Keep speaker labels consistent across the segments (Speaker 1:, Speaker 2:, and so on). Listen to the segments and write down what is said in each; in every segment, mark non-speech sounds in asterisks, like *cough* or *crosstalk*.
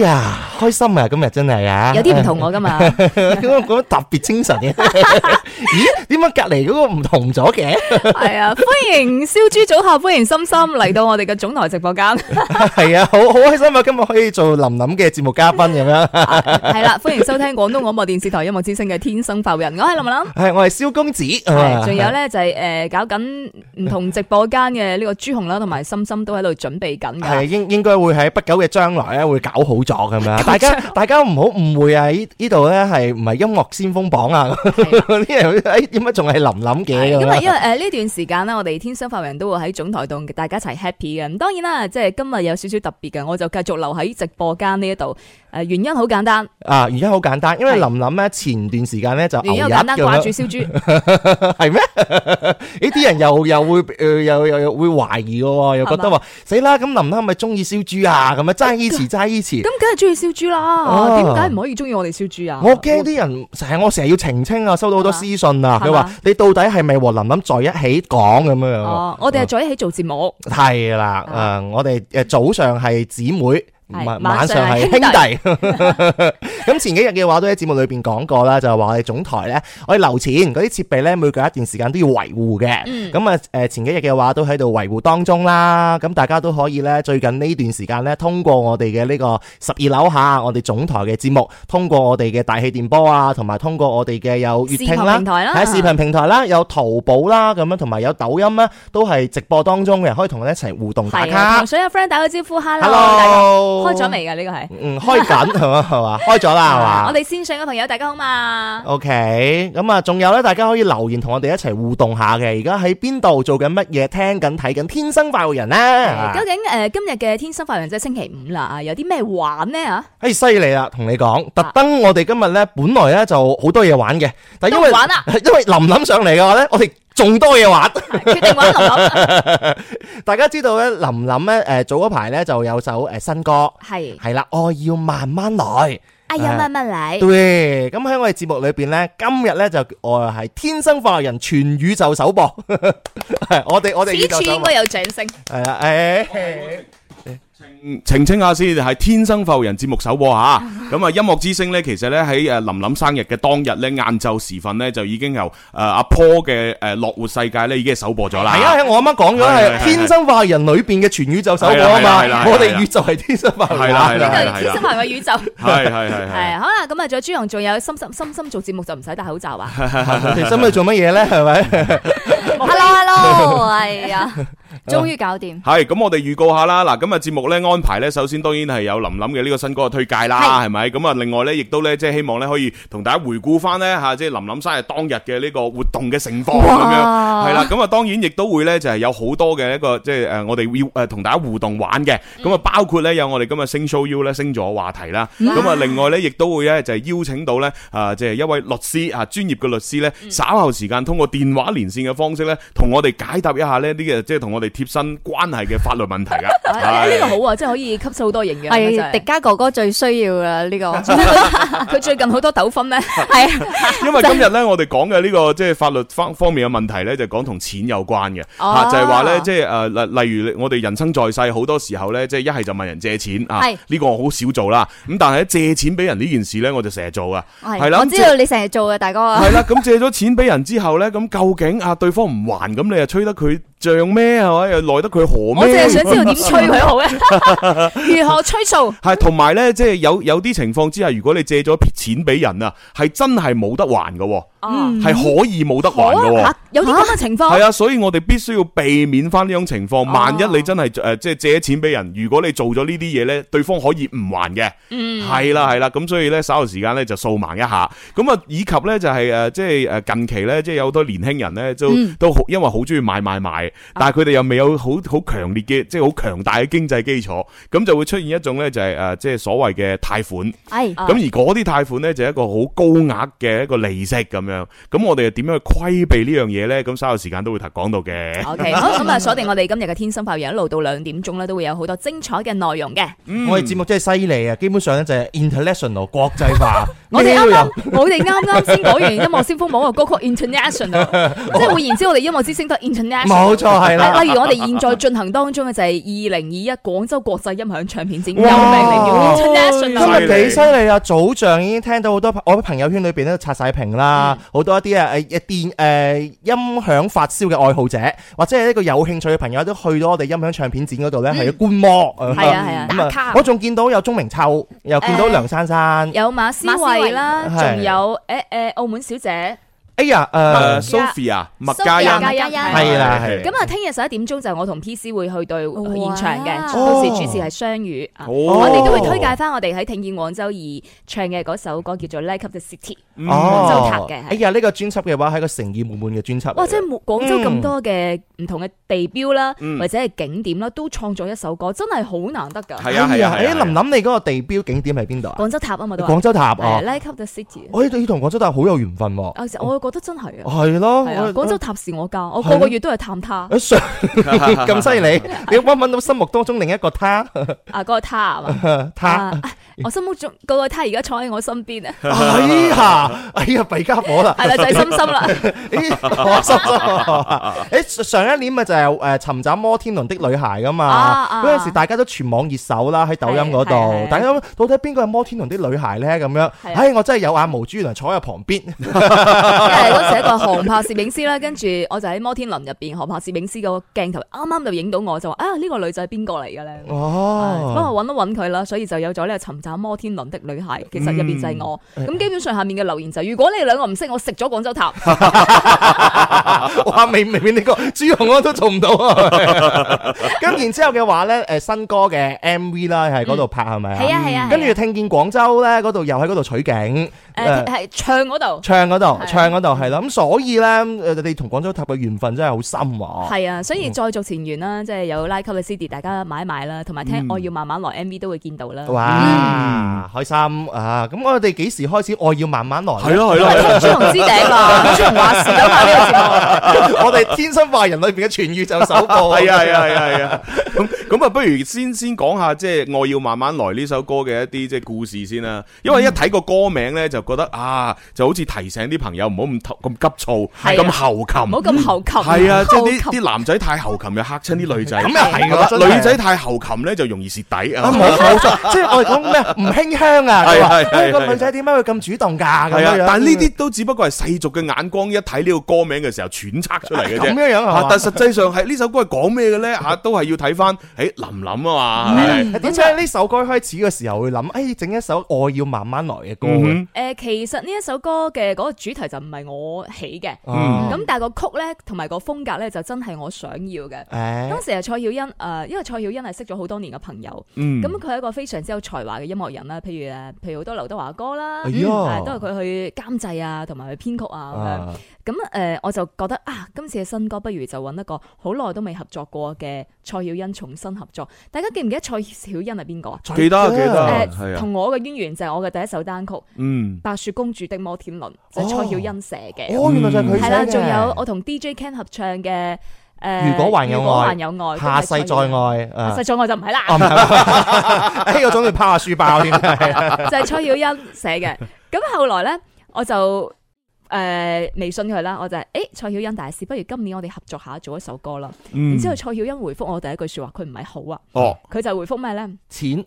Speaker 1: 呀，開心啊！今日真係啊，
Speaker 2: 有啲唔同我噶嘛，
Speaker 1: 點解 *laughs* 咁樣特別
Speaker 2: *laughs*
Speaker 1: 精神嘅？咦？點解隔離嗰個唔同咗嘅？
Speaker 2: 係啊！歡迎燒豬組合，歡迎心心嚟到我哋嘅總台直播
Speaker 1: *laughs*
Speaker 2: 間，
Speaker 1: 係啊，好好開心啊！今日可以做琳琳嘅節目嘉賓咁樣。
Speaker 2: 係啦，歡迎收聽廣東廣播電視台音樂之聲嘅《天生浮人》，我係林林。
Speaker 1: 係， *laughs* 我係蕭公子。
Speaker 2: 係，仲有咧就係誒搞緊唔同直播間嘅呢個朱紅啦，同埋心心都喺度準備緊
Speaker 1: 係
Speaker 2: 㗎。
Speaker 1: 應應該會喺不久嘅將來咧會搞好咗咁樣，大家大家唔好誤會啊！呢呢度咧係唔係音樂先鋒榜啊？ *laughs* 嗰啲人誒點解仲係琳
Speaker 2: 係
Speaker 1: 琳嘅
Speaker 2: 因
Speaker 1: 咁
Speaker 2: 為
Speaker 1: 樣？
Speaker 2: 因為誒呢段時間咧，我哋天生發人都會喺總台度大家一齊 happy 嘅。咁當然啦，即係今日有少少特別嘅，我就繼續留喺直播間呢一度。誒原因好簡單，
Speaker 1: 啊，原因好簡單，因為
Speaker 2: 係
Speaker 1: 琳琳咧前段時間咧就
Speaker 2: 原因
Speaker 1: 牛
Speaker 2: 好
Speaker 1: 日
Speaker 2: 簡單，
Speaker 1: 咁
Speaker 2: 掛
Speaker 1: 樣
Speaker 2: 住。燒豬。
Speaker 1: 系咩？ *laughs* 呢啲人又又會誒又又又會懷疑嘅喎，又覺得
Speaker 2: 係嘛
Speaker 1: 話死啦！咁林林咪中意燒豬啊？咁啊爭依詞爭依詞
Speaker 2: 咁。梗係中意燒豬啦，
Speaker 1: 哦
Speaker 2: 點解唔可以中意我哋燒豬啊？
Speaker 1: 我驚啲人成日我成日要澄清啊，收到好多私信啊，
Speaker 2: 係嘛
Speaker 1: 佢話你到底係咪和林林在一起講咁樣樣？
Speaker 2: 哦，我哋係在一起做節
Speaker 1: 哦
Speaker 2: 目，
Speaker 1: 係啦，
Speaker 2: 啊
Speaker 1: 誒我哋誒早上係姊妹。
Speaker 2: 係
Speaker 1: 晚
Speaker 2: 晚
Speaker 1: 晚
Speaker 2: 上
Speaker 1: 上
Speaker 2: 係
Speaker 1: 係兄弟， *laughs* 咁前幾日嘅話都喺節目裏邊講過啦，就係話我哋總台咧，我哋留錢嗰啲設備咧，每隔一段時間都要維護嘅。
Speaker 2: 嗯，
Speaker 1: 咁啊，誒前幾日嘅話都喺度維護當中啦，咁大家都可以咧，最近呢段時間咧，通過我哋嘅呢個十二樓下，我哋總台嘅節目，通過我哋嘅大氣電波啊，同埋通過我哋嘅有
Speaker 2: 視
Speaker 1: 粵聽
Speaker 2: 頻
Speaker 1: 啦
Speaker 2: 平。台啦，
Speaker 1: 喺視頻平台啦，有淘寶啦，咁樣同埋有抖音啦，都係直播當中嘅，可以同我哋一齊互動打
Speaker 2: 係啊，
Speaker 1: 卡
Speaker 2: 同。所有 friend 打個招呼，hello，大家好
Speaker 1: Hello，
Speaker 2: 開咗？未啊㗎？呢個係。
Speaker 1: 嗯，開
Speaker 2: *laughs*
Speaker 1: 緊係嘛係嘛，開咗啦係嘛
Speaker 2: 我。哋線上嘅朋友，大家好嘛？
Speaker 1: O K，咁啊，仲有咧，大家可以留言同我哋一齊互動下嘅。而家喺邊度做緊乜嘢？聽緊睇緊《天生快活人》
Speaker 2: 誒究竟
Speaker 1: 咧，
Speaker 2: 誒、呃今日嘅天生發人即係星期五啦，啊有啲咩玩呢？啊？
Speaker 1: 哎，犀利啦！同你講，特登我哋今日咧，本來咧就好多嘢玩嘅，但因為
Speaker 2: 都唔玩啊
Speaker 1: *laughs* 因為琳琳上嚟嘅話咧，我哋仲多嘢玩。
Speaker 2: 決定玩林
Speaker 1: *laughs*
Speaker 2: 林
Speaker 1: 大家知道咧，琳琳咧，誒早嗰排咧就有首誒新歌，
Speaker 2: 係，
Speaker 1: 係啦，我要慢慢來。
Speaker 2: 哎呀，乜乜嚟？
Speaker 1: 對，咁喺我哋節目裏邊咧，今日咧就我係天生快活人全宇宙首播， *laughs* 係我哋我哋宇
Speaker 2: 此
Speaker 1: 宙
Speaker 2: 處
Speaker 1: 首
Speaker 2: 應
Speaker 1: 播
Speaker 2: 該。有掌聲，
Speaker 1: 係啊，誒，
Speaker 3: 澄清下先，係天生浮人節目首播吓，咁啊音樂之聲咧，其實咧喺誒林林生日嘅當日咧，晏晝時分咧就已經由誒阿 Paul 嘅誒《樂活世界》咧已經係首播咗啦。
Speaker 1: 係啊，我啱啱講咗
Speaker 3: 係係
Speaker 1: 係
Speaker 3: 係
Speaker 1: 天生化人裏邊嘅全宇宙首播啊
Speaker 3: 係啦係啦係
Speaker 1: 嘛，
Speaker 3: 啦
Speaker 1: 我哋宇宙係天生化人。
Speaker 3: 係啦係啦係啦
Speaker 2: 天生發人嘅宇宙。
Speaker 3: 係係
Speaker 2: *laughs*
Speaker 3: 係係
Speaker 2: 係好啦，咁啊，仲有朱紅，仲有心心心心做節目就唔使戴口罩啊
Speaker 1: 我哋使唔使做乜嘢咧？係咪？
Speaker 2: ！Hello Hello，係啊，終於搞掂。
Speaker 3: 係咁，我哋預告下啦。嗱，今日節目咧安排咧，首先當然係有林林嘅呢個新歌嘅推介啦，係咪？咁啊，另外咧，亦都咧即係希望咧可以同大家回顧翻咧嚇，即係林林生日當日嘅呢個活動嘅盛況咁樣。
Speaker 2: 哇
Speaker 3: 係啦，咁啊當然亦都會咧，就係有好多嘅一個即係誒，我哋要誒呃同大家互動玩嘅，咁啊包括咧有我哋今日星 show you 咧星座話題啦，咁啊另外咧亦都會咧就係邀請到咧啊即係一位律師啊專業嘅律師咧，稍後時間通過電話連線嘅方式咧，同我哋解答一下呢啲嘅即係同我哋貼身關係嘅法律問題噶。
Speaker 2: 哎呢個好啊，真係可以吸收好多營養啊。
Speaker 4: 系
Speaker 2: 真係
Speaker 4: 迪迦哥哥最需要啦呢個，
Speaker 5: *laughs*
Speaker 2: 佢最近好多糾紛咧，
Speaker 4: 係啊
Speaker 3: *laughs* 因為今日咧，我哋講嘅呢個即係法律方方面嘅問題咧，就講同錢有關嘅啊
Speaker 2: 哦
Speaker 3: 嚇，就係話咧，即係誒例例如我哋人生在世好多時候咧，即係一係就問人借錢啊
Speaker 4: 係，
Speaker 3: 呢個我好少做啦。咁但係咧借錢俾人呢件事咧，我就成日做啊，係啦
Speaker 4: 哎係，我知道你成日做嘅大哥
Speaker 2: 哦
Speaker 4: 啊，
Speaker 3: 係啦。咁借咗錢俾人之後咧，咁究竟啊對方唔還，咁你又吹得佢漲咩啊係咪？又奈得佢何
Speaker 2: *laughs* 我
Speaker 3: 咩？
Speaker 2: 淨係想知道點吹佢好 *laughs* 咧，如何吹數？
Speaker 3: 係同埋咧，即係有有啲情況之下，如果你借咗錢俾人啊，係真係冇得還嘅喎，
Speaker 2: 嗯，
Speaker 3: 係可以冇得還嘅喎。
Speaker 2: 啊有啲咁嘅情況。
Speaker 3: 系啊，所以我哋必須要避免翻呢種情況。萬一你真係诶，呃即係借錢俾人，如果你做咗呢啲嘢咧，對方可以唔還嘅。嗯，系啦係啦，咁所以咧稍後時間咧就掃盲一下。咁啊，以及咧就係诶，呃即係诶近期咧，即係有好多年輕人咧都都好，因為好中意買買買，但係佢哋又未有好好強烈嘅，即係好強大嘅經濟基礎，咁就會出現一種咧就係诶，呃即係所謂嘅貸款。
Speaker 4: 係
Speaker 2: 啊
Speaker 3: 咁而嗰啲貸款咧就係一個好高額嘅一個利息咁樣樣。咁我哋又點樣去規避呢樣嘢咧？咁稍有時間都會提講到 *laughs* 嘅。
Speaker 2: O K，好咁啊，鎖定我哋今日嘅天生發育人，一路到兩點鐘咧，都會有好多精彩嘅內容嘅。
Speaker 1: 我哋節目真係犀利啊！基本上咧就係 international 國際化，
Speaker 2: *laughs* 我哋
Speaker 1: 咩
Speaker 2: 啱
Speaker 1: 都啊有
Speaker 2: 啱，我哋啱啱先講完音樂先鋒榜嘅歌曲 International，即係換言之，我哋音樂之星都係 International。
Speaker 1: 冇錯係
Speaker 2: *laughs*
Speaker 1: 啦
Speaker 2: 例例如我哋現在進行當中嘅就係二零二一廣州國際音響唱片展，有
Speaker 3: 哇
Speaker 2: 名嚟叫 International。
Speaker 1: 今日幾犀利啊！早上已經聽到好多我喺朋友圈裏邊咧刷晒屏啦，
Speaker 2: 嗯
Speaker 1: 好多一啲啊誒電誒音響發燒嘅愛好者，或者係一個有興趣嘅朋友都去到我哋音響唱片展嗰度咧，係去觀摩。
Speaker 2: 嗯係啊係啊
Speaker 1: 咁
Speaker 2: 打卡
Speaker 1: 我仲見到有鍾明秋，又見到
Speaker 2: 誒
Speaker 1: 梁珊珊。
Speaker 2: 有馬思慧啦，
Speaker 1: 馬思慧
Speaker 2: 仲有誒誒澳門小姐。
Speaker 1: 哎呀
Speaker 2: 啊
Speaker 1: 誒，
Speaker 3: 誒啊 Sophia 麥嘉
Speaker 4: 嘉
Speaker 3: 欣
Speaker 4: 欣
Speaker 1: 係啦係
Speaker 2: 咁啊，聽日十一點鐘就我同 P C 會去到現場嘅，
Speaker 4: 哇
Speaker 2: 到時主持係雙語啊。
Speaker 3: 哦
Speaker 2: 我哋都會推介翻我哋喺聽見廣州二唱嘅嗰首歌叫做《Like Up the City》。廣
Speaker 3: 哦
Speaker 2: 州嗯塔嘅係
Speaker 1: 哎呀，呢個專輯嘅話係一個誠意滿滿嘅專輯嚟嘅。
Speaker 2: 哇！即係冇廣州咁多嘅唔同嘅地標啦，
Speaker 3: 嗯
Speaker 2: 或者係景點啦，都創作一首歌，真係好難得㗎。
Speaker 3: 係啊係啊
Speaker 1: 哎呀
Speaker 3: 係啊
Speaker 1: 哎林琳，你嗰個地標景點係邊度啊？
Speaker 2: 廣州塔啊嘛都話
Speaker 1: 廣州塔
Speaker 2: 係啊
Speaker 1: 啊！
Speaker 2: ，Like Up the City。
Speaker 1: 我哋同廣州塔好有緣分喎。哎
Speaker 2: 啊我覺得真係啊，
Speaker 1: 係咯，
Speaker 2: 係啊，
Speaker 1: 哦我
Speaker 2: 廣州塔是我家，我
Speaker 1: 係
Speaker 2: 個個
Speaker 1: 咯
Speaker 2: 月都去探他
Speaker 1: 啊上咁犀利，你揾唔揾到心目當中另一個他 *laughs*
Speaker 2: 啊，嗰個他啊嘛。
Speaker 1: 他？
Speaker 2: 啊我心目中嗰個他而家坐喺我身邊啊，
Speaker 1: 哎呀，哎呀，弊家
Speaker 2: *laughs*
Speaker 1: 伙啦！
Speaker 2: 係啦，就係心心
Speaker 1: *laughs*
Speaker 2: 啦。
Speaker 1: 咦，我心 *laughs* 心，誒上一年咪就係誒尋找摩天輪的女孩
Speaker 2: 啊
Speaker 1: 噶
Speaker 2: 啊
Speaker 1: 嘛，嗰陣時大家都全網熱搜啦，喺抖音
Speaker 2: 係係
Speaker 1: 嗰度
Speaker 2: 係，
Speaker 1: 大家諗到底邊個係摩天輪的女孩咧？咁樣，
Speaker 2: 係啊
Speaker 1: 唉，我真係有眼無珠，原來坐喺我旁邊，
Speaker 2: 因為嗰時係一個航拍攝影師啦，跟住我就喺摩天輪入邊航拍攝影師個鏡頭啱啱就影到我，就話啊呢個女仔係邊個嚟嘅咧？
Speaker 1: 哦，
Speaker 2: 幫我揾一揾佢啦，所以就有咗呢個尋找摩天輪的女孩，其實入邊就係我。
Speaker 1: 嗯
Speaker 2: 咁、基本上下面嘅留言就係如果你兩個唔識，我食咗廣州
Speaker 1: *laughs*
Speaker 2: 塔。
Speaker 1: 哇！明明明呢個朱紅我都做唔到啊！
Speaker 3: *laughs*
Speaker 1: 咁然之後嘅話咧，誒新歌嘅 MV 啦，係嗰度拍係咪啊？
Speaker 2: 係啊係啊係啊
Speaker 1: 跟住聽見廣州咧，嗰度又喺嗰度取景，
Speaker 2: 誒
Speaker 1: 誒
Speaker 2: 係唱嗰度。
Speaker 1: 唱嗰度
Speaker 2: 係，
Speaker 1: 唱嗰度係啦。咁所以咧，誒你同廣州塔嘅緣分真係好深
Speaker 3: 哦
Speaker 1: 啊！
Speaker 2: 係啊，所
Speaker 3: 嗯
Speaker 2: 以再續前緣啦，即係有拉級嘅 CD，大家買埋啦，同埋
Speaker 3: 嗯
Speaker 2: 聽我要慢慢來 MV 都會見到啦。
Speaker 1: 哇，開心啊！咁我哋幾時開始愛要慢慢來呢？
Speaker 3: 係咯係咯。
Speaker 2: 朱紅之頂嘛，朱紅話事啊嘛呢個節目。
Speaker 1: *laughs* 我哋天生快人裏邊嘅全宇宙首
Speaker 3: *laughs*
Speaker 1: 播。
Speaker 3: 系啊系啊系啊系啊，咁咁啊，不如先先講下即係《我要慢慢來》呢首歌嘅一啲即係故事先啦。因
Speaker 2: 嗯
Speaker 3: 為一睇個歌名咧，就覺得啊，就好似提醒啲朋友唔好咁急咁急躁，
Speaker 2: 係啊
Speaker 3: 咁猴
Speaker 2: 唔好
Speaker 3: 擒。
Speaker 2: 咁猴擒。
Speaker 3: 係嗯啊，即
Speaker 2: 猴
Speaker 3: 係
Speaker 2: 擒
Speaker 3: 啲啲男仔太猴擒，又嚇親啲女仔。
Speaker 1: 咁又係㗎真係
Speaker 3: 女仔太猴擒咧就容易蝕底
Speaker 1: 啊
Speaker 3: 啊。
Speaker 1: 冇冇錯，即係我哋講咩唔馨香啊！佢話
Speaker 3: 係係係
Speaker 1: 哎個女仔點解會咁主動㗎？咁
Speaker 3: 係啊
Speaker 1: 樣，
Speaker 3: 但係呢啲都只不過係世俗嘅眼光，一睇呢個歌名嘅時候揣測出嚟嘅
Speaker 1: 嗯咁
Speaker 3: 啫。
Speaker 1: 樣樣係
Speaker 3: 啊
Speaker 1: 嘛
Speaker 3: 但實際上係呢首歌係講咩嘅咧？吓，都係要睇翻，
Speaker 1: 嗯
Speaker 3: 誒林林啊嘛，係咪
Speaker 1: 係嗯點解呢首歌開始嘅時候會諗，誒整一首我要慢慢來嘅歌啊嘅
Speaker 3: 嗯
Speaker 2: 誒、其實呢一首歌嘅嗰個主題就唔係我起嘅，咁、
Speaker 3: 嗯
Speaker 1: 哦
Speaker 2: 但係個曲咧同埋個風格咧就真係我想要嘅。
Speaker 3: 嗯
Speaker 1: 誒
Speaker 2: 當時係蔡曉欣，誒、呃因為蔡曉欣係識咗好多年嘅朋友，
Speaker 3: 嗯
Speaker 2: 咁佢係一個非常之有才華嘅音樂人啦，譬如誒，譬如好多劉德華嘅歌啦，嗯
Speaker 1: 哎呀
Speaker 2: 誒都係佢去監製啊，同埋去編曲啊
Speaker 1: 啊
Speaker 2: 咁樣。咁誒、我就覺得啊，今次嘅新歌不如就揾一個好耐都未合作過嘅蔡曉欣重新合作。大家記唔記得蔡曉欣係邊個啊？
Speaker 3: 記得啊記得
Speaker 2: 誒、
Speaker 3: 啊係啊
Speaker 2: 同我嘅淵源就係我嘅第一首單曲。
Speaker 3: 嗯
Speaker 2: 白雪公主的摩天輪，就係蔡曉欣寫嘅，
Speaker 1: 哦，原來就係
Speaker 3: 嗯
Speaker 1: 佢
Speaker 2: 係啦，
Speaker 1: 寫嘅
Speaker 2: 仲有我同 DJ Ken 合唱嘅誒，
Speaker 1: 如果還有
Speaker 2: 如
Speaker 1: 愛
Speaker 2: 果還有愛，
Speaker 1: 下世再
Speaker 2: 都係蔡曉欣，
Speaker 1: 愛
Speaker 2: 下
Speaker 1: 啊
Speaker 2: 世再愛就唔係
Speaker 1: 啊唔 *laughs*
Speaker 2: 啦，
Speaker 1: 係誒我準備拋下書包添，
Speaker 3: *laughs*
Speaker 1: 啊
Speaker 2: *laughs* 就係蔡曉欣寫嘅。咁後來咧，我就誒微信佢啦，我就係誒蔡曉欣大師，不如今年我哋合作下做一首歌啦。
Speaker 3: 嗯
Speaker 2: 然之後蔡曉欣回覆我第一句説話，佢唔係好啊，
Speaker 3: 哦，
Speaker 2: 佢就回覆咩咧？
Speaker 1: 錢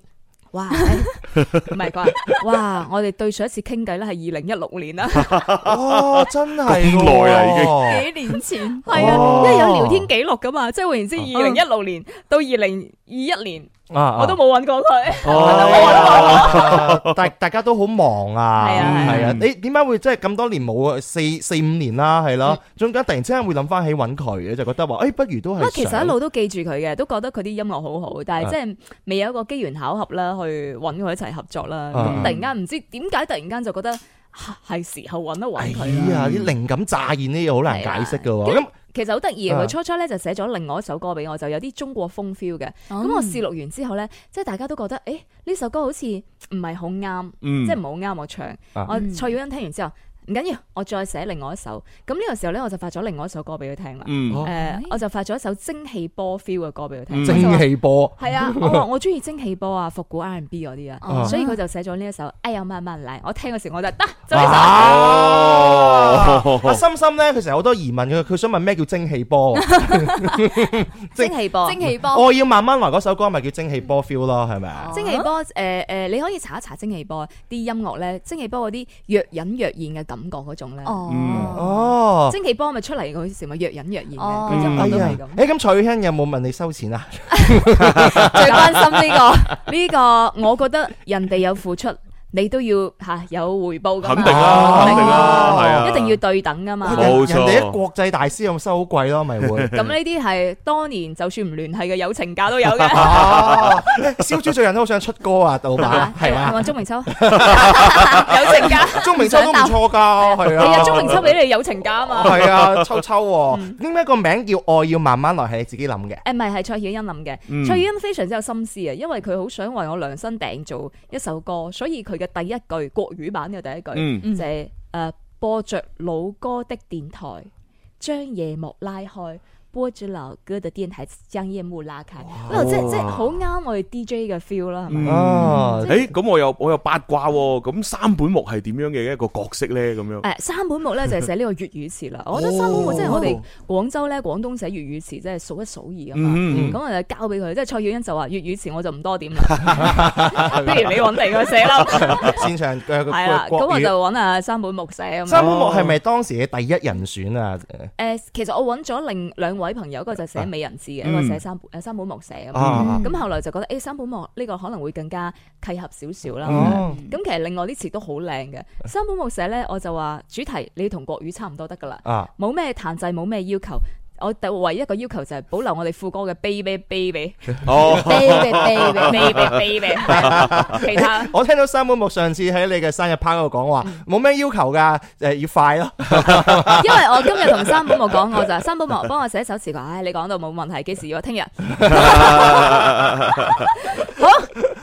Speaker 2: 哇，誒唔係啩？
Speaker 1: *laughs*
Speaker 2: 哇，我哋對上一次傾偈咧係二零一六年啊啦。
Speaker 1: 哦，真係
Speaker 3: 咁耐啦已經
Speaker 1: 經。
Speaker 2: 哎
Speaker 4: 幾年前，
Speaker 2: 系啊，
Speaker 1: 哦
Speaker 2: 因為有聊天記錄噶嘛，即係換言之，二零一六年到二零二一年，
Speaker 1: 啊
Speaker 2: 我都冇揾過佢。
Speaker 1: *laughs* 哦， *laughs* 大大家都好忙啊，
Speaker 2: 係啊係啊
Speaker 1: 係啊，你點解會即係咁多年冇啊？四四五年啦，係
Speaker 2: 嗯
Speaker 1: 咯，中間突然之間會諗翻起揾佢，你就覺得話，誒，不如都
Speaker 2: 不過
Speaker 1: 係
Speaker 2: 啊
Speaker 1: 啊
Speaker 2: 其實
Speaker 1: 想
Speaker 2: 一路都記住佢嘅，都覺得佢啲音樂好好，但係即係未有一個機緣巧合啦，去揾佢一齊合作啦。咁
Speaker 1: 啊
Speaker 2: 突然間唔知點解，突然間就覺得啊係時候揾一
Speaker 1: 哎
Speaker 2: 揾佢啊啦。
Speaker 1: 呀，啲靈感乍現呢嘢好難解釋嘅
Speaker 2: 嗯係啊
Speaker 1: 喎。咁
Speaker 2: 其實好得意嘅，
Speaker 1: 啊
Speaker 2: 佢初初咧就寫咗另外一首歌俾我，就有啲中國風 feel 嘅。
Speaker 5: 嗯
Speaker 4: 哦
Speaker 2: 咁我
Speaker 4: 嗯
Speaker 2: 試錄完之後咧，即係大家都覺得，誒呢首歌好似唔係好啱。
Speaker 3: 嗯
Speaker 2: 即係唔好啱我唱。
Speaker 1: 啊
Speaker 2: 我蔡耀欣聽完之後，唔緊要，我再寫另外一首。咁呢個時候咧，我就發咗另外一首歌俾佢聽啦。
Speaker 3: 嗯，
Speaker 1: 哦
Speaker 2: 诶，我就發咗一首蒸汽波 feel 嘅歌俾佢聽。
Speaker 3: 嗯
Speaker 2: 氣
Speaker 1: 蒸汽波，
Speaker 2: 係啊，我話我中意蒸汽波啊，復古 R&B 嗰啲啊。
Speaker 1: 啊
Speaker 2: 所以佢就寫咗呢一首《哎呀慢慢嚟》，我聽嘅時候我就得就呢首。
Speaker 1: 啊
Speaker 3: 哦
Speaker 1: 阿心心咧，佢成日好多疑問，佢佢想問咩叫蒸汽
Speaker 2: *laughs*
Speaker 1: 波？
Speaker 2: 蒸汽波，
Speaker 4: 蒸汽波
Speaker 1: 我要慢慢話嗰首歌咪叫蒸汽波 feel 咯，係咪啊？
Speaker 2: 蒸汽波誒誒，你可以查一查蒸汽波啲音樂咧，蒸汽波嗰啲若隱若現嘅感覺嗰種咧。
Speaker 3: 嗯
Speaker 4: 哦，
Speaker 1: 哦，
Speaker 2: 蒸汽波咪出嚟嗰時咪若隱若現嘅，
Speaker 4: 哦
Speaker 2: 佢音
Speaker 1: 哎
Speaker 2: 樂都
Speaker 1: 呀
Speaker 2: 係咁，。
Speaker 1: 誒咁蔡欣有冇問你收錢啊？
Speaker 2: *laughs*
Speaker 4: 最關心呢個。
Speaker 2: 呢個我覺得人哋有付出，你都要嚇有回報㗎嘛。
Speaker 3: 肯定啦，
Speaker 1: 哦
Speaker 3: 肯定啦，係啊，
Speaker 2: 一定要對等㗎嘛。
Speaker 3: 冇
Speaker 1: 人
Speaker 3: 錯
Speaker 1: 人哋一國際大師咁收好貴咯，咪 *laughs* 會。
Speaker 2: 咁呢啲係當年就算唔聯繫嘅友情價都有
Speaker 1: *laughs*
Speaker 2: 嘅。
Speaker 1: 哦，小豬最近都好想出歌啊，老闆 *laughs* 係
Speaker 2: 係
Speaker 1: 啊，
Speaker 2: 嘛？鍾明秋 *laughs* 友情價，
Speaker 1: 鐘明秋都唔錯㗎，係
Speaker 2: 係
Speaker 1: 啊，
Speaker 2: 啊，鍾明秋嗯俾你友情價啊嘛。
Speaker 1: 係啊，秋秋喎，點解個名叫愛要慢慢來係你自己諗嘅？
Speaker 2: 誒唔係係蔡曉欣諗嘅，
Speaker 3: 嗯
Speaker 2: 蔡曉欣非常之有心思啊，因為佢好想為我量身訂做一首歌，所以佢嘅第一句國語版嘅第一句、
Speaker 3: 嗯
Speaker 2: 就係、呃播着老歌的電台，將夜幕拉開。播住老歌嘅電台將夜幕拉開，哇！即即好啱我哋 DJ 嘅 feel 啦，係
Speaker 3: 嗯
Speaker 2: 咪？
Speaker 1: *laughs* 哦，
Speaker 3: 诶，咁我又我又八卦喎，咁三本木係點樣嘅一個角色咧？咁樣
Speaker 2: 誒三本木咧就係寫呢個粵語詞啦，我覺得
Speaker 3: 哦
Speaker 2: 三本木即係我哋廣州咧廣東寫粵語詞真係數一數二啊嘛。
Speaker 3: 嗯
Speaker 2: 咁我就交俾佢，即係蔡曉欣就話粵語詞我就唔多點啦， *laughs* 不如你揾第二個寫啦。
Speaker 1: 擅長嘅
Speaker 2: 係啦，咁
Speaker 1: 嘅國
Speaker 2: 我
Speaker 1: 語。
Speaker 2: 就揾啊三本木寫咁
Speaker 1: 三
Speaker 2: 樣。
Speaker 1: 本木係咪當時嘅第一人選啊？
Speaker 2: 誒，其實我揾咗另兩位朋友，一個就寫美人字嘅，一個寫三本誒三本木寫咁樣。
Speaker 1: 啊，
Speaker 2: 咁後來就覺得誒三本木呢個可能會更加契合少少啦。
Speaker 1: 哦
Speaker 2: 咁其實另外啲詞都好靚嘅，三本木寫咧我就話主題你同國語差唔多得㗎啦。
Speaker 1: 啊，
Speaker 2: 冇咩彈制，冇咩要求。我第唯一一個要求就係保留我哋副歌嘅 baby baby
Speaker 3: 哦，
Speaker 4: baby baby，
Speaker 2: baby baby，其他
Speaker 1: 我聽到三本木上次喺你嘅生日趴嗰度講話，
Speaker 2: 嗯
Speaker 1: 冇咩要求㗎，誒要快咯。
Speaker 2: 因為我今日同三寶木講，我就話三寶木幫我寫一首詞佢話，唉，你講到冇問題，幾時要啊？聽日好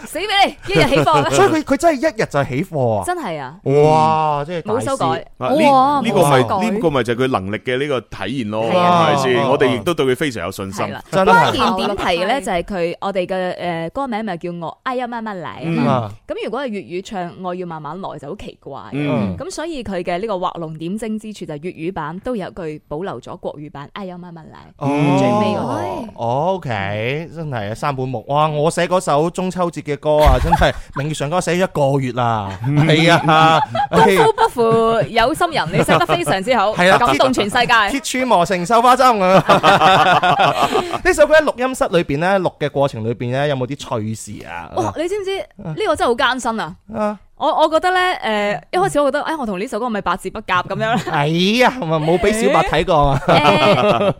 Speaker 2: 死俾你，一日
Speaker 3: *laughs*
Speaker 2: 起貨
Speaker 1: 所以佢佢真係一日就起貨啊！
Speaker 2: 真係啊，
Speaker 1: 哇，即係大師
Speaker 2: 冇修改。
Speaker 3: 啊
Speaker 4: 哇
Speaker 3: 呢呢個
Speaker 4: 冇
Speaker 3: 咪
Speaker 4: 改
Speaker 3: 呢個咪就係佢能力嘅呢個體現咯，
Speaker 2: 係啊
Speaker 3: 係咪
Speaker 1: 係
Speaker 3: 先？
Speaker 1: 啊
Speaker 3: 我哋亦都對佢非常有信心
Speaker 2: 係。啦。
Speaker 1: 真係
Speaker 2: 關鍵點提嘅咧就係佢我哋嘅誒歌名咪叫我哎呀乜乜嚟啊嘛
Speaker 1: 啊！
Speaker 2: 咁如果係粵語唱我要慢慢來就好奇怪嘅。
Speaker 3: 嗯
Speaker 2: 咁所以佢嘅呢個畫龍點睛之處就係粵語版都有句保留咗國語版，哎呀慢慢嚟，
Speaker 1: 哦
Speaker 2: 最尾嗰
Speaker 4: 哎
Speaker 1: 哦 OK，真係啊，三本木哇！我寫嗰首中秋節嘅歌啊，真係名義上歌寫咗一個月啦，係啊，
Speaker 2: 都不負有心人，你寫得非常之好，
Speaker 1: 係啦啊
Speaker 2: 感動全世界。
Speaker 1: 鐵柱磨成繡花針咁樣。 *laughs* 呢首歌喺錄音室裏邊咧錄嘅過程裏邊咧，有冇啲趣事啊？
Speaker 2: 哇！你知唔知呢個真係好艱辛啊！
Speaker 1: 啊，
Speaker 2: 我我覺得咧，誒一開始我覺得，哎，我同呢首歌係咪八字不夾咁
Speaker 1: *laughs*
Speaker 2: 樣咧？
Speaker 1: 哎呀，咪冇俾小白睇過啊！
Speaker 2: 誒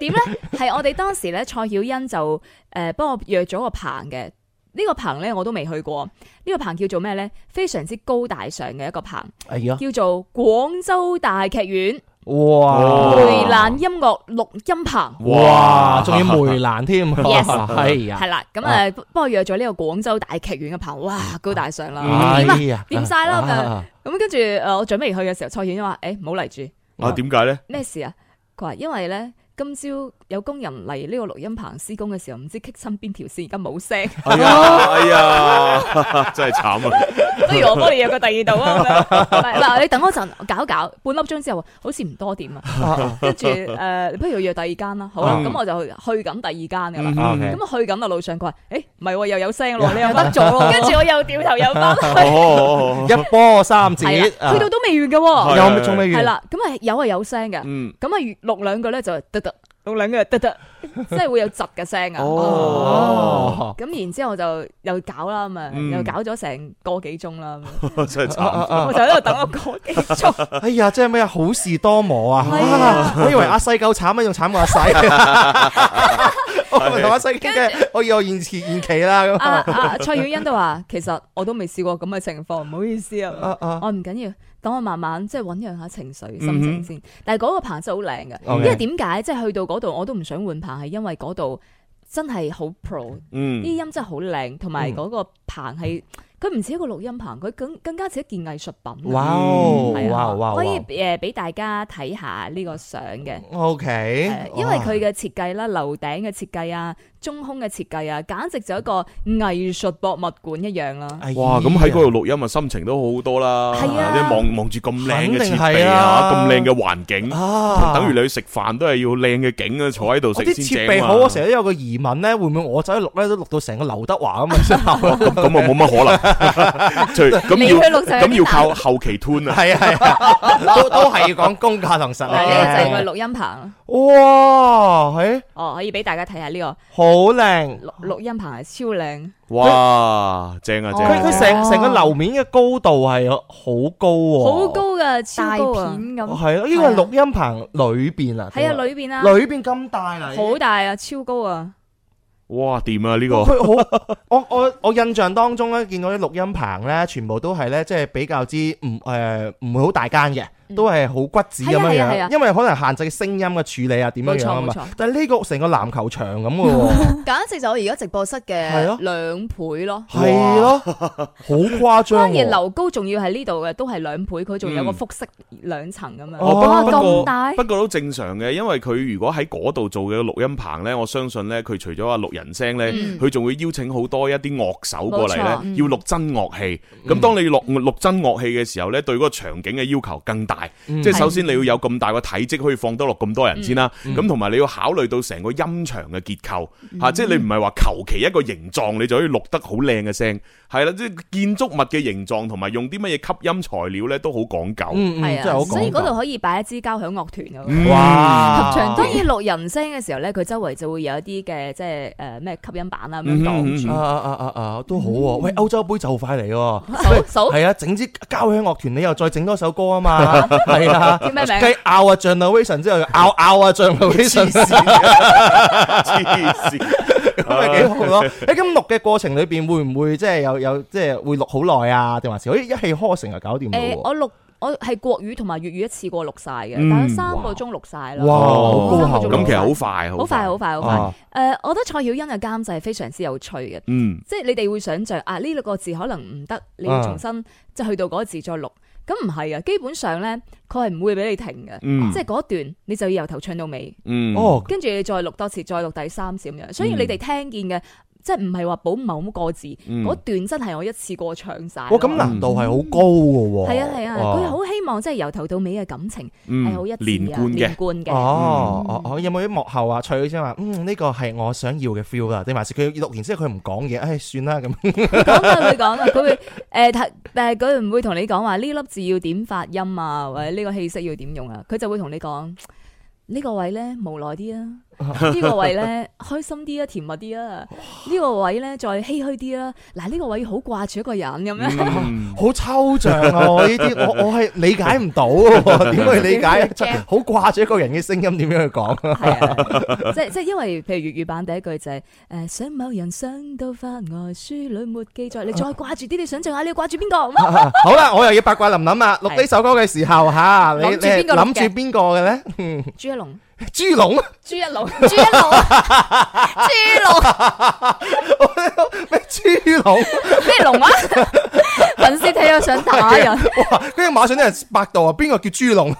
Speaker 2: 點咧？係我哋當時咧，蔡曉欣就誒幫我約咗個棚嘅。呢個棚咧我都未去過，呢個棚叫做咩咧？非常之高大上嘅一個棚，
Speaker 1: 哎呀，
Speaker 2: 叫做廣州大劇院。
Speaker 1: 哇！
Speaker 2: 梅蘭音樂錄音棚。
Speaker 1: 哇，仲要梅蘭添， *laughs*
Speaker 2: Yes 係
Speaker 1: 係啊，嗯
Speaker 2: 啦，咁啊，不過約咗呢個廣州大劇院嘅棚，哇，高大上啦，
Speaker 1: 哎
Speaker 2: 點啊？
Speaker 1: 呀，
Speaker 2: 掂晒啦咁樣
Speaker 1: 啊
Speaker 2: 咁跟住诶，呃我準備去嘅時候，蔡遠話：，诶，唔好嚟住，
Speaker 3: 啊，點解咧？
Speaker 2: 咩事啊？佢話：因為咧，今朝有工人嚟呢個錄音棚施工嘅時候，唔知棘親邊條線，而家冇
Speaker 1: *laughs*
Speaker 2: 聲，
Speaker 3: 哎呀， *laughs* 哎呀，真係慘啊！
Speaker 2: 不如我幫你約個第二度啊！
Speaker 1: *laughs*
Speaker 2: 咁樣嗱嗱，你等我陣，搞一搞半粒鐘之後，好似唔多點
Speaker 1: *laughs*
Speaker 2: 啊。
Speaker 1: 啊啊
Speaker 2: 跟住诶，呃不如約第二間啦，好啦，
Speaker 1: 嗯
Speaker 2: 咁我就去緊第二間㗎啦。
Speaker 1: 啊，OK
Speaker 2: 咁啊去緊嘅路上，佢話：，诶，唔係喎，又有聲
Speaker 1: *laughs*
Speaker 2: 咯，你又得咗咯。跟住我又掉頭又翻去。
Speaker 3: 哦，
Speaker 1: 一波三折，
Speaker 2: 係啦，
Speaker 1: 啊
Speaker 2: 去到都未完嘅喎，
Speaker 1: 有仲未
Speaker 2: 係
Speaker 1: 完？
Speaker 2: 啦，咁啊有係有聲嘅，
Speaker 3: 嗯，
Speaker 2: 咁啊錄兩句咧就得得，錄兩句就得得，即係會有窒嘅聲啊。
Speaker 1: 哦
Speaker 2: 咁然之後就又搞啦，咁啊
Speaker 3: 嗯
Speaker 2: 又搞咗成個幾鐘啦，咁
Speaker 3: 真係
Speaker 1: 啊啊
Speaker 3: 慘。
Speaker 2: 樣我
Speaker 1: 啊
Speaker 2: 就喺度等咗個幾鐘， *laughs*
Speaker 1: 哎呀，真係咩好事多磨啊！
Speaker 2: 係啊
Speaker 1: 啊我以為阿細夠慘啊，仲慘過
Speaker 2: *laughs*
Speaker 1: 阿細。我咪同阿細傾偈，我以我延遲延期啦咁
Speaker 2: 啊。啊蔡曉欣都話其實我都未試過咁嘅情況，唔好意思啊。
Speaker 1: 啊啊
Speaker 2: 我唔緊要，等我慢慢即係醖釀下情緒、心情先。但係嗰個棚真係好靚嘅，因
Speaker 1: OK
Speaker 2: 為點解即係去到嗰度我都唔想換棚，係因為嗰度真係好 pro，
Speaker 1: 嗯
Speaker 3: 嗯
Speaker 2: 啲音真係好靚，同埋嗰個棚係佢唔似一個錄音棚，佢更更加似一件藝術品啊。
Speaker 1: 哇哦
Speaker 3: 嗯
Speaker 2: 係
Speaker 1: 哇
Speaker 2: 啊
Speaker 1: 哇
Speaker 2: 可以诶俾大家睇下呢個相嘅。
Speaker 1: O
Speaker 2: 誒
Speaker 1: K，
Speaker 2: 因為佢嘅設計啦、樓頂嘅設計啊、中空嘅設計啊，簡直就一個藝術博物館一樣啊啦。
Speaker 3: 哇！
Speaker 1: 哎
Speaker 3: 咁喺嗰度錄音啊，心情都好好多啦，
Speaker 2: 係啊
Speaker 3: 即係望望住咁靚嘅
Speaker 1: 肯定
Speaker 3: 設
Speaker 1: 係
Speaker 3: 備啊，
Speaker 1: 啊
Speaker 3: 咁靚嘅環境，
Speaker 1: 啊，
Speaker 3: 等於你去食飯都係要靚嘅景啊，坐喺度
Speaker 1: 我
Speaker 3: 食
Speaker 1: 啲
Speaker 3: 先
Speaker 1: 設
Speaker 3: 正
Speaker 1: 備
Speaker 3: 啊
Speaker 1: 好，
Speaker 3: 嘛
Speaker 1: 我成日都有個疑問咧，會唔會我走去錄咧都錄到成個劉德華
Speaker 3: *laughs*
Speaker 1: 咁嘅聲效？
Speaker 3: 咁啊
Speaker 2: *laughs*
Speaker 3: 冇 *laughs* 乜可能，除咁
Speaker 4: 你
Speaker 3: 要
Speaker 4: 去錄就有
Speaker 3: 咁
Speaker 4: 啲
Speaker 3: 要靠後期 tune 啊，
Speaker 1: 係啊係啊，都都係要講功架同實力
Speaker 2: 嗱，呢個啊就係
Speaker 1: 嘅
Speaker 2: 佢。錄音棚。
Speaker 1: 哇，係
Speaker 2: 哦，可以俾大家睇下呢個
Speaker 1: 好靚！
Speaker 2: 錄錄音棚係超靚，
Speaker 3: 哇！正啊正
Speaker 1: 哦佢
Speaker 3: 啊
Speaker 1: 佢成成個樓面嘅高度係好高喎，
Speaker 2: 好高噶，超
Speaker 4: 大片
Speaker 2: 高啊！
Speaker 4: 咁，
Speaker 1: 係咯，呢個係錄音棚裏邊啊，
Speaker 2: 喺啊，裏邊啊，
Speaker 1: 裏邊咁大啊，
Speaker 2: 好大啊，超高啊！
Speaker 3: 哇！掂啊呢個。
Speaker 1: 佢好，我我我印象當中咧，見到啲錄音棚咧，全部都係咧，即係比較之唔誒唔會好大間嘅，都係好骨子咁樣
Speaker 2: 係嗯啊係啊係
Speaker 1: 樣，
Speaker 2: 啊
Speaker 1: 因為可能限制聲音嘅處理啊，點樣樣啊
Speaker 2: 冇
Speaker 1: 嘛
Speaker 2: 錯冇錯。
Speaker 1: 但係呢個成個籃球場
Speaker 2: *laughs*
Speaker 1: 咁嘅喎，
Speaker 4: 簡直就我而家直播室
Speaker 1: 係咯
Speaker 4: 嘅
Speaker 2: 兩倍咯，
Speaker 1: 係咯，好誇張
Speaker 2: 當然
Speaker 1: 喎。嗯
Speaker 2: 樓高仲要係呢度嘅，都係兩倍，佢仲有個複式兩層咁啊樣。
Speaker 1: 哦
Speaker 2: 哇，
Speaker 1: 不
Speaker 2: 咁
Speaker 3: 過
Speaker 5: 哎
Speaker 2: 大！
Speaker 3: 不過都正常嘅，因為佢如果喺嗰度做嘅錄音棚呢，我相信呢，佢除咗話錄人聲呢，
Speaker 4: 嗯
Speaker 3: 佢仲、會邀請好多一啲樂手過嚟呢
Speaker 2: 冇錯，
Speaker 3: 要錄真樂器。咁、當你錄錄真樂器嘅時候呢，對嗰個場景嘅要求更大，
Speaker 1: 嗯
Speaker 3: 即係首先你要有咁大個體積可以放得落咁多人先啦。咁同埋你要考慮到成個音場嘅結構嚇、即係你唔係話求其一個形狀你就可以錄得好靚嘅聲，係啦，即係建築物嘅形狀同埋用啲乜嘢吸音材料呢，都好講究。
Speaker 1: 嗯嗯，
Speaker 2: 係
Speaker 1: 真係好
Speaker 2: 啊，所以
Speaker 1: 講
Speaker 2: 嗰度
Speaker 1: 究。
Speaker 2: 可以擺一支交響樂團啊。
Speaker 3: 嗯
Speaker 1: 哇！
Speaker 4: 合唱
Speaker 2: 當然錄人聲嘅時候咧，佢周圍就會有一啲嘅即係誒咩吸音板啊咁樣擋
Speaker 1: 啊
Speaker 2: 住。
Speaker 1: 啊啊啊啊，都好喎！喂，歐洲杯就快嚟喎，
Speaker 2: 數數
Speaker 1: 係啊，整支交響樂團，你又再整多首歌啊嘛，
Speaker 2: *laughs*
Speaker 1: 係啊，
Speaker 2: 叫咩名
Speaker 1: 繼拗啊 Generation 之後，拗拗
Speaker 2: *laughs*
Speaker 1: 啊 Generation
Speaker 3: 黐線。
Speaker 1: 咁咪幾
Speaker 2: *laughs*
Speaker 1: 好咯？喺咁錄嘅過程裏邊，會唔會即係有有即係會錄好耐啊？定還是可以一氣呵成就搞掂
Speaker 2: 誒，
Speaker 1: 到？
Speaker 2: 我錄我係國語同埋粵語一次過錄晒
Speaker 3: 嗯
Speaker 2: 嘅，大概三個鐘錄晒啦。
Speaker 1: 哇
Speaker 3: 哦
Speaker 1: 好高效
Speaker 3: 咁其實好快，
Speaker 2: 好快，好快，好
Speaker 1: 啊
Speaker 2: 快！誒，我覺得蔡曉欣嘅監製係非常之有趣嘅。
Speaker 3: 嗯，
Speaker 2: 即係你哋會想像啊，呢六個字可能唔得，你
Speaker 3: 啊
Speaker 2: 要重新、即係去到嗰個字再錄。咁唔係啊，基本上呢，佢係唔會俾你停嘅，
Speaker 3: 嗯
Speaker 2: 即係嗰段你就要由頭唱到尾，
Speaker 3: 嗯，
Speaker 1: 哦，
Speaker 2: 跟住你再錄多次，再錄第三次咁樣。所以你哋聽見嘅，即係唔係話補某個字，嗰、
Speaker 3: 嗯哦
Speaker 2: 段真哦係我一次過唱晒。
Speaker 1: 哇！哦咁難度係好高嘅
Speaker 2: 嗯
Speaker 1: 喎。哦
Speaker 2: 係啊係啊，
Speaker 1: 哇
Speaker 2: 佢好、希望即係由頭到尾嘅感情係好一致
Speaker 3: 嗯連
Speaker 2: 啊，
Speaker 3: 貫
Speaker 2: 連
Speaker 3: 嘅，
Speaker 2: 貫嘅。嗯
Speaker 1: 哦哦哦，有冇啲幕後啊？蔡先生話：嗯，呢個係我想要嘅 feel 啊啦。定還是佢錄完之後佢唔講嘢，唉，算啦咁。
Speaker 2: 講啦，啊佢講啦，佢會 *laughs* 诶，睇但係佢唔會同你講話呢粒字要點發音啊，或者呢個氣息要點用啊，佢就會同你講呢個位咧無奈啲啊，呢個位咧開心啲啊，甜蜜啲啊，呢個位咧再唏噓啲啦。嗱，呢個位好掛住一個人咁樣，
Speaker 3: 嗯
Speaker 1: 好抽象 *laughs* 啊！我呢啲我我係理解唔到 *laughs* 喎，點去理解？好掛住一個人嘅聲音，點樣去講？
Speaker 2: *laughs* 係啊，即係即係因為譬如粵語版第一句就係诶，想某人想到發呆，書裏沒記載，你再掛住啲，你想象下你要掛住邊個？
Speaker 1: *laughs*
Speaker 2: 啊
Speaker 1: 好啦，我又要八卦林林啊！錄呢首歌嘅時候吓，你你
Speaker 2: 諗住邊個錄嘅
Speaker 1: 諗住邊個嘅咧？
Speaker 2: 朱一龍，
Speaker 1: 豬籠。 *laughs*
Speaker 2: 朱一龍。
Speaker 4: 豬一路，豬路
Speaker 1: 咩豬籠？
Speaker 4: 咩龍
Speaker 1: *laughs*
Speaker 4: 啊？粉絲睇咗想打人，
Speaker 1: 哇！跟住馬上啲人百度啊，邊個叫豬籠？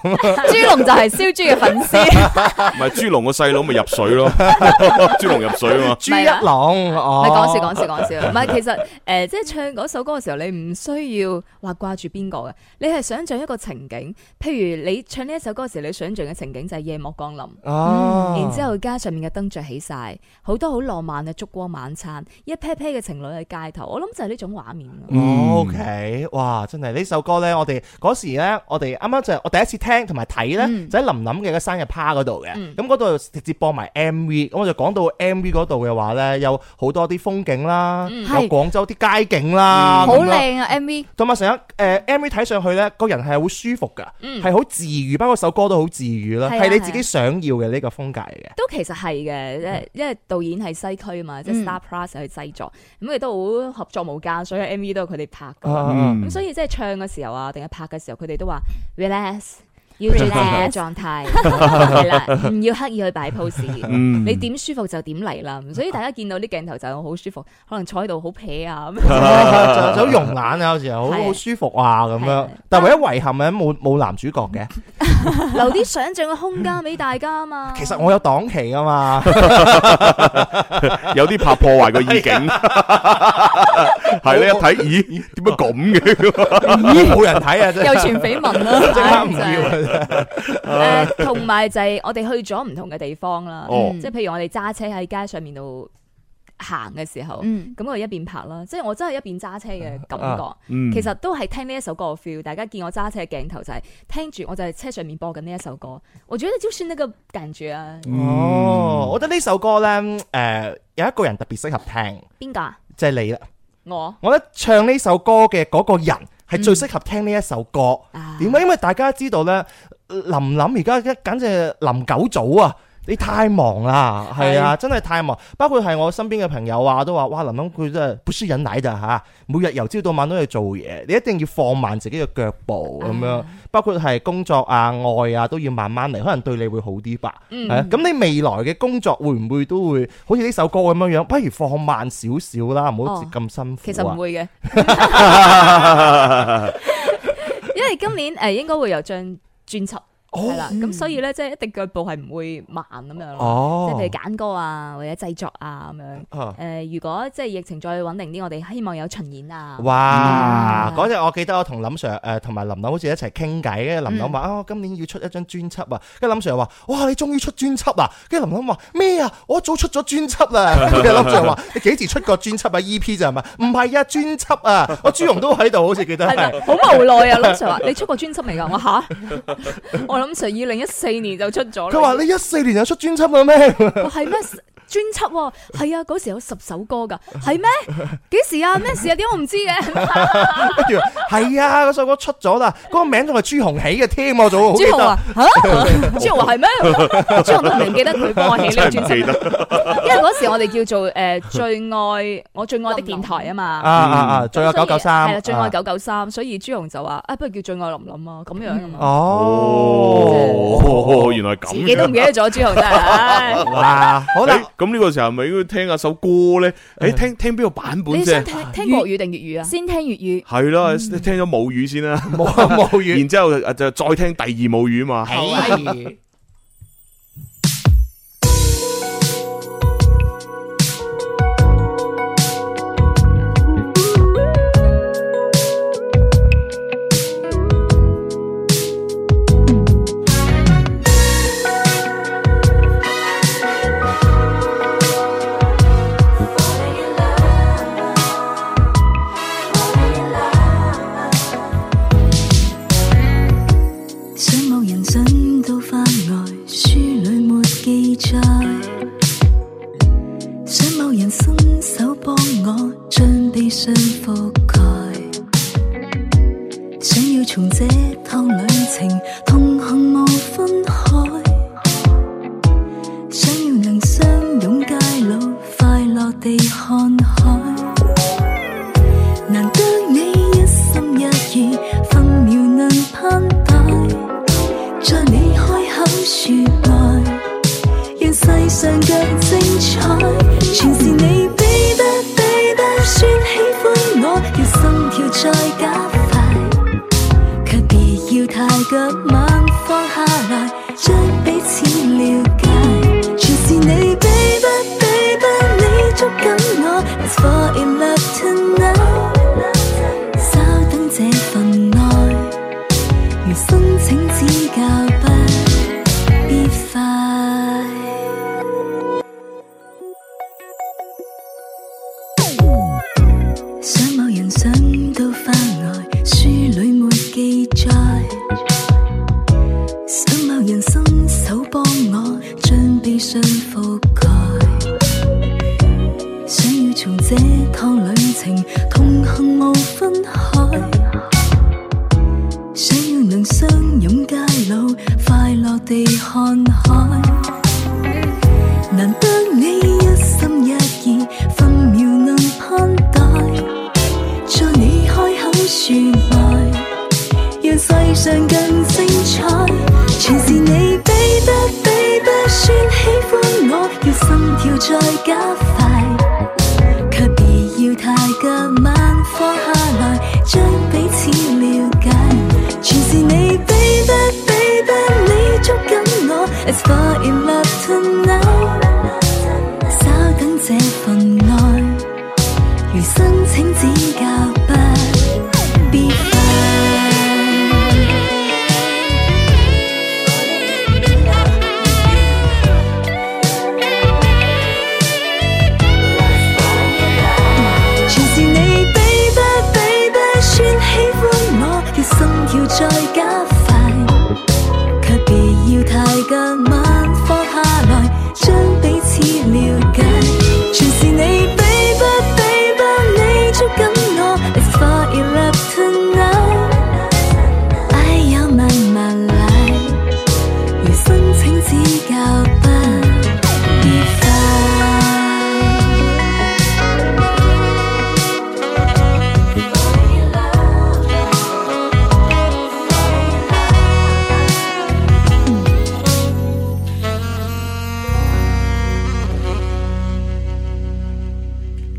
Speaker 4: 豬龍就係燒豬嘅粉絲，
Speaker 3: 唔係豬龍個細佬咪入水咯， *laughs* 豬龍入水啊嘛，
Speaker 1: 豬一籠
Speaker 2: 唔
Speaker 1: 哦，
Speaker 2: 係講笑講笑講笑，唔係其實誒、呃即係唱嗰首歌嘅時候，你唔需要話掛住邊個嘅，你係想像一個情景，譬如你唱呢一首歌嘅時候，你想像嘅情景就係夜幕降臨，
Speaker 1: 哦，
Speaker 2: 然之後街上面嘅燈着起晒，好多好浪漫嘅燭光晚餐，一 pair pair 嘅情侶喺街頭，我諗就係呢種畫面
Speaker 1: 嗯
Speaker 2: 咯。
Speaker 1: O K，哇！真係呢首歌呢，我哋嗰時呢，我哋啱啱就係我第一次聽同埋睇呢，
Speaker 2: 嗯
Speaker 1: 就喺林林嘅個生日趴嗰度嘅。咁嗰度直接播埋 M V，咁我就講到 M V 嗰度嘅話呢，有好多啲風景啦，
Speaker 2: 嗯
Speaker 1: 有
Speaker 4: 係
Speaker 1: 廣州啲街景啦，
Speaker 4: 好
Speaker 1: 咁樣
Speaker 4: 靚啊 MV。
Speaker 1: 同埋成日誒 MV 睇上去咧，個人係好舒服噶，係好治愈，包括首歌都好治愈啦，
Speaker 2: 嗯係啊
Speaker 1: 係你自己想要嘅呢個風格嚟嘅。
Speaker 2: 都其實係嘅，即係因為導演係西區嘛，即係 Star Plus 去製作，咁亦都好合作無間，所有 MV 都係佢哋拍嘅。
Speaker 1: 啊
Speaker 3: 嗯
Speaker 2: 咁所以即係唱嘅時候啊，定係拍嘅時候，佢哋都話 relax 要做自己嘅狀態，係啦，唔要刻意去擺 pose。
Speaker 3: 嗯，
Speaker 2: 你點舒服就點嚟啦，所以大家見到啲鏡頭就好舒服，可能坐喺度好撇啊咁。
Speaker 1: *laughs* 就就好容眼啊，有時候好
Speaker 2: 係
Speaker 1: 好舒服啊咁
Speaker 2: 係
Speaker 1: 樣
Speaker 2: 係。
Speaker 1: 但唯一遺憾嘅冇冇男主角嘅，
Speaker 2: 留啲想象嘅空間俾大家啊嘛。
Speaker 1: 其實我有檔期噶嘛，
Speaker 3: 有啲怕破壞個意境，
Speaker 2: 啊
Speaker 3: *laughs* 係咧一睇，咦，點解咁嘅？
Speaker 2: *laughs*
Speaker 1: 冇人睇啊，真
Speaker 4: 又
Speaker 1: 係
Speaker 4: 傳緋聞啦。
Speaker 1: *laughs* 即刻唔
Speaker 2: 唉真係
Speaker 1: 要啊。
Speaker 2: 誒，呃同埋就係我哋去咗唔同嘅地方啦，嗯
Speaker 3: 哦
Speaker 2: 即係譬如我哋揸車喺街上面度行嘅時候，
Speaker 4: 嗯，
Speaker 2: 咁我一邊拍啦，即係我真係一邊揸車嘅感覺。
Speaker 3: 嗯
Speaker 2: 其實都係聽呢一首歌嘅 feel，大家見我揸車嘅鏡頭就係聽住我就係車上面播緊呢一首歌，我覺得就算呢個感覺啊，
Speaker 1: 哦，我覺得呢首歌咧，誒有一個人特別適合聽，
Speaker 2: 邊個啊？
Speaker 1: 即係你啦。
Speaker 2: 我
Speaker 1: 我覺得唱呢首歌嘅嗰個人係最適合聽呢一首歌。
Speaker 2: 啊，
Speaker 1: 點解？因為大家知道咧，林林而家一簡直係林九祖啊！你太忙啦，係啊，真係太忙。包括係我身邊嘅朋友啊，都話：哇，林林佢真係不輸人奶咋嚇，每日由朝到晚都去做嘢，你一定要放慢自己嘅腳步
Speaker 2: 嗯
Speaker 1: 咁樣。包括係工作啊、愛啊，都要慢慢嚟，可能對你會好啲吧。係啊
Speaker 2: 嗯，
Speaker 1: 咁你未來嘅工作會唔會都會好似呢首歌咁樣樣？不如放慢少少啦，唔好
Speaker 2: 哦
Speaker 1: 咁辛苦啊。
Speaker 2: 其實唔會嘅，因為今年呃誒應該會有張專輯
Speaker 1: 哦
Speaker 2: 係啦，咁所以咧即係一定腳步係唔會慢咁樣咯，即
Speaker 1: *laughs* 哦，
Speaker 2: 係譬如揀歌啊或者製作啊咁樣。
Speaker 1: 啊
Speaker 2: 誒，如果即係疫情再穩定啲，我哋希望有巡演啊。
Speaker 1: 哇！
Speaker 2: 嗯
Speaker 1: 嗰日我記得我同林 Sir 誒、同埋林林好似一齊傾偈，
Speaker 2: 嗯
Speaker 1: 跟住林林話啊，我今年要出一張專輯啊，跟住林 Sir 話：哇，你終於出專輯啦！跟住林林話咩啊？我一早出咗專輯啦！
Speaker 2: *laughs*
Speaker 1: 跟住林 Sir 話：你幾時出過專輯啊？EP 就係咪？唔係啊，專輯啊！我朱容都喺度，好似記得
Speaker 2: 係
Speaker 1: 係
Speaker 2: 咪好無奈啊？林 Sir 話：你出過專輯未㗎？我吓， *laughs* 我林 Sir 二零一四年就出咗啦。
Speaker 1: 佢話你一四年就出專輯啦咩？
Speaker 2: 我係咩專輯喎？係啊，嗰時有十首歌㗎，係咩？幾時啊？咩事啊？點解我唔知嘅？
Speaker 1: 跟住話係啊，嗰首歌出咗啦，嗰、個名仲係朱紅起嘅添，我早好記
Speaker 2: 朱紅
Speaker 1: 得。
Speaker 2: 啊，吓？朱紅話係咩？ *laughs* 朱紅都唔記得佢幫我起呢個專輯，
Speaker 3: 記得
Speaker 1: 啊
Speaker 2: 因為嗰時我哋叫做誒最愛我最愛的電台啊嘛。
Speaker 1: 啊啊啊！仲有九九三，
Speaker 2: 係啦，最愛
Speaker 1: 啊
Speaker 2: 九九三，所以朱紅就話啊，不如叫最愛琳琳啊，咁樣啊嘛，
Speaker 1: 哦
Speaker 3: 哦，，原來係
Speaker 2: 自
Speaker 3: 咁
Speaker 2: 己
Speaker 1: 啊
Speaker 2: 都唔
Speaker 3: 樣。
Speaker 2: 記得咗朱紅真係，
Speaker 1: *laughs*
Speaker 2: 唉
Speaker 1: 哇，好啦
Speaker 3: 誒。咁呢個時候咪應該聽下首歌咧？誒，聽聽邊個版本
Speaker 2: 你
Speaker 3: 啫
Speaker 2: 想？聽嗯聽國語定粵語啊？
Speaker 4: 先聽粵語，
Speaker 3: 係啦，聽咗母語先
Speaker 1: *laughs*
Speaker 3: 啦，
Speaker 1: 冇啊冇語。
Speaker 3: 然之後呃就再聽第二母語嘛。
Speaker 1: 哎
Speaker 5: 想某人怎到發呆，書裏沒記載。想某人伸手幫我，將悲傷覆蓋。想要從這趟旅程同行無分開。想要能相擁偕老，快樂地看海。難得你一心一意，分秒能攀比，在你開口説愛，讓世上更精彩。全是你，baby baby，説喜歡我，要心跳再加快，卻別要太急，慢放下來，將彼此了解。全是你，baby baby，你捉緊我，Let's fall in love tonight。稍等這份愛，如申請指教，不必快。想某人想到發呆，書裏沒記載。想某人伸手幫我，將悲傷覆蓋。想要從這趟旅程同行無分開。想要能相擁偕老，快樂地看海。難得你一心一意，分秒能盼待，在你開口説愛，讓世上更精彩。加快，卻別要太急，慢放下來，將彼此了解。全是你，baby baby，你捉緊我，Let's fall in love tonight，稍等這份愛，餘生請指教不必快。全是你，baby baby，算喜歡我，要心跳再加快，卻別要太急，慢放下來，將彼此了解。全是你，baby baby，你捉緊我，Let's fall in love tonight，愛有慢慢來，餘生請指教不必快。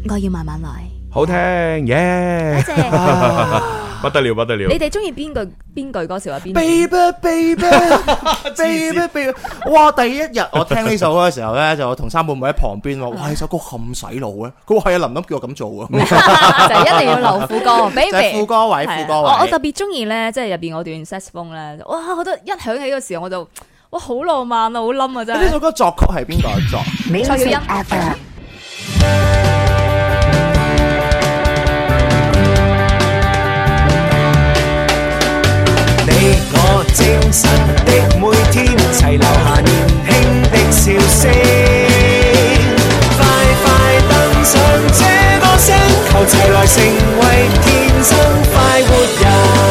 Speaker 2: 我要慢慢來。
Speaker 3: 好聽耶！
Speaker 2: 多
Speaker 1: *laughs*
Speaker 2: 謝
Speaker 3: 不得了，不得了
Speaker 2: 哎你！哋中意邊句邊句歌詞啊？邊句 *laughs*
Speaker 1: Baby *laughs* baby baby baby，哇！第一日我聽呢首歌嘅時候咧，就我同三妹妹喺旁邊話：，哇！呢首歌咁洗腦嘅。佢話係啊，林林叫我咁做啊，
Speaker 4: 就一定要留副
Speaker 1: *laughs*
Speaker 4: 歌
Speaker 1: 就係副
Speaker 4: ，baby。
Speaker 1: 歌位，
Speaker 2: 係
Speaker 1: 副
Speaker 2: 啊
Speaker 1: 歌
Speaker 2: 我我特別
Speaker 1: 位。
Speaker 2: 中意咧，即係入邊嗰段 sax 風咧，哇！我覺得一響起嘅時候我就哇好浪漫啊，好冧啊真
Speaker 1: 呢
Speaker 2: 係。
Speaker 1: 首歌作曲係邊個 *laughs*
Speaker 2: 蔡
Speaker 1: 作？
Speaker 2: 耀欣。
Speaker 6: 你我精神的每天，齊留下年輕的笑聲。快快登上這歌聲，求齊來成為天生快活人。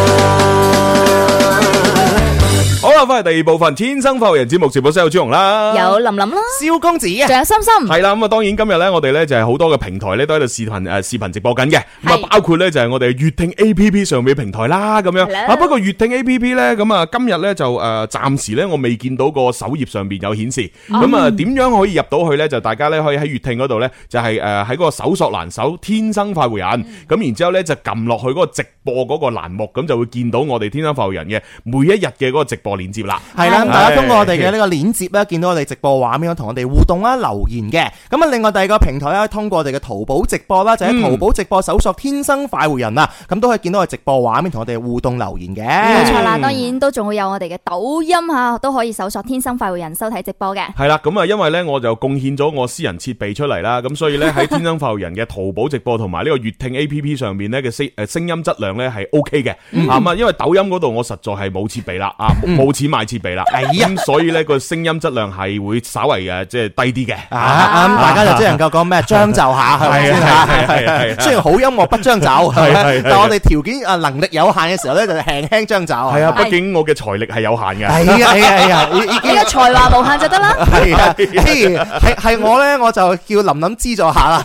Speaker 3: 好啦，翻嚟第二部分《天生浮人》節目直播室有朱紅啦，
Speaker 2: 有林林啦，
Speaker 1: 蕭公子啊！
Speaker 2: 仲有心心，
Speaker 3: 系啦，咁啊，當然今日咧，我哋咧就係好多嘅平台咧都喺度視頻诶视频直播緊嘅，咁啊
Speaker 2: 係
Speaker 3: 包括咧就係我哋粵聽 A P P 上面嘅平台啦，咁樣
Speaker 2: Hello
Speaker 3: 啊。不過粵聽 A P P 咧，咁啊今日咧就诶暂时咧我未見到個首頁上边有顯示，
Speaker 2: 哦
Speaker 3: 咁啊點樣可以入到去咧？就大家咧可以喺粵聽嗰度咧就係诶喺嗰個搜索欄搜天生快活人，
Speaker 2: 嗯
Speaker 3: 咁然之后咧就撳落去嗰個直播嗰個欄目，咁就會見到我哋天生快活人嘅每一日嘅嗰個直播鏈接啦。
Speaker 1: 係啦，咁大家
Speaker 3: 係
Speaker 1: 通過我哋嘅呢個鏈接咧，見到我哋直播畫面，同我哋互動啦、留言嘅。咁啊，另外第二個平台咧，通過我哋嘅淘寶直播啦，就喺淘寶直播搜索「天生快活人」啊，咁都可以見到我哋直播畫面，同我哋互動留言
Speaker 4: 冇
Speaker 1: 嘅。
Speaker 4: 錯啦，當然都仲會有我哋嘅抖音吓，都可以搜索《天生快活人》收睇直播嘅。
Speaker 3: 系啦，咁啊，因為咧我就貢獻咗我私人設備出嚟啦，咁所以咧喺天生浮人嘅淘寶直播同埋呢個粵聽 A P P 上面咧嘅聲诶声音質量咧係 O K 嘅，
Speaker 1: 嗯
Speaker 3: 啊咁啊，因為抖音嗰度我實在係冇設備啦，啊冇錢買設備啦，
Speaker 1: 哎
Speaker 3: 咁所以咧個聲音質量係會稍為诶即係低啲嘅。
Speaker 1: 啊，咁大家就只能夠講咩將就下，係咪先
Speaker 3: 係
Speaker 1: 嚇
Speaker 3: 啊係啊係啊係啊
Speaker 1: 雖然好音樂不將就，
Speaker 3: 係係
Speaker 1: 但我哋條件啊能力有限嘅時候咧，就輕輕將就。係
Speaker 3: 係啊，，畢竟我嘅財力係有限嘅。
Speaker 1: 係啊，係啊，係啊，已已
Speaker 4: 你
Speaker 1: 經
Speaker 4: 嘅才華無限就得啦。
Speaker 1: *laughs* 係啊，嘿係係我咧，我就叫林林資助下啦。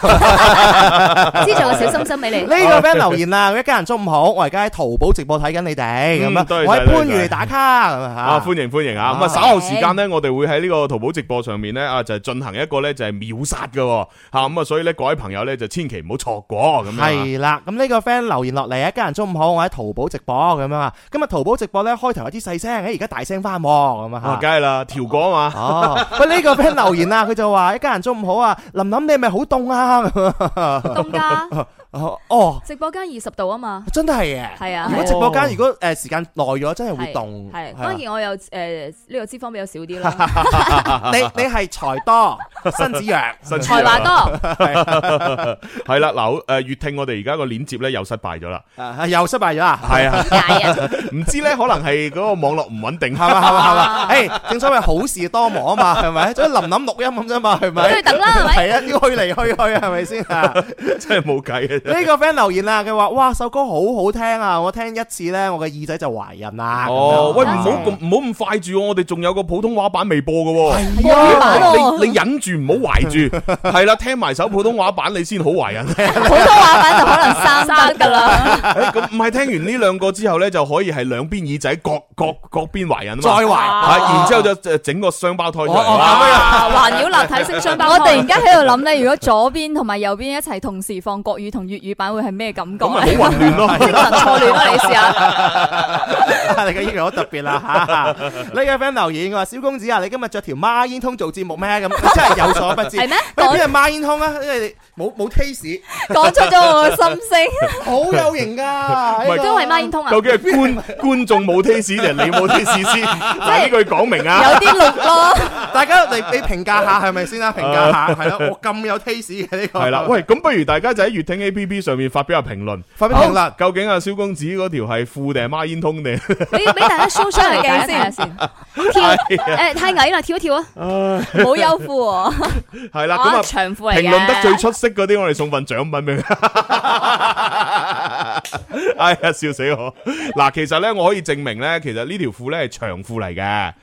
Speaker 2: 資助個小心心俾你。
Speaker 1: 呢個 friend 留言啦，一家人中午好，我而家喺淘寶直播睇緊你哋咁
Speaker 3: 嗯多謝
Speaker 1: 樣，我喺
Speaker 3: 多謝
Speaker 1: 番禺嚟打卡咁
Speaker 3: 啊，
Speaker 1: 啊
Speaker 3: 歡迎歡迎啊！咁啊，稍後時間呢，我哋會喺呢個淘寶直播上面呢，啊，就係進行一個呢，就係秒殺嘅喎嚇咁啊，所以呢，各位朋友呢，就千祈唔好錯過咁樣啊。
Speaker 1: 係啦，咁呢個 friend 留言落嚟，一家人中午好，我喺淘寶直播咁樣啊。今日淘寶直播咧開頭有啲細聲，誒而家大聲翻喎咁
Speaker 3: 啊，
Speaker 1: 啊嚇。
Speaker 3: 梗係啦，調過啊嘛。
Speaker 1: 哦，喂，呢個 friend 留言啊，佢就話一家人中午好啊，林林你係咪好凍啊？
Speaker 3: *laughs*
Speaker 2: 凍
Speaker 1: 咁
Speaker 2: 㗎，
Speaker 1: 啊哦，
Speaker 2: 直播間二十度啊嘛，
Speaker 1: 真係嘅。
Speaker 2: 係啊
Speaker 1: 如。果
Speaker 2: 係啊
Speaker 1: 直播間如
Speaker 3: 哦
Speaker 1: 果誒時間耐咗，真係會凍。
Speaker 2: 係
Speaker 1: 係啊
Speaker 2: 當然我有誒呢個脂肪比較少啲啦，
Speaker 1: 你你係財多，
Speaker 3: *laughs*
Speaker 1: 身子弱，
Speaker 2: 才
Speaker 3: 啊
Speaker 2: 華多，
Speaker 3: 係啦，嗱，诶，粵聽我哋而家個鏈接咧又失敗咗啦，
Speaker 1: 啊又失敗咗啊！
Speaker 3: 係啊，
Speaker 2: 點解啊？
Speaker 3: *laughs* 唔知咧可能係嗰個網絡唔穩定 *laughs*
Speaker 1: 系嘛系嘛
Speaker 2: *laughs*
Speaker 1: 系嘛，诶，正所謂好事多磨啊嘛，係咪？即係林林錄音咁啫嘛，係咪？
Speaker 2: 都要等啦係咪
Speaker 3: *laughs*
Speaker 1: 系啊，要去嚟去去係咪先啊？
Speaker 3: 真係冇計啊，
Speaker 1: 呢個 friend 留言啦，佢話：哇，首歌好好聽啊！我聽一次咧，我嘅耳仔就懷孕啦。
Speaker 3: 哦，
Speaker 1: 咁樣
Speaker 3: 喂，唔好咁唔好咁快住喎，我哋仲有個普通話版未播嘅喎。
Speaker 2: 播版喎
Speaker 3: 你你忍住唔好懷住， *laughs* 係啦，聽埋首普通話版你先好懷 *laughs* 孕。
Speaker 4: 普通話版就可能生
Speaker 2: 生噶啦，
Speaker 3: 咁唔係聽完呢兩個之後咧，就可以係兩邊耳仔各各各邊懷孕啊
Speaker 1: 再
Speaker 3: 嘛。
Speaker 1: 懷，
Speaker 3: 係，然之後就呃整個雙胞胎出嚟。
Speaker 1: 哦哦
Speaker 3: 哇
Speaker 2: 環繞立體聲雙胞
Speaker 4: 我突
Speaker 2: 胎
Speaker 4: 然間喺度諗咧，如果左邊同埋右邊一齊同時放國語同粵語版，會係咩感覺
Speaker 3: 咁咪
Speaker 4: 咧？
Speaker 3: 好混亂咯。
Speaker 4: 精神錯亂啦，你試下。
Speaker 1: *laughs* 你嘅要求好特別啊啦嚇。呢個 friend 留言，佢話：小公子啊，你今日着條孖煙通做節目咩？咁 *laughs* 真係有所不知。
Speaker 4: 係咩
Speaker 1: 喂邊係孖煙通啊？因為你冇冇 taste，
Speaker 4: 講出咗我嘅心聲，
Speaker 1: 好有型㗎。
Speaker 3: 唔係
Speaker 2: 都係孖煙通啊，
Speaker 3: 究竟係觀觀眾冇 taste 定係你冇 taste *laughs* 先？嗱呢句講明啊。
Speaker 4: 有啲綠咯。
Speaker 1: 大家嚟你評價下係咪先啦？評價下係啦，我咁有 taste 嘅呢
Speaker 3: *laughs*
Speaker 1: 個 *laughs*
Speaker 3: 系啦，喂，咁不如大家就喺粵聽 A P P 上面發表下評論，
Speaker 1: 發表評論
Speaker 3: 好究竟阿蕭公子嗰條係褲定係孖煙通定？
Speaker 2: 俾俾大家 show 出嚟
Speaker 4: 鏡
Speaker 2: 睇下先，跳誒太矮啦，跳一跳啊，
Speaker 4: 冇優酷喎，
Speaker 3: *laughs* 係啦，
Speaker 2: 啊
Speaker 3: 咁啊，
Speaker 2: 長褲嚟
Speaker 3: 評
Speaker 2: 嘅，
Speaker 3: 論得最出色嗰啲，我哋送份獎品俾佢。 *laughs* 哎呀，笑死我！嗱，其實咧，我可以證明咧，其實呢條褲咧係長褲嚟嘅，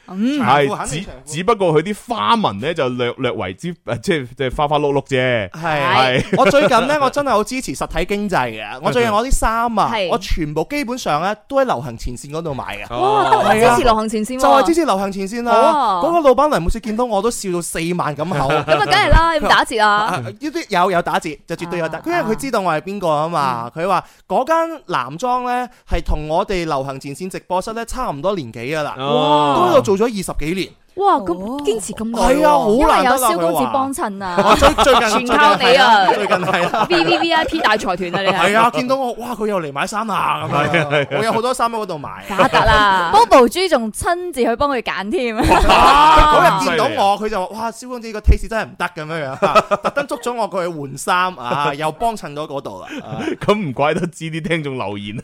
Speaker 1: 長褲
Speaker 3: 係
Speaker 1: 肯定
Speaker 3: 只
Speaker 1: 長褲
Speaker 3: 只不過佢啲花紋咧就略略為之，呃即係即係花花碌碌啫。
Speaker 1: 係，我最近呢，我真係好支持實體經濟嘅。我最近我啲衫啊
Speaker 2: 係，
Speaker 1: 我全部基本上咧都喺流行前線嗰度買嘅。
Speaker 2: 哇，得我
Speaker 1: 係啊
Speaker 2: 支持流行前線
Speaker 1: 就係支
Speaker 2: 喎，
Speaker 1: 持流行前線
Speaker 2: 好
Speaker 1: 啦。
Speaker 2: 啊
Speaker 1: 嗰個老闆娘每次見到我都笑到四萬咁
Speaker 2: *laughs*
Speaker 1: 口。
Speaker 2: 咁啊梗係啦，要打折啊，
Speaker 1: 呢啲有有打折，就絕對有打，因為佢知道我係邊個啊嘛。
Speaker 2: 嗯
Speaker 1: 佢話嗰間男裝呢係同我哋流行前線直播室呢差唔多年紀噶啦，都喺度
Speaker 3: 哦，
Speaker 1: 做咗二十
Speaker 2: *laughs*
Speaker 1: 幾年。
Speaker 2: 哇，
Speaker 4: 哦
Speaker 2: 咁堅持咁耐喎，
Speaker 1: 係啊，好
Speaker 4: 因為
Speaker 1: 難
Speaker 4: 有
Speaker 1: 得啦。
Speaker 4: 蕭公
Speaker 1: 佢
Speaker 4: 子
Speaker 1: 話
Speaker 4: 幫襯啊。
Speaker 1: 我最最近
Speaker 2: 全靠你啊
Speaker 1: 最近係啦。
Speaker 2: *laughs* V V V I P 大財團啊，你啊
Speaker 1: 係啊，見到我哇，佢又嚟買衫啦咁樣，我有好多衫喺嗰度買。
Speaker 2: 打得啦，
Speaker 4: Bobo 豬仲親自去幫佢揀添，
Speaker 1: 嗰
Speaker 4: *laughs*
Speaker 3: 哇
Speaker 1: 日見到我，佢就話：哇，蕭公子個 taste 真係唔得咁樣
Speaker 2: *laughs*
Speaker 1: 樣，特登捉咗我過去換衫啊，又幫襯到嗰度啦。啊
Speaker 3: *laughs* 咁唔怪得知啲聽眾留言 *laughs*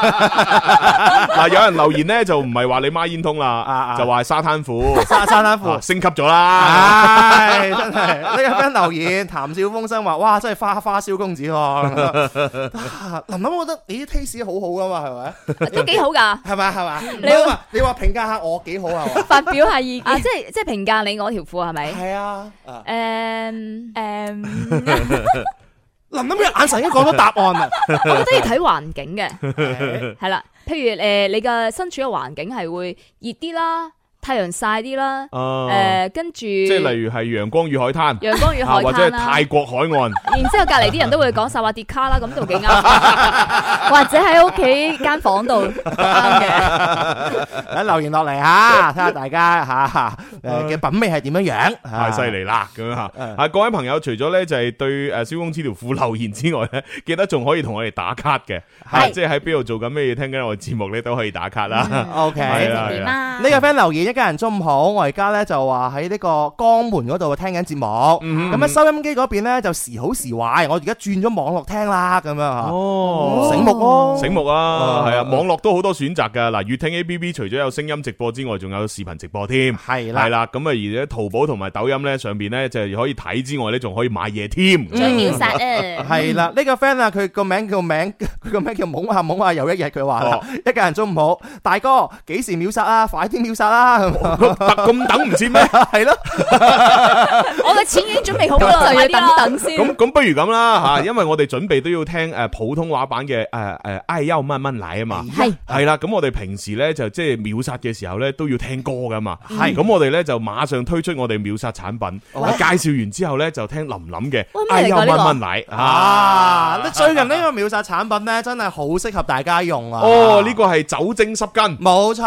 Speaker 3: 嗱，有人留言咧就唔係話你孖煙通
Speaker 1: 啊
Speaker 3: 啦，
Speaker 1: 啊
Speaker 3: 就話係沙灘啊褲，
Speaker 1: 沙沙灘
Speaker 3: 啊
Speaker 1: 褲。
Speaker 3: 升級咗 *laughs* 啦。
Speaker 1: 唉，真係呢個 friend 留言，譚少峰生話：哇，真係花花蕭公子喎！
Speaker 3: *laughs*
Speaker 1: 啊琳琳，我覺得你啲 taste 好好噶嘛，係咪？
Speaker 2: 都幾好㗎。
Speaker 1: 係咪？係嘛？
Speaker 4: 你
Speaker 1: 你話你話評價下我幾好啊？
Speaker 4: 發表下意
Speaker 2: 啊，
Speaker 4: 見。
Speaker 2: 即係即係評價你我條褲係咪？
Speaker 1: 係啊，啊
Speaker 2: 誒嗯
Speaker 4: 誒，
Speaker 1: 琳琳嘅眼神已經講咗答案
Speaker 3: *laughs*
Speaker 1: 啦。
Speaker 2: 我覺得要睇環境嘅，
Speaker 1: *laughs* 係
Speaker 2: 係啦。譬如誒，你嘅身處嘅環境係會熱啲啦，太陽曬啲啦，誒，
Speaker 3: 誒，
Speaker 2: 跟住
Speaker 3: 哦啊即
Speaker 2: 即
Speaker 3: 係例如係陽光與海灘，
Speaker 2: 陽光與
Speaker 3: 啊
Speaker 2: 海
Speaker 3: 或者係
Speaker 2: 灘啦
Speaker 3: 泰，國海岸，
Speaker 2: 然之後隔離啲人都會講薩瓦迪卡啦，咁都
Speaker 4: *laughs*
Speaker 2: 幾啱。
Speaker 4: 或者喺屋企間房度啱嘅。
Speaker 1: 等留言落嚟吓，睇下大家吓誒嘅品味係點樣樣。
Speaker 3: 太犀利啦咁樣嚇。
Speaker 1: 嗯
Speaker 3: 啊，各位朋友，除咗咧就係對誒蕭公子條褲留言之外咧， *laughs* 記得仲可以同我哋打卡嘅，啊
Speaker 1: 係
Speaker 3: 係即係喺邊度做緊咩嘢，聽緊我哋節目咧都可以打卡
Speaker 2: 嗯
Speaker 3: 啦。
Speaker 1: ！O K，
Speaker 3: 係啊
Speaker 4: 點啊？
Speaker 1: 呢個 friend 留言，一家人中午好，我而家咧就話喺呢個江門嗰度聽緊節目，
Speaker 3: 嗯
Speaker 1: 咁喺收音機嗰邊咧就時好時壞，我而家轉咗網絡聽啦，咁樣嚇，
Speaker 3: 哦
Speaker 1: 醒目咯，
Speaker 3: 醒目啊，
Speaker 1: 哦
Speaker 3: 係啊，網絡都好多選擇㗎。嗱，粵聽 A P P 除咗有聲音直播之外，仲有視頻直播添。
Speaker 1: 係
Speaker 3: 係
Speaker 1: 啦，
Speaker 3: 啦，咁啊，而且淘寶同埋抖音咧上邊咧就係可以睇之外咧，仲可以買嘢添。
Speaker 4: 最秒殺
Speaker 2: 呃
Speaker 4: 啊！
Speaker 1: 係
Speaker 3: 嗯
Speaker 1: 啦，呢個 friend 啊，佢個名叫名， *laughs* 佢個名叫懵啊下懵下有一日，佢話啦
Speaker 3: 哦
Speaker 1: 一家人中午好，大哥幾時秒殺啊？快啲秒殺啦！咁
Speaker 3: 特咁等唔切咩？
Speaker 1: *laughs* 係咯，
Speaker 2: 我嘅錢已經準備好
Speaker 4: 咁
Speaker 2: 啦，
Speaker 4: 就要
Speaker 2: 快啲啦
Speaker 4: 等等先。
Speaker 3: 咁咁不如咁 *laughs* 啦吓，因為我哋準備都要聽誒普通話版嘅誒誒哎呦乜乜奶啊嘛。
Speaker 4: 係
Speaker 3: 係啦，咁我哋平時咧就即係秒殺嘅時候咧都要聽歌噶嘛，
Speaker 1: 係
Speaker 3: 咁我哋咧就馬上推出我哋秒殺產品，
Speaker 1: 哇
Speaker 3: 介紹完之後咧就聽琳琳嘅
Speaker 2: 哇咩嚟㗎
Speaker 3: 哎呦
Speaker 2: 呢
Speaker 3: 蚊
Speaker 2: 個
Speaker 3: 蚊奶
Speaker 1: 啊！最近呢個秒殺產品咧，真係好適合大家用啊！
Speaker 3: 哦，呢個係酒精濕巾，
Speaker 1: 冇錯，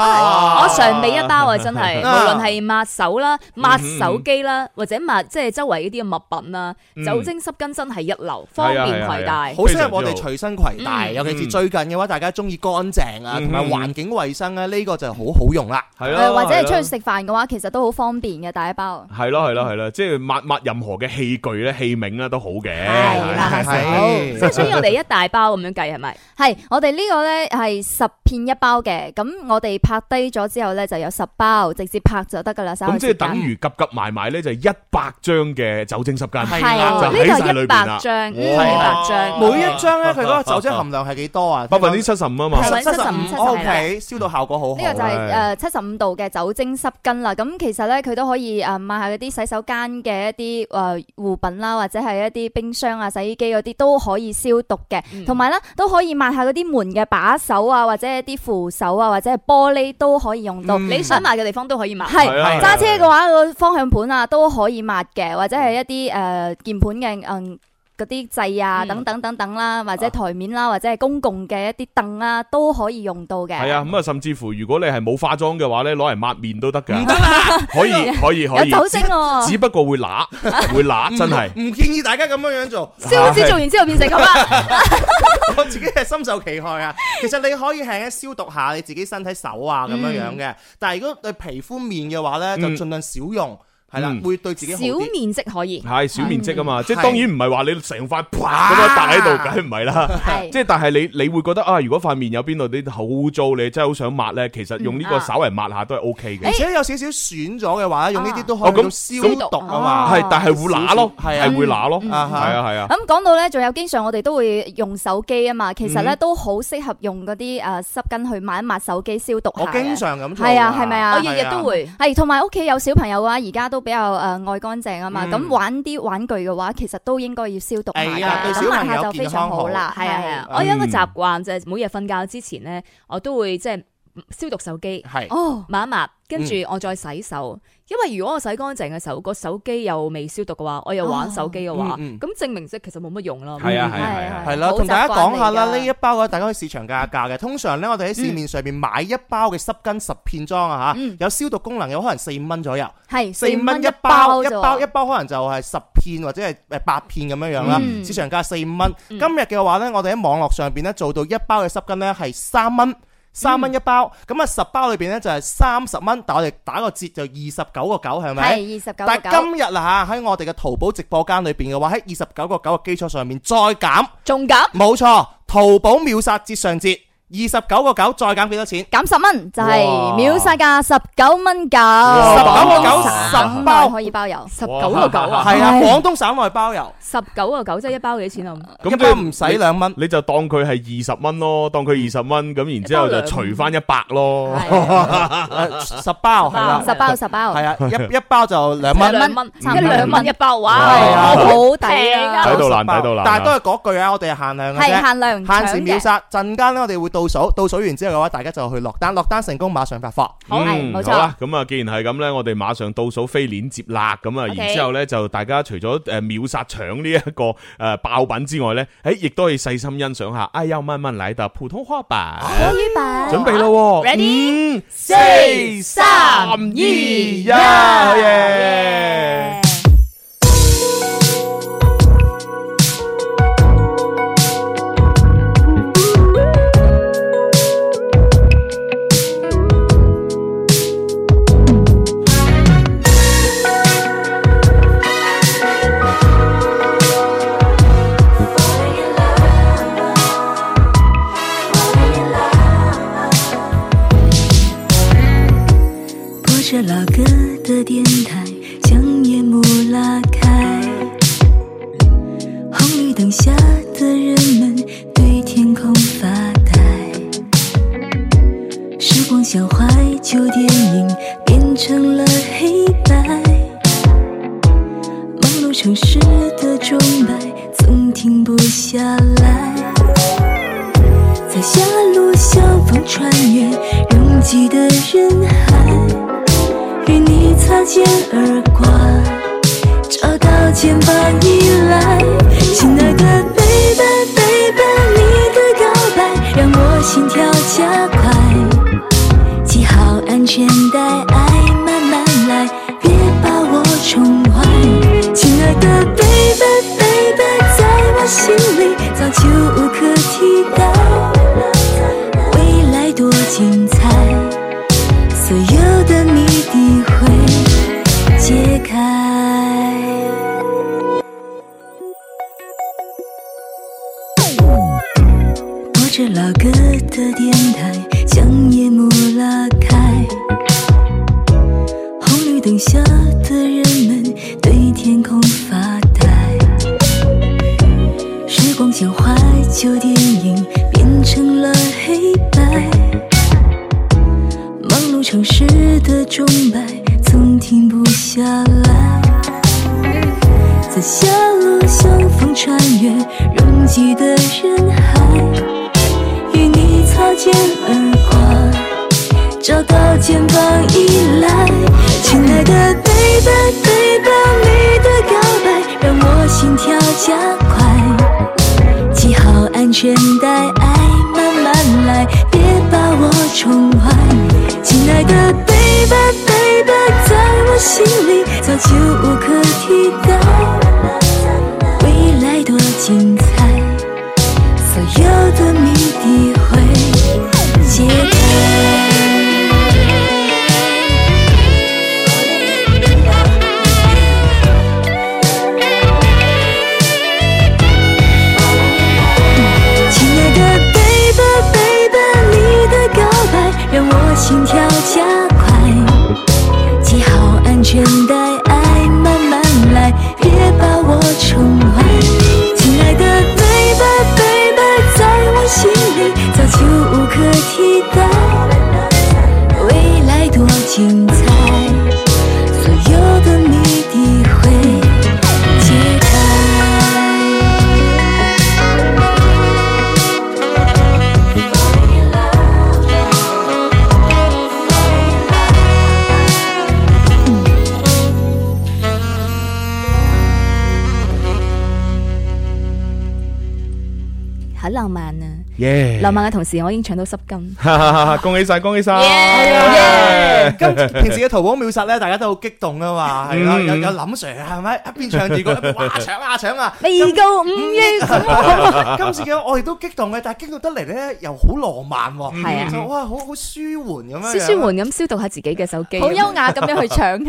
Speaker 2: 我常備一包啊，真係，
Speaker 3: 嗯
Speaker 2: 無
Speaker 1: 啊
Speaker 2: 論係抹手啦、抹手機啦，或者抹即係周圍呢啲嘅物品啦，
Speaker 3: 嗯啊
Speaker 2: 酒精濕巾真係一流，方便攜帶。
Speaker 1: 好適合我哋隨身攜帶，
Speaker 2: 嗯
Speaker 1: 尤其是最近嘅話，大家中意乾淨啊，
Speaker 3: 嗯
Speaker 1: 同埋環境衞生咧，呢個就好好用 *laughs* 啦。
Speaker 3: 係
Speaker 4: 誒
Speaker 3: 咯，
Speaker 4: 呃或者係
Speaker 3: 哦係咯
Speaker 4: 出去食飯嘅話，其實都好方便嘅，帶一包。
Speaker 3: 系咯系咯系咯，即系抹抹任何嘅器具咧、器皿啊咧都好嘅。
Speaker 2: 係啦
Speaker 3: *laughs*
Speaker 1: 係
Speaker 2: 即係所以我哋一大包咁樣計係咪？
Speaker 4: 係，我哋呢個呢係十片一包嘅，咁我哋拍低咗之後呢就有十包，包，直接拍就得噶啦。稍後
Speaker 3: 咁即係
Speaker 4: 時間
Speaker 3: 等於夾夾埋埋咧就一百張嘅酒精濕巾，
Speaker 4: 係
Speaker 1: 係啦
Speaker 4: 呢
Speaker 3: 就喺晒
Speaker 4: 個
Speaker 3: 裏
Speaker 4: 一
Speaker 3: 邊
Speaker 4: 百
Speaker 3: 啦，
Speaker 2: 張，一
Speaker 1: 哇
Speaker 2: 百張，
Speaker 1: 每一張咧，佢嗰個酒精含量係幾多啊？
Speaker 3: 百分之七十五啊嘛。
Speaker 4: 係
Speaker 1: 七十
Speaker 4: 75
Speaker 1: 五，O K，燒到效果好好。
Speaker 4: 呢個就係
Speaker 3: 哦
Speaker 4: 呃
Speaker 3: 係
Speaker 4: 誒七十五度嘅酒精濕巾啦，咁其實咧佢都可以誒買下嗰啲洗手間嘅一啲誒護品啦，或者係一啲冰箱啊、洗衣機嗰啲都可以消毒嘅，
Speaker 3: 嗯
Speaker 2: 嗯
Speaker 4: 同埋咧都可以抹下嗰啲門嘅把手啊，或者一啲扶手啊，或者係玻璃都可以用
Speaker 3: 嗯
Speaker 4: 到。
Speaker 2: 你想買嘅地方都可以買。
Speaker 4: 係
Speaker 3: 係 *laughs* 啊
Speaker 4: 揸車嘅話，個方向盤啊都可以抹嘅，或者係一啲誒鍵盤嘅嗯嗰啲掣啊
Speaker 2: 嗯
Speaker 4: 等等等等啦，或者台面啦，或者係公共嘅一啲凳啊都可以用到嘅。
Speaker 3: 係啊，咁啊，甚至乎如果你係冇化妝嘅話咧，攞嚟抹面都得噶，
Speaker 4: *laughs*
Speaker 3: 可以可以可
Speaker 4: 有
Speaker 3: 以，
Speaker 4: 酒
Speaker 3: *laughs*
Speaker 4: 精喎。
Speaker 3: 只不過會乸會乸，真係。
Speaker 1: 唔建議大家咁樣樣做， *laughs*
Speaker 2: 燒紙做完之後變成咁啊！
Speaker 1: 我自己係深受其害啊。其實你可以輕輕消毒下你自己身體手啊咁樣樣嘅，但係如果對皮膚面嘅話咧，就
Speaker 3: 嗯
Speaker 1: 盡量少用，係啦
Speaker 3: 嗯，
Speaker 1: 會對自己好
Speaker 2: 小
Speaker 1: 啲。
Speaker 2: 面積可以，
Speaker 3: 係小面積啊嘛，即係
Speaker 1: 係
Speaker 3: 當然唔係話你成塊啪咁樣搭喺度，梗係唔係啦。
Speaker 4: 係
Speaker 3: *laughs* 即係但係你你會覺得啊，如果塊面有邊度啲好污糟，你真係好想抹咧，其實用呢
Speaker 2: 嗯
Speaker 3: 個
Speaker 2: 啊
Speaker 3: 稍微抹下都係 O K 嘅
Speaker 1: 而。且有少少損咗嘅話咧，用呢啲都可
Speaker 3: 哦
Speaker 1: 以
Speaker 3: 咁
Speaker 1: 到消毒啊嘛。
Speaker 3: 係，但係會乸咯，
Speaker 1: 少少係啊
Speaker 3: 係會乸咯，係
Speaker 1: 嗯啊哈
Speaker 3: 啊係啊。
Speaker 4: 咁講到咧，仲有經常我哋都會用手機啊嘛，其實咧
Speaker 1: 嗯
Speaker 4: 都好適合用嗰啲誒濕巾去抹一抹手機消毒下
Speaker 1: 我
Speaker 4: 嘅。
Speaker 1: 哦經常咁做㗎。哦
Speaker 4: 係啊係咪啊
Speaker 2: 我哦日日都會。
Speaker 4: 係，同埋屋企有小朋友嘅話，而家都比較誒愛乾淨啊嘛，
Speaker 1: 嗯
Speaker 4: 咁玩啲玩具嘅話，其實都應該要消毒下
Speaker 1: 哎
Speaker 4: 嘅。
Speaker 1: 呀
Speaker 2: 對
Speaker 4: 咁
Speaker 1: 小
Speaker 4: 抹
Speaker 1: 朋友
Speaker 4: 下就非常好啦，係
Speaker 2: 係
Speaker 4: 啊
Speaker 2: 啊
Speaker 4: 係
Speaker 2: 係
Speaker 4: 啊
Speaker 2: 啊，。我有一個習慣就係每日瞓覺之前咧，我都會即係嗯消毒手機。
Speaker 1: 啊係。
Speaker 4: 哦，
Speaker 2: 抹一抹，跟住我再洗手，因為如果我洗乾淨嘅手，個手機又未消毒嘅話，我又玩手機嘅話，咁、
Speaker 1: 嗯嗯
Speaker 2: 證明即係其實冇乜用咯。
Speaker 3: 係啊係啊
Speaker 4: 係啊
Speaker 3: 係啊。
Speaker 1: 係啦，
Speaker 4: 好
Speaker 1: 同大家講下啦，
Speaker 4: 習慣嚟㗎
Speaker 1: 呢一包啊嘅大家可以市場價價嘅。通常呢，我哋喺市面上面買一包嘅濕巾十片裝啊嚇
Speaker 4: 嗯，
Speaker 1: 有消毒功能，有可能四五蚊左右，
Speaker 4: 係
Speaker 1: 四蚊一包，一
Speaker 4: 啫
Speaker 1: 包一包可能就係十片或者係誒八片咁樣樣啦。
Speaker 4: 嗯
Speaker 1: 市場價四五蚊。今日嘅話呢，我哋喺網絡上邊呢做到一包嘅濕巾呢係三蚊。三
Speaker 4: 嗯
Speaker 1: 蚊一包，咁啊十包裏邊呢就係三十蚊，但我哋打個折就二十九個九，係
Speaker 4: 係
Speaker 1: 咪？
Speaker 4: 二十九
Speaker 1: 但係
Speaker 4: 九。
Speaker 1: 今日啊嚇喺我哋嘅淘寶直播間裏邊嘅話，喺二十九個九嘅基礎上面再減。
Speaker 2: 仲減
Speaker 1: 冇錯，淘寶秒殺折上折，二十九個九再減幾多錢？
Speaker 4: 減十蚊就係
Speaker 1: 哇
Speaker 4: 秒殺價十九蚊九，
Speaker 1: 十九個九
Speaker 4: 廣東省
Speaker 1: 十包
Speaker 4: 內可以包郵。
Speaker 2: 十九個九啊，
Speaker 1: 係啊，廣東省內包郵，
Speaker 2: 十九個九即係一包幾錢啊？
Speaker 1: 一
Speaker 3: 咁即
Speaker 1: 包
Speaker 3: 係
Speaker 1: 唔使兩蚊。
Speaker 3: 你就當佢係二十蚊咯，當佢二十蚊咁，然之後
Speaker 2: 一包
Speaker 3: 就
Speaker 2: 兩
Speaker 3: 除翻一百咯。
Speaker 2: 啊
Speaker 3: 啊
Speaker 1: 誒呃十包係啦，
Speaker 4: 十包十
Speaker 3: *laughs*
Speaker 4: 包，
Speaker 1: 係啊，一一包就兩蚊。
Speaker 2: 兩蚊，
Speaker 4: 差唔
Speaker 2: 一
Speaker 4: 多
Speaker 2: 兩蚊一包，哇，
Speaker 1: 係啊
Speaker 4: 好抵啊！
Speaker 3: 抵到爛
Speaker 1: 十包
Speaker 3: 抵到爛
Speaker 1: 但係都係嗰句啊，我哋係限量嘅
Speaker 4: 係
Speaker 1: 啫。
Speaker 4: 限量
Speaker 1: 限時
Speaker 4: 搶
Speaker 1: 秒
Speaker 4: 嘅，
Speaker 1: 殺，陣間呢，我哋會倒數，倒數完之後嘅話，大家就去落單，落單成功馬上發貨。
Speaker 4: 好係
Speaker 3: 嗯
Speaker 4: 冇錯
Speaker 3: 好啦，咁啊，既然係咁呢，我哋馬上倒數飛鏈接啦，咁啊，
Speaker 2: OK
Speaker 3: 然之後咧就大家除咗誒秒殺搶呢一個誒爆品之外呢，誒亦都可以細心欣賞下。哎呀，慢慢嚟的普通話版，
Speaker 4: dạ
Speaker 3: 準備咯，ready，四三二一，好耶！
Speaker 5: 播着老歌的电台，将夜幕拉开。红绿灯下的人们对天空发呆。时光像怀旧电影，变成了黑白。忙碌城市的钟摆总停不下来。在狭路相逢穿越拥挤的人海，与你擦肩而过，找到肩膀依赖。亲爱的 baby baby，你的告白让我心跳加快，系好安全带，爱慢慢来，别把我宠坏。亲爱的 baby baby，在我心里早就无可替代。未来多精彩，所有的谜底会揭开。播着老歌的电台，将夜幕拉开。城市的钟摆总停不下来，在狭路相逢穿越拥挤的人海，与你擦肩而过。找到肩膀依赖。亲爱的，baby baby，你的告白让我心跳加快，系好安全带，爱慢慢来，别把我宠坏。亲爱的，baby baby，在我心里早就无可替代，未来多精彩，所有的谜底会解开。亲爱的 baby baby，你的告白让我心跳加快，系好安全带，爱慢慢来，别把我宠坏。亲爱的 baby baby，在我心里早就无可替代，未来多精彩，所有的谜底会揭开。
Speaker 2: 好浪漫啊！
Speaker 3: 耶
Speaker 2: 浪漫嘅同時，我已經唱到濕筋。
Speaker 3: *laughs* 恭喜晒，恭喜晒！
Speaker 1: 咁平時嘅淘寶秒殺咧，大家都好激動啊嘛，係啦，
Speaker 3: 嗯
Speaker 1: 有有林 Sir 係咪啊一邊唱住歌，一邊哇搶啊
Speaker 2: *laughs*
Speaker 1: 搶啊！
Speaker 2: 未夠五億，
Speaker 1: 今次嘅我哋都激動嘅，但係激動得嚟咧又好浪漫喎，
Speaker 2: 係啊
Speaker 1: 就哇好好舒緩咁樣樣，
Speaker 2: 舒舒緩咁消毒下自己嘅手機。
Speaker 4: 好優雅咁樣去搶，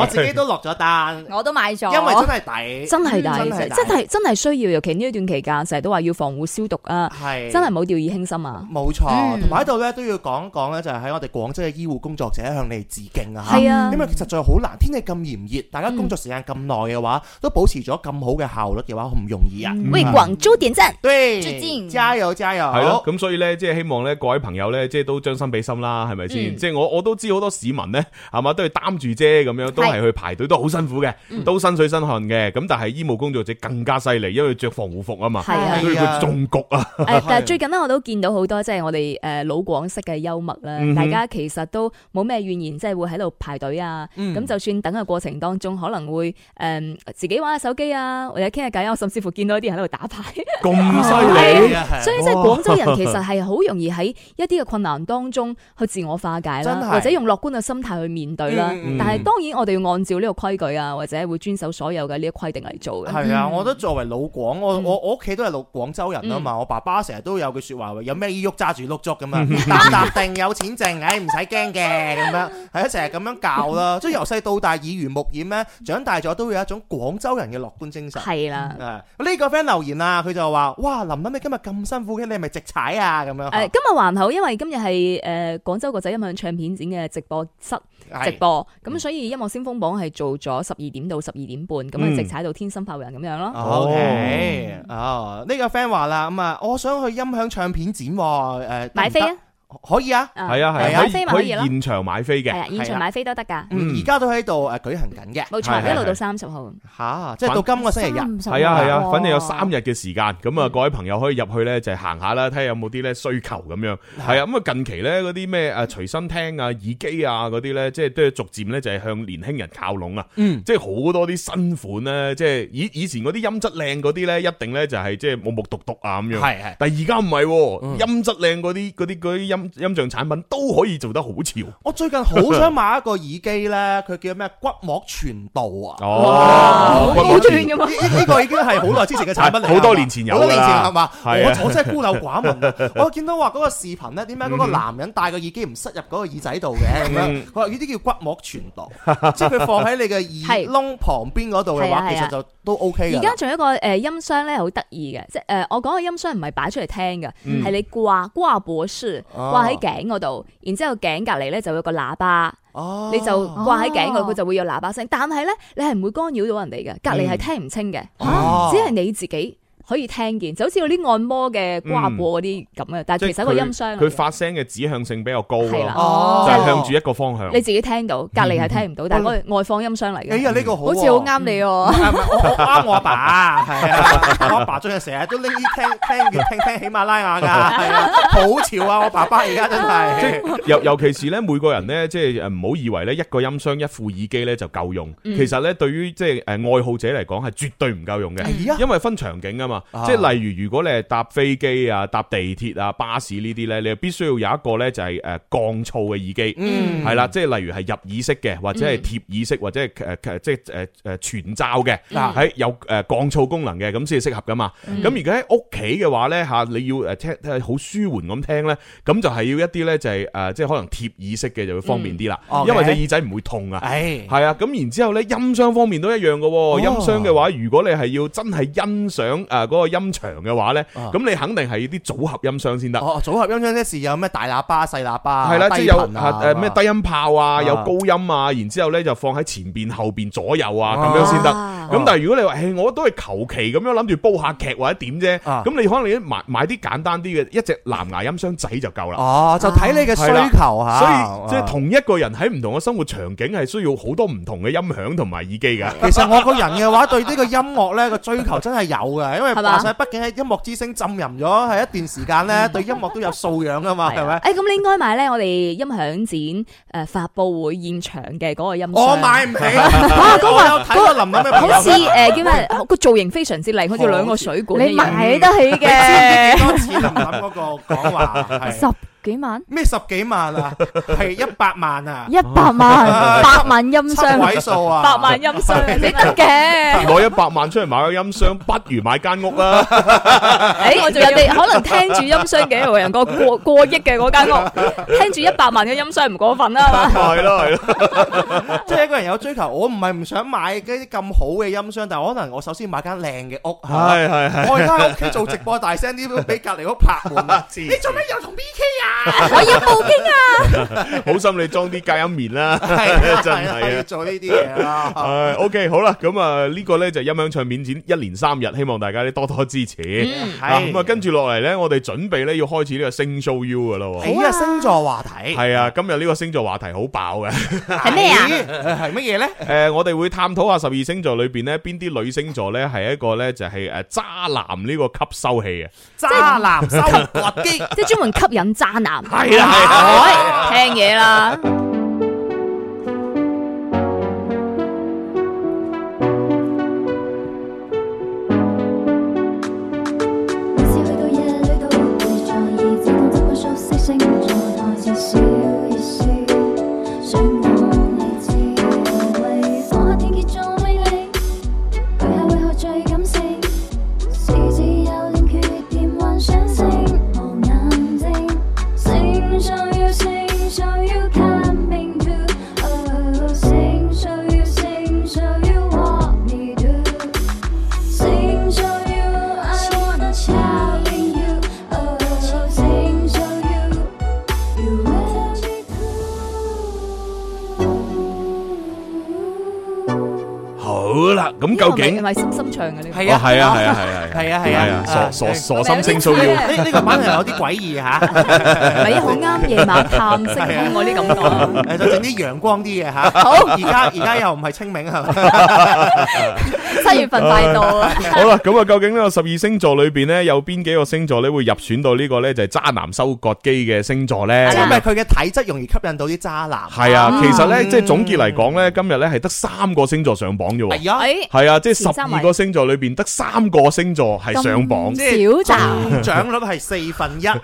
Speaker 1: 我自己都落咗單，
Speaker 4: 我都買咗。
Speaker 1: 因為真係
Speaker 2: 哦
Speaker 1: 抵，嗯
Speaker 2: 真係
Speaker 3: 嗯
Speaker 2: 大，
Speaker 1: 真係大
Speaker 2: 真係真係需要，尤其呢一段期間，成日都話要防護消毒啊，
Speaker 1: 係
Speaker 2: 真係冇掉以輕心啊！
Speaker 1: 冇錯，
Speaker 4: 嗯
Speaker 1: 同埋喺度咧都要講講咧，就係喺我哋廣州嘅醫護工作者向你哋致敬啊！
Speaker 2: 係啊
Speaker 1: 因為實在好難，天氣咁炎熱，大家工作時間咁耐嘅話，都保持咗咁好嘅效率嘅話，好唔容易啊！
Speaker 2: 為
Speaker 3: 嗯
Speaker 2: 廣州點贊，
Speaker 1: 對
Speaker 4: 致，敬
Speaker 1: 加油加油！
Speaker 3: 系咯，咁所以咧，即系希望咧，各位朋友咧，即系都將心比心啦，係咪先？
Speaker 2: 嗯
Speaker 3: 即系我我都知好多市民咧， *laughs* 係嘛，都係擔住啫，咁樣都係去排隊，都好辛苦嘅，都身水身汗嘅。咁但係醫務工作者更加犀利，因為着防護服啊嘛，
Speaker 2: 係啊
Speaker 3: 所以佢中局啊，
Speaker 2: 誒，但係最近呢，我都見到好多即係我哋誒老廣式嘅幽默啦
Speaker 3: 嗯，哼
Speaker 2: 大家其實都冇咩怨言，即係會喺度排隊啊。
Speaker 1: 嗯
Speaker 2: 咁就算等嘅過程當中，可能會誒自己玩下手機啊，或者傾下偈啊。我甚至乎見到一啲人喺度打牌，
Speaker 3: 咁犀利，哎
Speaker 1: 係啊係啊
Speaker 2: 所以即係廣州人其實係好容易喺一啲嘅困難當中去自我化解
Speaker 1: 真
Speaker 2: 啦
Speaker 1: 係，
Speaker 2: 或者用樂觀嘅心態去面對啦。
Speaker 1: 嗯
Speaker 2: 但係當然我哋要按照呢個規矩啊，或者會遵守所有嘅呢個規定嚟做嘅。
Speaker 1: 係啊，我覺得作為老廣，我
Speaker 2: 嗯
Speaker 1: 我我屋企都係老廣州人啊嘛，我爸爸成日都有句説話，有咩依喐揸住碌竹咁啊，
Speaker 3: *laughs*
Speaker 1: 淡淡定有錢剩，唉唔使驚嘅咁樣，係啊，成日咁樣
Speaker 2: *laughs*
Speaker 1: 教啦，即係由細到大耳濡目染咧，長大咗都會有一種廣州人嘅樂觀精神。
Speaker 2: 係啊啦
Speaker 1: 誒，。呢個 friend 留言啊，佢就話：哇，林林你今日咁辛苦嘅，你係咪直踩啊？咁
Speaker 2: 誒、
Speaker 1: 樣
Speaker 2: 今日還好，因為今日係誒廣州國際音樂唱片展嘅直播室直
Speaker 1: 係
Speaker 2: 播，咁所以音樂先鋒榜係做咗十二點到十二點半，咁
Speaker 3: 嗯
Speaker 2: 啊直踩到天生發人咁樣咯。
Speaker 1: O K，哦，呢個 friend 話啦，咁啊，我想去音響唱片展喎，誒，
Speaker 2: 買飛啊！
Speaker 1: 可以啊，
Speaker 2: 啊
Speaker 1: 係
Speaker 3: 係啊係
Speaker 1: 啊
Speaker 3: 啊，
Speaker 2: 買
Speaker 3: 可以
Speaker 2: 飛咪
Speaker 3: 可
Speaker 2: 可
Speaker 3: 以
Speaker 2: 以咯，
Speaker 3: 現場買飛
Speaker 2: 係
Speaker 3: 嘅，
Speaker 2: 啊，現場買飛都得㗎，
Speaker 1: 嗯而啊家都喺度誒舉行緊嘅。
Speaker 2: 冇
Speaker 3: 係係
Speaker 2: 錯，一路
Speaker 3: 係
Speaker 2: 到三十號。
Speaker 1: 吓，即係到今個星期日。
Speaker 4: 三十
Speaker 3: 係啊係啊，
Speaker 4: 喎
Speaker 3: 反正有三日嘅時間，咁
Speaker 2: 嗯
Speaker 3: 啊各位朋友可以入去咧就係行下啦，睇下有冇啲咧需求咁樣。係啊，咁啊近期咧嗰啲咩誒隨身聽啊、耳機啊嗰啲咧，即係都係逐漸咧就係向年輕人靠攏啊。
Speaker 1: 嗯，
Speaker 3: 即係好多啲新款咧，即係以以前嗰啲音質靚嗰啲咧，一定咧就係即係木木獨獨啊咁樣。
Speaker 1: 係係
Speaker 3: 但係而家唔係
Speaker 2: 嗯
Speaker 3: 喎，音質靚嗰啲嗰啲嗰啲音音像產品都可以做得好潮。
Speaker 1: 我最近好想買一個耳機咧，佢叫咩骨膜傳導 *laughs* 啊。
Speaker 3: 哦，
Speaker 2: 好好斷㗎嘛
Speaker 1: 呢！呢呢個已經係好耐之前嘅產品嚟，
Speaker 3: 係好多年前有㗎
Speaker 1: 好
Speaker 3: 啦
Speaker 1: 多年前係嘛？
Speaker 3: 係啊
Speaker 1: 我我真係孤陋寡聞啊！我見到話嗰個視頻咧，點解嗰個男人戴個耳機唔塞入嗰個耳仔度嘅？咁樣佢話呢啲叫骨膜傳導， *laughs* 即係佢放喺你嘅耳
Speaker 2: 係
Speaker 1: 窿旁邊嗰度嘅
Speaker 2: 係
Speaker 1: 話，
Speaker 2: 啊
Speaker 1: 其
Speaker 2: 係啊
Speaker 1: 實就都 OK 嘅。
Speaker 2: 而家仲有一個誒音箱咧，好得意嘅，即係誒我講嘅音箱唔係擺出嚟聽嘅，係你掛掛脖書
Speaker 1: 哦
Speaker 2: 掛喺頸嗰度，然之後頸隔離咧就有個喇叭。
Speaker 1: 哦
Speaker 2: 你就掛喺頸嗰，佢就會有喇叭聲。但係咧，你係唔會干擾到人哋嘅，隔離係聽唔清嘅，
Speaker 1: 哦
Speaker 2: 只係你自己可以聽見，就好似嗰啲按摩嘅刮過嗰啲咁嘅，但係
Speaker 3: 即係
Speaker 2: 其實係一個音箱嚟嘅
Speaker 3: 佢發啊聲嘅指向性比較高
Speaker 2: 係
Speaker 3: 咯，
Speaker 2: 啦
Speaker 3: 就
Speaker 1: 哦
Speaker 3: 係向住一個方向。
Speaker 2: 你自己聽到，隔離係聽唔到，但係嗰個外放音箱嚟嘅。
Speaker 1: 哎呀，呢個好
Speaker 4: 好
Speaker 1: 喎，
Speaker 4: 似好啱你喎。
Speaker 1: 啊唔係我我啱我阿爸，係啊，我阿爸最近成日都拎啲聽聽聽聽喜馬拉雅㗎，係啊，好潮啊！我爸爸而家真係，
Speaker 3: *laughs* 尤尤其是咧，每個人咧，即係誒唔好以為咧一個音箱一副耳機咧就夠用。其實咧，對於即係誒愛好者嚟講係絕對唔夠用嘅，
Speaker 1: 係啊
Speaker 3: 因為分場景啊
Speaker 1: 啊
Speaker 3: 嘛。即係例如，如果你係搭飛機啊、搭地鐵啊、巴士呢啲咧，你必須要有一個咧就係誒降噪嘅耳機。
Speaker 1: 嗯，
Speaker 3: 係啦，即係例如係入耳式嘅，或者係貼耳式，或者係誒誒即係誒誒全罩嘅，
Speaker 1: 嗱嗯
Speaker 3: 係有誒呃降噪功能嘅，咁先係適合噶嘛。咁而家喺屋企嘅話咧嚇，你要誒聽聽好舒緩咁聽咧，咁就係要一啲咧就係誒即係可能貼耳式嘅就會方便啲啦
Speaker 1: 嗯，
Speaker 3: 因為
Speaker 1: OK
Speaker 3: 隻耳仔唔會痛啊。
Speaker 1: 唉，
Speaker 3: 係啊，咁然之後咧，音箱方面都一樣嘅
Speaker 1: 哦
Speaker 3: 喎。音箱嘅話，如果你係要真係欣賞誒呃嗰個音場嘅話咧，
Speaker 1: 啊
Speaker 3: 咁你肯定係啲組合音箱先得。
Speaker 1: 哦，組合音箱呢是有咩大喇叭、細喇叭，
Speaker 3: 係啦，即係
Speaker 1: 低
Speaker 3: 有呃
Speaker 1: 頻啊
Speaker 3: 誒咩低音炮啊，
Speaker 1: 啊
Speaker 3: 有高音啊，然之後咧就放喺前邊、後邊、左右啊，咁樣先得。
Speaker 1: 哦
Speaker 2: 啊
Speaker 3: 咁但係如果你話，誒我都係求其咁樣諗住煲下劇或者點啫，
Speaker 1: 啊
Speaker 3: 咁你可能你買買啲簡單啲嘅一隻藍牙音箱仔就夠啦。
Speaker 1: 哦，就睇你嘅需求
Speaker 3: 所
Speaker 1: 嚇，
Speaker 3: 以即係同一個人喺唔同嘅生活場景係需要好多唔同嘅音響同埋耳機㗎。
Speaker 1: 其實我個人嘅話，對呢個音樂呢個追求真係有嘅，因為
Speaker 2: 係嘛
Speaker 1: 話晒，畢竟喺音樂之星浸淫咗係一段時 *laughs* 間呢，對音樂都有素養噶 *laughs* 嘛，係咪？
Speaker 2: 誒，咁你應該買咧，我哋音響展誒發佈會現場嘅嗰個音箱。
Speaker 1: 我買唔 *laughs* 起，我有睇過林林嘅朋友 *laughs*
Speaker 2: 好似誒叫咩？個造型非常之靚，好似兩個水管
Speaker 4: 你
Speaker 2: 一樣。
Speaker 4: 買得起嘅，
Speaker 1: 你知唔知幾多錢林林嗰個講話係
Speaker 4: 十幾萬、
Speaker 1: 咩十幾萬 *laughs* 啊？係一百萬啊，哦
Speaker 4: 一百萬、百萬音
Speaker 1: 七
Speaker 4: 箱，
Speaker 1: 位數啊，
Speaker 2: 百萬音箱，你得 *laughs*
Speaker 3: *laughs*
Speaker 4: 得嘅。
Speaker 3: 攞一百萬出嚟買個音箱，不如買間屋 *laughs* 啦。
Speaker 2: 誒，我人哋可能聽住音箱嘅人個過過億嘅嗰間屋，聽住一百萬嘅音箱唔過分啦，係嘛？
Speaker 3: 係咯係咯，
Speaker 1: 即係一個人有追求，我唔係唔想買嗰啲咁好嘅音箱，但係可能我首先買間靚嘅屋。係嘛
Speaker 3: 係係係。
Speaker 1: 我而家喺屋企做直播，大聲啲俾隔離屋拍門。你做咩又同 B K
Speaker 4: *laughs*
Speaker 1: 啊？
Speaker 2: 我要報
Speaker 1: *laughs*
Speaker 2: 警啊！
Speaker 3: 好心你裝啲隔音棉啦，
Speaker 1: *laughs* 係啊
Speaker 3: *laughs* 真
Speaker 1: 係啊
Speaker 3: 係
Speaker 1: 要
Speaker 3: 啊。
Speaker 1: 做呢啲嘢
Speaker 4: 啊
Speaker 1: 啦。
Speaker 3: 誒，OK，好啦，咁啊呢個呢就音響唱片展一連三日，希望大家咧多多支持。啊
Speaker 1: 係
Speaker 3: 咁啊，跟住落嚟呢，我哋準備呢要開始呢個星 show U 噶啦喎。
Speaker 1: 哎呀，星座話題
Speaker 3: 係啊，今日呢個星座話題好爆 *laughs* 嘅。
Speaker 1: 係
Speaker 4: 咩啊
Speaker 1: 係乜嘢咧？
Speaker 3: 诶，我哋會探討下十二星座裏边呢邊啲女星座呢係一個呢就係诶渣男呢個吸收器啊嘅。
Speaker 1: 渣男收割機。
Speaker 2: 即係專門吸引渣男。
Speaker 3: 係啊係啊
Speaker 2: 啊，聽嘢啦。
Speaker 5: 每次去到夜裏都會在意，只懂習慣熟悉星座台詞少一少，想我理智，為放下天蠍座魅力，對下會學最感性，獅子有點缺點，幻想性無眼睛，星座要星座要 coming to，星座要星座要 what me do。Sing show you, I wanna tell you. Oh, sing show you, you will be cool.
Speaker 3: 好啦，咁究
Speaker 2: 係
Speaker 3: 竟
Speaker 2: 咪深深唱嘅呢個？
Speaker 1: 係
Speaker 3: 哦係啊係
Speaker 1: 啊。
Speaker 3: 啊係啊
Speaker 1: 係啊係啊
Speaker 3: 傻
Speaker 1: 啊
Speaker 3: 傻傻
Speaker 2: 係
Speaker 3: 心星 show
Speaker 2: 我哋
Speaker 3: U。
Speaker 1: 呢呢個版係有啲詭異嚇，
Speaker 2: 咪好啱夜晚探星空嗰啲感覺啊。
Speaker 1: 誒就整啲陽光啲嘅嚇。好，而家而家又唔係清明係咪？
Speaker 2: 七月份快到啊！
Speaker 3: 好啦，咁啊，究竟呢個十二星座裏边咧，有邊幾個星座咧會入選到呢個咧就係渣男收割機嘅星座咧？
Speaker 1: 因為佢嘅體質容易吸引到啲渣男。
Speaker 3: 啊係啊，其實咧即係總結嚟講咧，今日咧係得三個星座上榜啫
Speaker 1: 係
Speaker 3: 喎。
Speaker 1: 呀，
Speaker 2: 誒，
Speaker 3: 係啊，即
Speaker 2: 前
Speaker 3: 係十
Speaker 2: 三
Speaker 3: 二
Speaker 2: 位
Speaker 3: 個星座裏边得三個星座係上榜。
Speaker 2: 咁少渣。
Speaker 1: 中獎率係四分 *laughs* 一。啊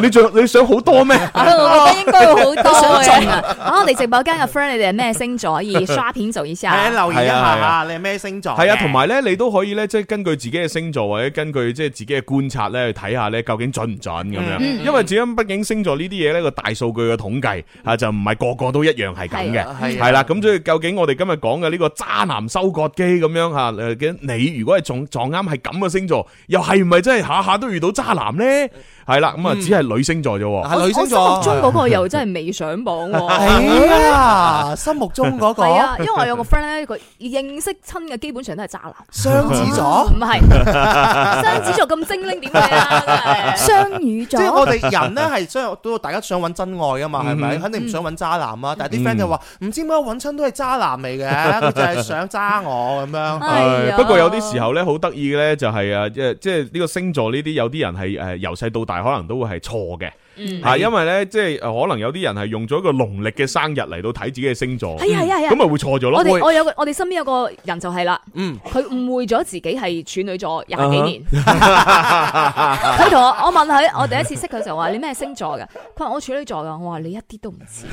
Speaker 3: 你仲你想好多咩？
Speaker 2: *laughs* 我覺得應該會好 *laughs* 多嘅。啊，我哋直播間嘅 friend，你哋係咩星 *laughs* 座？可以刷片做一
Speaker 1: 係
Speaker 2: 下。
Speaker 1: 哎留意一
Speaker 3: 係啊係啊
Speaker 1: 下，你係咩星座嘅？
Speaker 3: 係啊，同埋咧，你都可以咧，即係根據自己嘅星座或者根據即係自己嘅觀察咧，去睇下咧究竟準唔準咁
Speaker 1: 嗯
Speaker 3: 樣。因為始因畢竟星座呢啲嘢咧個大數據嘅統計啊，就唔係個個都一樣係咁嘅。
Speaker 1: 係啊
Speaker 3: 係啦，咁所以究竟我哋今日講嘅呢個渣男收割機咁樣吓，诶、嘅你如果係撞撞啱係咁嘅星座，又係咪真係下下都遇到渣男咧？係啦，咁啊
Speaker 1: 嗯
Speaker 3: 只係女星座啫喎。
Speaker 2: 我
Speaker 1: 係女啊星座，
Speaker 2: 我心目中嗰個又真係未上榜喎。
Speaker 1: 係啊，心目中 *laughs* 嗰
Speaker 2: 係啊，
Speaker 1: 個
Speaker 2: 因為我有個 friend 咧，佢認識親嘅基本上都係渣男。
Speaker 1: 雙子座
Speaker 2: 唔。
Speaker 3: *laughs*
Speaker 2: 係雙子座咁精靈點解啊？真係
Speaker 4: 雙魚
Speaker 1: 即係
Speaker 4: 座
Speaker 1: 我。哋人咧係想都大家想揾真愛噶嘛，
Speaker 3: 嗯
Speaker 1: 係咪？肯定唔想揾渣男啊！但係啲 friend 就話唔知點解揾親都係渣男嚟 *laughs* 嘅，佢就係想渣我咁 *laughs* 樣。
Speaker 2: 哎呀
Speaker 3: 不過有啲時候咧，好得意嘅咧，就係啊，即係即係呢個星座呢啲，有啲人係诶由細到大可能都會係錯嘅，
Speaker 2: 嗯
Speaker 3: 吓，因為咧即係呃可能有啲人係用咗一個農曆嘅生日嚟到睇自己嘅星座，
Speaker 2: 係啊係啊係啊
Speaker 3: 咁咪會錯咗咯
Speaker 2: 我。哋
Speaker 3: 會
Speaker 2: 我有個我哋身邊有個人就係啦，
Speaker 1: 嗯，
Speaker 2: 佢誤會咗自己係處女座廿幾年。佢同我我問佢，我第一次識佢就話你咩星座㗎？佢話我處女座㗎。我話你一啲都唔似。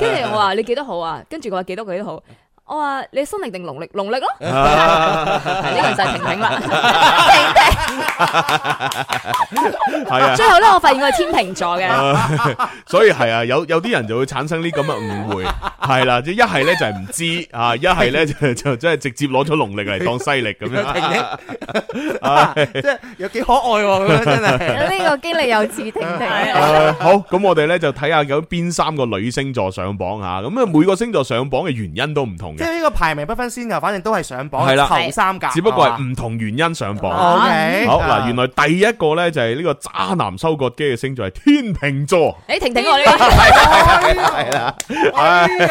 Speaker 2: 跟住我話你幾多號啊？跟住佢話幾多幾多號？我話你新曆定農曆？農曆 *laughs* 咯。呢個就係婷婷啦。
Speaker 3: 係啊。
Speaker 2: 最後咧，我發現我係天秤座嘅。
Speaker 3: 所以係啊，有有啲人就會產生呢咁嘅誤會，係啦，即係一係咧就係唔知啊，一
Speaker 2: *laughs*
Speaker 3: 係咧就就真係直接攞咗農曆嚟當西曆咁樣。
Speaker 1: 啊即係有幾可愛喎，咁樣真係。
Speaker 3: *laughs*
Speaker 4: 呢個經歷又似婷婷。
Speaker 3: 誒好，咁我哋咧就睇下有邊三個女星座上榜吓，咁啊每個星座上榜嘅原因都唔同
Speaker 1: 即
Speaker 3: 嘅，
Speaker 1: 係呢個排名不分先後，反正都係上榜
Speaker 3: 係啦
Speaker 1: 頭三
Speaker 2: 啊
Speaker 1: 甲，
Speaker 3: 只不過係唔同原因上
Speaker 2: 哦
Speaker 3: 榜。
Speaker 1: O K。
Speaker 3: 好嗱，原來第一個咧就係呢個渣男收割機嘅星座係天秤座，
Speaker 2: 誒婷婷喎呢個，
Speaker 1: 係啦，
Speaker 2: 哎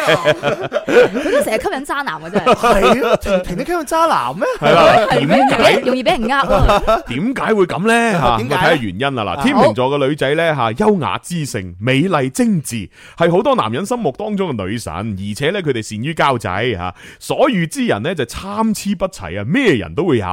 Speaker 2: 佢都成日吸引渣男嘅真 *laughs* 係。
Speaker 1: 係啊，婷婷都傾到渣男咩？
Speaker 3: 係
Speaker 2: *laughs*
Speaker 3: 啦，點
Speaker 2: 容
Speaker 3: 解
Speaker 2: 易容易俾人呃喎，
Speaker 1: *laughs*
Speaker 3: 點解會咁咧吓？
Speaker 1: 點
Speaker 3: 咁
Speaker 1: 解
Speaker 3: 啊睇下原因啦。嗱，天秤座嘅女仔咧吓，優雅知性、美麗精緻，係好多男人心目當中嘅女神，而且咧佢哋善於交際吓，所遇之人呢就參差不齊啊，咩人都會有。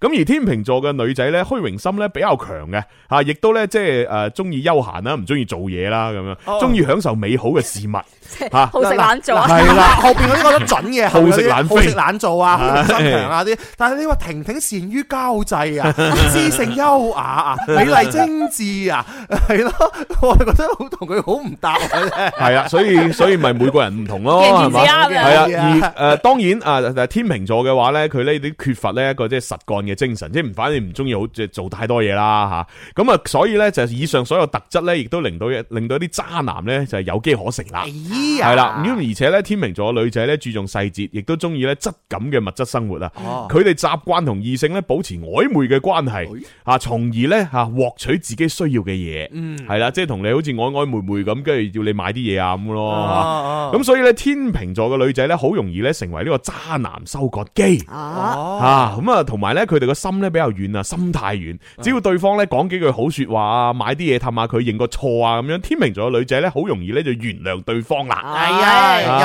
Speaker 3: 咁而天秤座嘅女仔咧，虛榮心咧比較強嘅吓，亦都咧即係诶中意休閒啦，唔中意做嘢啦咁
Speaker 1: 哦
Speaker 3: 樣，中意享受美好嘅事物
Speaker 2: 即係
Speaker 3: 吓。
Speaker 2: 好食懶做啊！ *laughs*
Speaker 3: 係啦，
Speaker 1: 後邊嗰啲覺得準嘅，
Speaker 3: 好食懶
Speaker 1: 好
Speaker 3: 飛
Speaker 1: 食懶做啊，好心強啊啲。但係你話婷婷善於交際啊，知性優雅啊，美麗精緻啊， *laughs* 係咯，我係覺得好同佢好唔搭嘅
Speaker 3: 系啊，所以所以咪每個人唔
Speaker 1: *laughs*
Speaker 3: 同咯，
Speaker 2: 見
Speaker 3: 哦係
Speaker 2: 仁
Speaker 3: 嘛
Speaker 2: 見智？啦咁樣
Speaker 3: 系啊，
Speaker 1: 係啊
Speaker 3: 而诶當然啊，但係天秤座嘅話咧，佢呢啲缺乏呢一個即係實幹嘅精神，即係唔反正唔中意好即係做太多嘢啦吓。咁啊，所以咧就以上所有特質咧，亦都令到 *laughs* 令到啲渣男咧就係有機可乘
Speaker 1: 哎
Speaker 3: 啦。
Speaker 1: 咦
Speaker 3: 係啦，咁啊而且咧，天秤座嘅女仔咧注重細節，亦都中意咧質感嘅物質生活啊。
Speaker 1: 哦
Speaker 3: 佢哋習慣同異性咧保持曖昧嘅關係
Speaker 1: 哎
Speaker 3: 啊，從而咧吓獲取自己需要嘅嘢。
Speaker 1: 嗯
Speaker 3: 係啦，即係同你好似曖曖昧昧咁，跟住要你買啲嘢啊咁咯。嚇
Speaker 1: 哦
Speaker 3: 咁所以咧，天秤座嘅女仔咧，好容易咧成為呢個渣男收割機。
Speaker 2: 啊，
Speaker 1: 哦，
Speaker 3: 啊，咁啊，同埋咧，佢哋個心咧比較軟啊，心太軟。
Speaker 1: 嗯
Speaker 3: 只要對方咧講幾句好说話啊，買啲嘢氹下佢，認個錯啊，咁樣天秤座嘅女仔咧，好容易咧就原諒對方啦。
Speaker 1: 係啊，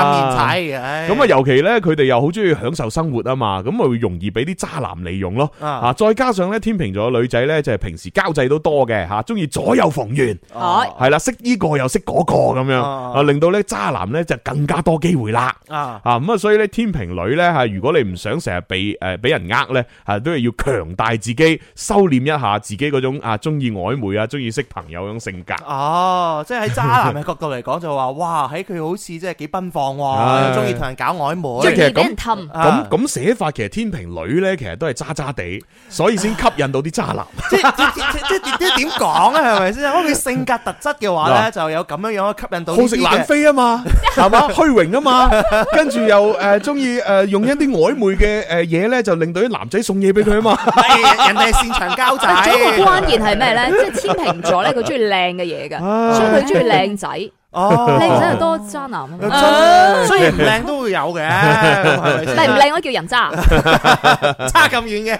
Speaker 1: 任面睇
Speaker 3: 啊
Speaker 1: 哎唉
Speaker 3: 咁啊，尤其咧，佢哋又好中意享受生活啊嘛，咁咪會容易俾啲渣男利用咯。
Speaker 1: 啊
Speaker 3: 啊，再加上咧，天秤座嘅女仔咧，就係平時交際都多嘅吓，中意左右逢源，
Speaker 2: 哦
Speaker 3: 係啦，識呢個又識嗰個咁樣，
Speaker 1: 啊
Speaker 3: 啊，令到咧渣男咧就更加多機會啦。
Speaker 1: 啊，
Speaker 3: 啊咁啊，所以咧天平女咧吓，如果你唔想成日被诶俾、人呃咧，啊都係要強大自己，收斂一下自己嗰種啊中意曖昧啊，中意識朋友嗰種性格。
Speaker 1: 哦，即係喺渣男嘅角度嚟講就話，哇，喺佢好似即係幾奔放喎，
Speaker 3: 唉
Speaker 1: 又中意同人搞曖
Speaker 3: 哦即
Speaker 2: 容易
Speaker 3: 係其
Speaker 1: 昧
Speaker 3: 實。
Speaker 2: 俾人氹。
Speaker 1: 啊
Speaker 3: 咁咁寫法其實天平女咧，其實都係渣渣地，所以先吸引到啲渣男。
Speaker 1: 即即即即點講咧？係咪
Speaker 3: *laughs*
Speaker 1: 先？因為佢性格特質嘅話咧，
Speaker 3: 嗱
Speaker 1: 就有咁樣樣吸引到呢
Speaker 3: 好
Speaker 1: 啲
Speaker 3: 食
Speaker 1: 嘅
Speaker 3: 懶飛
Speaker 1: *laughs*
Speaker 3: 啊嘛，係嘛虛榮啊嘛，跟住又诶中意诶用一啲曖昧嘅诶嘢咧，就令到啲男仔送嘢俾佢啊嘛。
Speaker 1: 係人哋係擅長交
Speaker 2: *laughs* 但仲有一個
Speaker 1: 際。
Speaker 2: 關鍵係咩咧？即係天秤座咧，佢中意靚嘅嘢嘅，
Speaker 3: 啊
Speaker 2: 所以佢中意靚仔，靚仔
Speaker 1: 哦，
Speaker 2: 就多渣男啊嘛。
Speaker 1: 真雖然唔靚都會有
Speaker 2: *laughs*
Speaker 1: 嘅，係咪先
Speaker 2: 靚唔靚嗰叫人
Speaker 3: *laughs*
Speaker 2: 渣，
Speaker 1: 差咁遠嘅，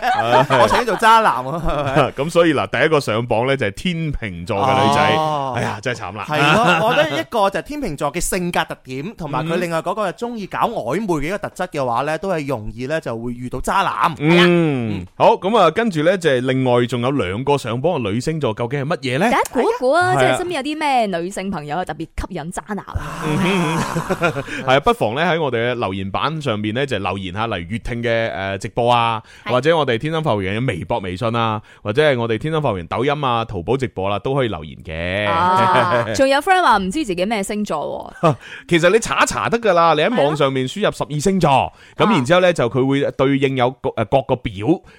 Speaker 1: 我曾經做渣男啊，係咪？
Speaker 3: *laughs* 咁所以嗱，第一個上榜咧就係天秤座嘅女仔，
Speaker 1: 哦
Speaker 3: 哎呀真係慘啦。 *laughs*
Speaker 1: 係咯，我覺得一個就係天秤座嘅性格特點，同埋佢另外嗰個係中意搞曖昧嘅一個特質嘅話咧，都係容易咧就會遇到渣男。
Speaker 3: 嗯，好，咁啊，跟住咧就係另外仲有兩個上榜嘅女星座，究竟係乜嘢
Speaker 2: 大
Speaker 3: 咧？
Speaker 2: 家估一估啊！
Speaker 3: 係啊
Speaker 2: 即係身邊有啲咩女性朋友係特別吸引渣男。啊
Speaker 3: 系啊，不妨咧喺我哋嘅留言板上面咧就留言下，例如粵聽嘅诶直播啊，
Speaker 4: 係
Speaker 3: 或者我哋天生發育人嘅微博、微信啊，或者係我哋天生發育人抖音啊、淘寶直播啦，都可以留言嘅。
Speaker 2: 啊仲有 friend 話唔知自己咩星座喎，
Speaker 3: 其實你查一查得噶啦，你喺網上面輸入十二星座，咁
Speaker 2: 啊
Speaker 3: 然之后咧就佢會對應有各诶各个表，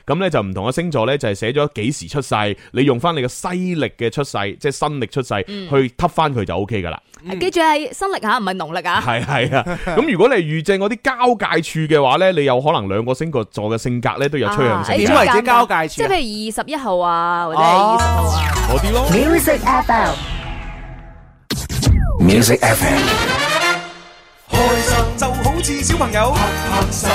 Speaker 3: 咁咧就唔同嘅星座咧就係寫咗幾時出世，你用翻你嘅西歷嘅出世，即係新歷出世
Speaker 2: 嗯
Speaker 3: 去吸翻佢就 O K 噶啦。 *laughs*
Speaker 2: 記住係新歷嚇，唔係農歷啊。
Speaker 3: 系系啊，咁如果你遇正嗰啲交界處嘅話咧，你有可能兩個星座座嘅性格咧都有趨向性
Speaker 2: 啊
Speaker 3: 嘅
Speaker 2: 你
Speaker 6: 點為之交界處啊
Speaker 2: 即係譬如二十一號啊，或者係二十號啊。
Speaker 3: 嗰啲咯。
Speaker 5: Music FM.
Speaker 6: Music FM.
Speaker 7: 开心就好似小朋友拍拍手，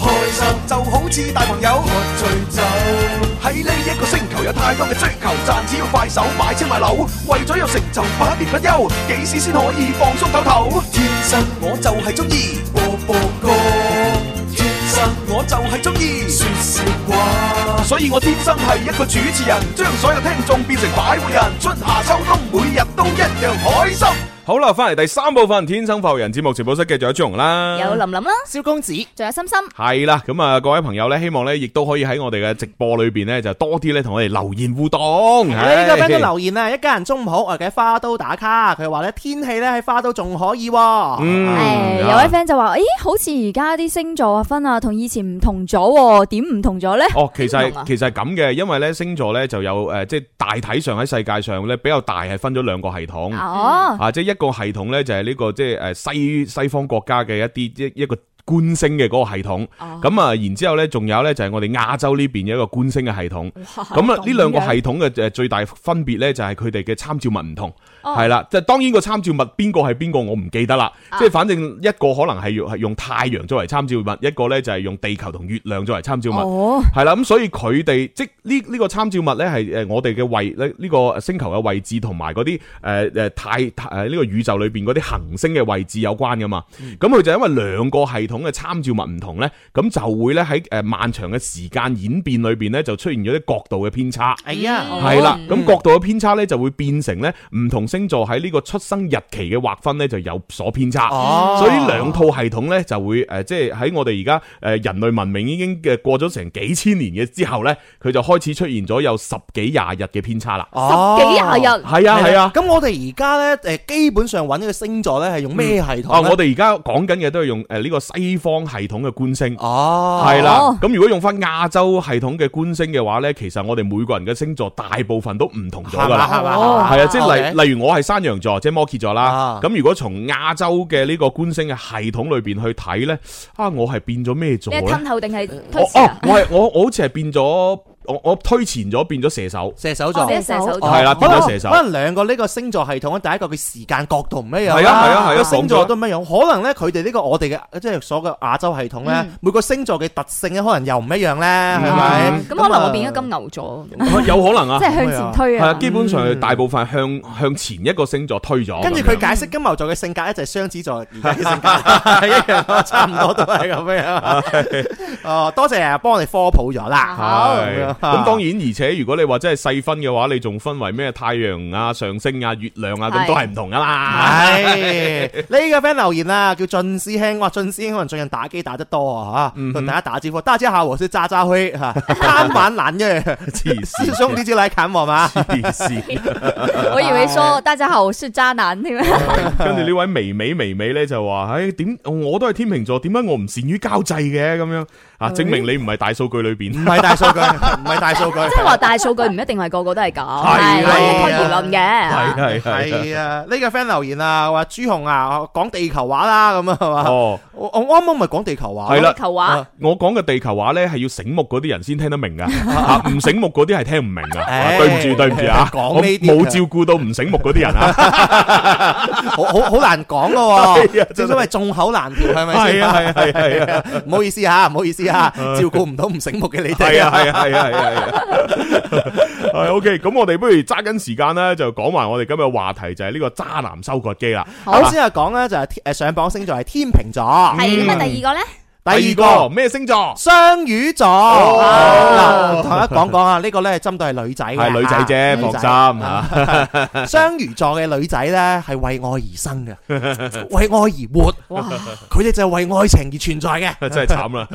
Speaker 7: 开心就好似大朋友喝醉酒。喺呢一个星球有太多嘅追求，赚只要快手买车买楼，为咗有成就百年不休，几时先可以放松唞唞？天生我就系中意播播歌，天生我就系中意说笑话，所以我天生系一个主持人，将所有听众变成摆渡人，春夏秋冬每日都一样开心。
Speaker 3: 好啦，翻嚟第三部分《天生浮人》節目直播室，繼續有朱紅啦，
Speaker 2: 有林林啦，
Speaker 1: 萧公子，
Speaker 4: 仲有心心，
Speaker 3: 系啦，咁啊，各位朋友咧，希望咧亦都可以喺我哋嘅直播裏边咧，就多啲咧同我哋留言互動。呢
Speaker 1: 呢個 friend 都留言啊，一家人中午好，我哋喺花都打卡，佢話咧天氣咧喺花都仲可以喎。
Speaker 3: 嗯
Speaker 4: 诶，有位 friend 就話：，咦，好似而家啲星座劃分啊，同以前唔同咗喎，點唔同咗咧？
Speaker 3: 哦，其實
Speaker 2: 邊度
Speaker 3: 係
Speaker 2: 啊
Speaker 3: 其實係咁嘅，因為咧星座咧就有诶，呃即係大體上喺世界上咧比較大係分咗兩個系統。
Speaker 1: 嗯
Speaker 4: 哦，
Speaker 3: 啊，即係一個系統咧，就係呢、個即係诶西西方國家嘅一啲一一个官星嘅嗰個系統。
Speaker 2: 哦
Speaker 3: 咁啊，然之后咧，仲有咧就係我哋亞洲呢邊嘅一個官星嘅系統。咁啊，呢兩個系統嘅诶最大分別咧，就係佢哋嘅參照物唔同，
Speaker 2: 哦
Speaker 3: 係啦，即係當然個參照物邊個係邊個我唔記得啦，即係反正一個可能係用係用太陽作為參照物，一個咧就係用地球同月亮作為參照物。
Speaker 4: 哦，
Speaker 3: 系啦，咁所以佢哋即呢呢个参照物咧係诶我哋嘅位呢呢个星球嘅位置同埋嗰啲诶诶太诶呢個宇宙裏边嗰啲行星嘅位置有關噶嘛。咁佢就因為兩個系統嘅參照物唔同咧，咁就會咧喺诶漫長嘅時間演變裏边咧就出現咗啲角度嘅偏差。
Speaker 1: 哎呀，
Speaker 2: 嗯
Speaker 3: 係啦，
Speaker 1: 嗯
Speaker 3: 咁角度嘅偏差咧就會變成咧唔同星座喺呢個出生日期嘅劃分咧就有所偏差。
Speaker 1: 哦
Speaker 3: 所以兩套系統咧就會誒、呃即係喺我哋而家誒人類文明已經嘅過咗成幾千年嘅之後咧，佢就開始出現咗有十幾廿日嘅偏差啦。
Speaker 1: 哦
Speaker 2: 十幾廿日，
Speaker 3: 係啊係啊，
Speaker 1: 咁我哋而家咧，誒基本上揾呢個星座咧係用咩系統
Speaker 3: 啊我
Speaker 1: 哋
Speaker 3: 哋而家講緊嘅都係用呃誒呢個西方系統嘅官星。
Speaker 1: 哦，
Speaker 3: 係啦，咁如果用翻亞洲系統嘅官星嘅話咧，其實我哋每個人嘅星座大部分都唔同咗
Speaker 1: 係
Speaker 3: 㗎啦
Speaker 1: 嘛。係嘛
Speaker 2: 哦
Speaker 3: 系啊，即係
Speaker 1: OK
Speaker 3: 例例如我係山羊座，即係摩羯座啦
Speaker 1: 啊。
Speaker 3: 咁如果從亞洲嘅呢個官星嘅系統裏边去睇咧，啊，我係變咗咩座
Speaker 2: 你係
Speaker 3: 咧？
Speaker 2: 吞後定係推
Speaker 3: 我
Speaker 2: 遲
Speaker 3: 哦
Speaker 2: 啊，？
Speaker 3: 我係我我好似係變咗，我我推前咗變咗
Speaker 2: *laughs*
Speaker 3: 射手。
Speaker 1: 射手
Speaker 2: 哦
Speaker 1: 座
Speaker 2: 你。係射手座
Speaker 3: 係啦變咗
Speaker 1: 可能
Speaker 3: 射手
Speaker 1: 可能兩個呢個星座系統，第一個嘅時間角度唔一樣啦，
Speaker 3: 係啊係啊係啊
Speaker 1: 個星
Speaker 3: 講
Speaker 1: 座
Speaker 3: 咗
Speaker 1: 都唔一樣。可能咧佢哋呢個我哋嘅即係所謂亞洲系統咧，每個星座嘅特性咧，可能又唔一樣咧，
Speaker 3: 嗯
Speaker 1: 係咪
Speaker 2: 哦？咁可能我變咗金牛座。
Speaker 3: 有可能啊
Speaker 4: 即，係向前推
Speaker 3: 係
Speaker 2: 嗯
Speaker 4: 啊
Speaker 3: 啊，！基本上大部分係向向前一個星座推咗。
Speaker 1: 跟住佢解釋金牛座嘅性格咧，就係雙子座而家嘅性格 *laughs* 係一樣，差唔多都係咁樣。哦，多謝啊，幫我哋科普咗啦。
Speaker 3: 係
Speaker 1: 好啊
Speaker 3: 咁當然，而且如果你話真係細分嘅話，你仲分為咩太陽啊、上升啊、月亮啊，咁
Speaker 2: 係
Speaker 3: 都係唔同
Speaker 1: *laughs*
Speaker 3: 噶啦。
Speaker 1: 係呢個 friend 留言啊，叫俊師兄，哇，俊師兄可能最近打機打得多啊，吓，同大家打招呼，大家好，我是渣 *laughs* 渣輝，哈貪玩懶嘅，
Speaker 3: 黐
Speaker 1: 師
Speaker 3: 線，
Speaker 1: 兄你就來砍我嘛。
Speaker 3: 黐線。
Speaker 4: 我以為說大家好，我是渣男添。
Speaker 3: 跟住呢位微美微美咧就話：，唉，點我都係天秤座，點解我唔善於交際嘅咁樣啊？證明你唔係大數據裏
Speaker 1: 唔
Speaker 3: 邊。
Speaker 1: 係大數 *laughs* 據，唔係大數據，
Speaker 2: 即係話大數據唔一定係個個都係咁，係
Speaker 3: 係
Speaker 2: 可以推而論嘅。
Speaker 3: 係係係。
Speaker 1: 係啊，呢個 friend 留言啊，話朱紅啊，講地球話啦，咁啊，係嘛？
Speaker 3: *laughs* 哦。
Speaker 1: 我我啱啱咪講地球話
Speaker 3: 係
Speaker 1: 咯。
Speaker 3: 啦
Speaker 2: 地球話
Speaker 3: 我講嘅地球話咧，係要醒目嗰啲人先聽得明噶，
Speaker 1: *laughs*
Speaker 3: 啊唔醒目嗰啲係聽唔明噶。啊
Speaker 1: 唉
Speaker 3: 對唔住對唔住啊，
Speaker 1: 講
Speaker 3: 我
Speaker 1: 呢啲㗎
Speaker 3: 冇照顧到唔醒目嗰啲人啊。
Speaker 1: 好好好难讲噶
Speaker 3: *laughs* 係啊
Speaker 1: 喎，
Speaker 3: 真係
Speaker 1: 正所謂眾口難調， *laughs* 係咪
Speaker 3: 係
Speaker 1: 先？*laughs*
Speaker 3: 啊係啊係啊係啊
Speaker 1: 唔好意思吓，唔好意思吓，照顧唔到唔醒目嘅 *laughs* 你
Speaker 3: 係
Speaker 1: 哋
Speaker 3: 啊係啊係啊係啊 *laughs* 係啊。係 OK，咁我哋不如揸緊時間咧，就講埋我哋今日話題就係呢個渣男收割機啦。啊
Speaker 1: 呃好先係講咧就係天誒上榜星座係天秤座，
Speaker 3: 嗯
Speaker 4: 係咁啊，第二個咧，
Speaker 1: 第二
Speaker 3: 個
Speaker 1: 個
Speaker 3: 咩星座？
Speaker 1: 雙魚座
Speaker 3: 哦
Speaker 1: 嗱，同大家講講啊，呢個咧針對係女仔嘅，
Speaker 3: 係女仔啫，
Speaker 1: 啊
Speaker 3: 放
Speaker 1: 女
Speaker 3: 心
Speaker 1: 仔
Speaker 3: 吓。
Speaker 1: 雙魚座嘅女仔咧係為愛而生嘅，為愛而活，
Speaker 3: *laughs*
Speaker 2: 哇，
Speaker 1: 佢哋就係為愛情而存在嘅。
Speaker 3: *laughs* 真係慘啦！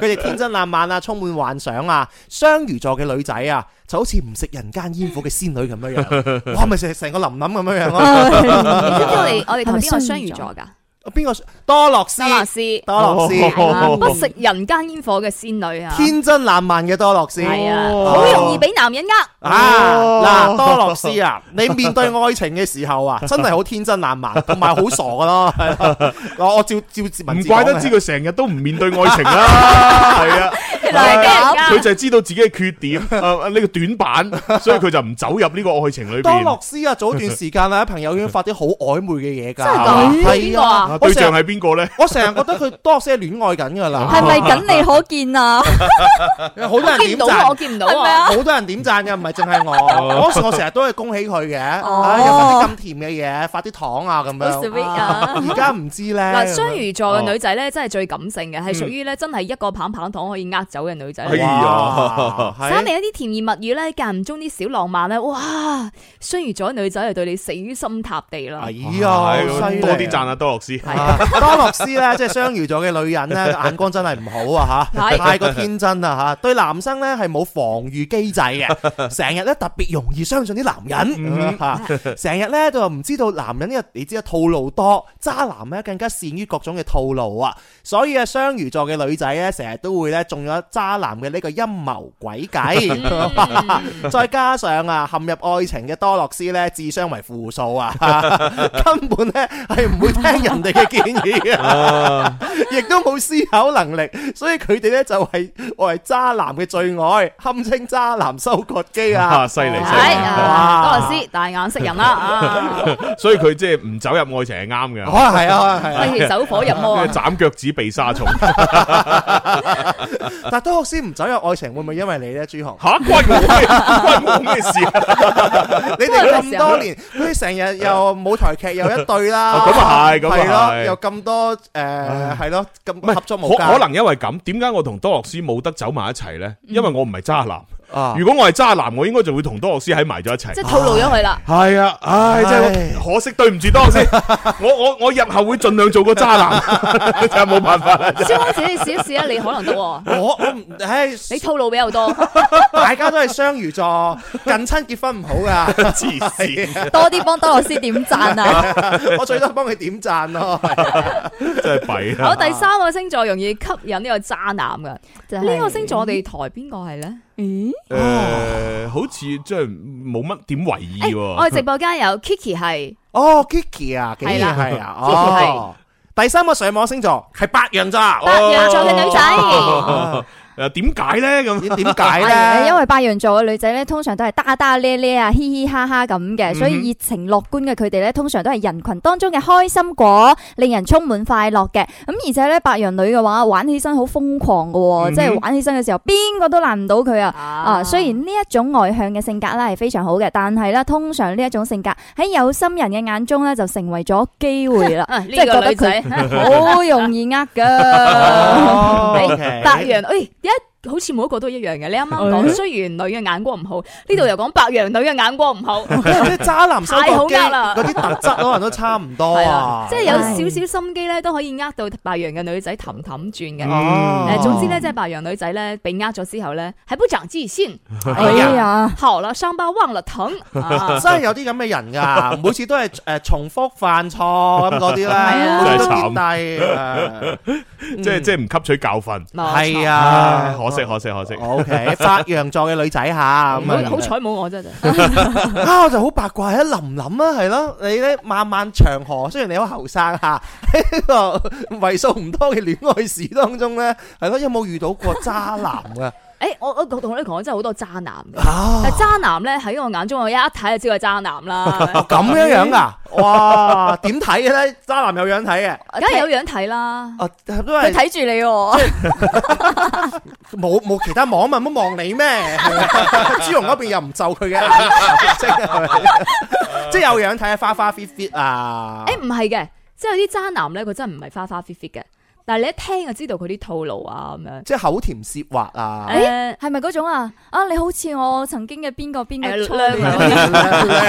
Speaker 1: 佢哋天真爛漫啊，充滿幻想啊。雙魚座嘅女仔啊，就好似唔食人間煙火嘅仙女咁樣
Speaker 3: *laughs*
Speaker 1: 樣，哇，咪成成個琳琳咁樣樣
Speaker 2: 啊
Speaker 1: 咯。
Speaker 2: 你知唔知我哋我哋頭先話
Speaker 4: 係
Speaker 2: 雙
Speaker 4: 咪
Speaker 2: 魚
Speaker 4: 雙魚座
Speaker 2: 座噶？
Speaker 1: 邊個多樂斯
Speaker 2: 多？樂斯，啊
Speaker 1: 多樂斯，
Speaker 3: 哦
Speaker 2: 不食人間煙火嘅仙女啊，
Speaker 1: 天真爛漫嘅多樂斯。
Speaker 2: 係啊，
Speaker 3: 哦
Speaker 2: 好容易俾男人呃。
Speaker 1: 啊！嗱，多樂斯啊，你面對愛情嘅時
Speaker 3: *laughs*
Speaker 1: 候啊，真係好天真爛漫，同埋好傻噶咯。係咯我我照照字 *laughs* 文
Speaker 3: 唔
Speaker 1: 字啊哎
Speaker 3: 怪得
Speaker 1: 講嘅
Speaker 3: 知佢成日都唔面對愛情
Speaker 1: *laughs*
Speaker 3: 啦，係啊，
Speaker 2: 來俾人呃
Speaker 3: 佢就係知道自己嘅缺點，啊呢個短
Speaker 1: *laughs*
Speaker 3: 板，所以佢就唔走入呢個愛情裏
Speaker 1: 多
Speaker 3: 邊
Speaker 1: 樂。斯啊，早段時間啊，喺朋友圈發啲好曖昧嘅嘢㗎。
Speaker 2: 真係
Speaker 3: 㗎
Speaker 1: 係
Speaker 2: 邊個啊
Speaker 1: 啊
Speaker 3: 啊，
Speaker 1: 我
Speaker 3: 對
Speaker 1: 成
Speaker 3: 象
Speaker 1: 日
Speaker 3: 係邊個咧？
Speaker 1: 我成日覺得佢多樂斯係戀愛緊㗎啦。
Speaker 4: 係咪僅你可見
Speaker 1: *laughs*
Speaker 4: 啊？
Speaker 1: 好多人
Speaker 2: 見
Speaker 1: 點
Speaker 2: 唔到我，我
Speaker 1: 贊，
Speaker 2: 見唔到我
Speaker 4: 係咪啊
Speaker 1: 好多人點贊嘅，唔係淨係
Speaker 3: 哦
Speaker 1: 我。嗰時我成日都係恭喜佢嘅，
Speaker 4: 哦
Speaker 1: 唉又發啲咁甜嘅嘢，發啲糖啊咁
Speaker 2: 好
Speaker 1: 樣。
Speaker 2: sweet 啊！
Speaker 1: 而家唔知咧。
Speaker 2: 嗱，雙魚座嘅女仔咧，真係最感性嘅，係屬於咧真係一個棒棒糖可以呃走嘅女仔
Speaker 3: 哎
Speaker 2: 嚟。
Speaker 3: 呀
Speaker 1: 哇係
Speaker 2: 三嚟一啲甜言蜜語咧，間唔中啲小浪漫咧，哇！雙魚座女仔就對你死心塌地啦
Speaker 1: 哎。
Speaker 3: 係
Speaker 1: 呀，犀利
Speaker 3: 多啲讚啊，多樂斯。
Speaker 2: 係
Speaker 1: 啊多樂斯咧， *laughs* 即係雙魚座嘅女人咧，眼光真係唔好啊吓，
Speaker 2: 係
Speaker 1: 太過天真啦吓，對男生咧係冇防禦機制嘅，成日咧特別容易相信啲男人吓，成日咧就唔知道男人呢個你知啊套路多，渣男咧更加善於各種嘅套路啊，所以啊雙魚座嘅女仔咧成日都會咧中咗渣男嘅呢個陰謀詭
Speaker 3: *laughs*
Speaker 1: 計，再加上啊陷入愛情嘅多樂斯咧智商為負數啊， *laughs* 根本咧係唔會聽人哋嘅建議嘅。
Speaker 3: *laughs* 啊
Speaker 1: 亦都冇思考能力，所以佢哋咧就係我係渣男嘅最愛，堪稱渣男收割機
Speaker 3: *laughs* 啊，
Speaker 1: 啊！
Speaker 3: 犀利犀
Speaker 2: 係
Speaker 3: 利！
Speaker 1: 哇
Speaker 2: 啊，多樂斯大眼識人啦，啊，
Speaker 3: 所以佢即係唔走入愛情係啱
Speaker 1: 可
Speaker 3: 嘅，
Speaker 1: 能係啊，可能係啊，
Speaker 2: 費事走火入魔啊！
Speaker 3: 斬腳趾避沙蟲。？
Speaker 1: 但係多學師唔走入愛情，會唔會因為你咧，朱紅
Speaker 3: *laughs* 吓，關我咩？關我咩事啊？ *laughs*
Speaker 1: 你哋咁多年，佢哋成日又舞台劇又一對啦，
Speaker 3: 哦咁 *laughs* 啊係咁啊係
Speaker 1: 咯，又咁多誒，係咯，
Speaker 3: 唔係
Speaker 1: 咁合作無
Speaker 3: 可
Speaker 1: 間，
Speaker 3: 可能因為咁，點解我同多樂斯冇得走埋一齊
Speaker 2: 嗯
Speaker 3: 咧？因為我唔係渣男。
Speaker 1: 啊
Speaker 3: 如果我係渣男，我應該就會同多樂斯喺埋咗一齊
Speaker 2: 即。係套路咗佢啦。
Speaker 3: 啊係啊，唉，真
Speaker 1: 唉
Speaker 3: 係可惜，對唔住多樂斯。我我我日後會盡量做個渣男， *laughs* 真係冇辦法啦。
Speaker 2: 蕭公子，你試一試啊，你可能得喎，
Speaker 1: 我我唔，唉，
Speaker 2: 你套路比較多，
Speaker 1: 大家都係雙魚座， *laughs* 近親結婚唔好 *laughs* 噶，
Speaker 3: 黐線，
Speaker 4: 多啲幫多樂斯點
Speaker 1: *laughs*
Speaker 4: 讚啊！
Speaker 1: 我最多幫佢點讚咯。
Speaker 3: 真係弊啊
Speaker 2: 好，
Speaker 3: 啦。
Speaker 2: 第三個星座容易吸引呢個渣男嘅，呢
Speaker 4: 呢
Speaker 2: 個星座我哋台邊個係咧？
Speaker 4: 咦？
Speaker 3: 誒，好似真係冇乜點為意
Speaker 2: 哦誒哎我
Speaker 3: 喎。
Speaker 2: 哋直播間有 Kiki 係
Speaker 1: 哦，Kiki 啊，竟
Speaker 2: 係啦
Speaker 1: 然係啊，
Speaker 2: Kiki 係
Speaker 1: 哦，第三個上網星座係白羊座，
Speaker 2: 白羊座嘅女仔，
Speaker 3: 哦誒，點解咧咁？
Speaker 1: 咦點
Speaker 2: *laughs*
Speaker 1: 解
Speaker 4: 係
Speaker 2: 啊
Speaker 1: 咧？
Speaker 4: 因為白羊座嘅女仔咧，通常都係打打咧咧啊，嘻嘻哈哈咁嘅，所以熱情樂觀嘅佢哋咧，通常都係人群當中嘅開心果，令人充滿快樂嘅。咁而且咧，白羊女嘅話玩起身好瘋狂嘅喎，
Speaker 3: 嗯哼
Speaker 4: 即係玩起身嘅時候，邊個都難唔到佢啊！啊，
Speaker 2: 啊，
Speaker 4: 雖然呢一種外向嘅性格咧係非常好嘅，但係咧通常呢一種性格喺有心人嘅眼中咧就成為咗機會啦
Speaker 2: 啊
Speaker 4: 即
Speaker 2: 呢
Speaker 4: 係覺
Speaker 2: 個
Speaker 4: 得
Speaker 2: 女仔
Speaker 4: 佢 *laughs* 好容易呃噶。
Speaker 2: *laughs*
Speaker 1: 哦
Speaker 2: 你
Speaker 1: OK
Speaker 2: 白羊，誒一哎好似每一個都一樣嘅。你啱啱講，雖然女嘅眼光唔好，呢度又講白羊女嘅眼光 *laughs* 唔好，
Speaker 1: 啲渣男收
Speaker 2: 太好
Speaker 1: 割機
Speaker 2: 呃啦
Speaker 1: 嗰啲特質可能都差唔多
Speaker 2: 係啊
Speaker 1: 啊，，
Speaker 2: 即係有少少心機咧，都可以呃到白羊嘅女仔氹氹轉嘅。
Speaker 1: 哦
Speaker 2: 誒，總之咧，即係白羊女仔咧，被呃咗之後咧，係不長知先，
Speaker 4: 哎呀，
Speaker 2: 好啦，傷疤忘了疼。 *laughs* 啊
Speaker 1: 真係有啲咁嘅人
Speaker 2: *laughs*
Speaker 1: 㗎，每次都係誒重複犯錯咁嗰啲咧，
Speaker 2: 啊
Speaker 1: 每次
Speaker 3: 真
Speaker 1: 都
Speaker 3: 係慘
Speaker 1: 跌低誒，
Speaker 3: 即係即係唔吸取教訓。
Speaker 2: 冇錯
Speaker 1: 係
Speaker 3: 啊
Speaker 2: *laughs*
Speaker 1: 啊，，
Speaker 3: 可惜可惜可惜。
Speaker 1: O K，白羊座嘅女仔吓，咁啊
Speaker 2: 哦哎好好彩冇我真係。 *laughs*
Speaker 1: 啊，我就好八卦啊，林林啊，係咯，你咧漫漫長河，雖然你好後生吓，喺呢個為數唔多嘅戀愛史當中咧，係咯，有冇遇到過渣男啊噶？
Speaker 2: 誒，哎我我同你講，真係好多渣男嘅。
Speaker 1: 啊，。
Speaker 2: 但渣男咧喺我眼中，我一睇就知佢係渣男啦
Speaker 1: 咁樣樣
Speaker 4: 啊
Speaker 1: 噶？哇，點睇嘅咧？渣男有樣睇嘅，
Speaker 2: *laughs* 梗係有樣睇啦。
Speaker 1: 啊，都係
Speaker 4: 佢睇住你喎。
Speaker 1: 冇冇其他網民都望你咩？
Speaker 4: *laughs*
Speaker 1: 係咪朱紅嗰邊又唔就佢嘅，即係即係有樣睇啊，花花 fit fit 啊，
Speaker 2: 誒唔係嘅，即係有啲渣男咧，佢真係唔係花花 fit fit 嘅，但係你一聽就知道佢啲套路啊咁樣。
Speaker 1: 即係口甜舌滑啊，
Speaker 2: 誒
Speaker 4: 系咪嗰種啊？啊，你好似我曾經嘅邊個邊個
Speaker 2: 誒
Speaker 4: 初
Speaker 2: 靚
Speaker 4: 戀
Speaker 2: 女
Speaker 1: 靚 啊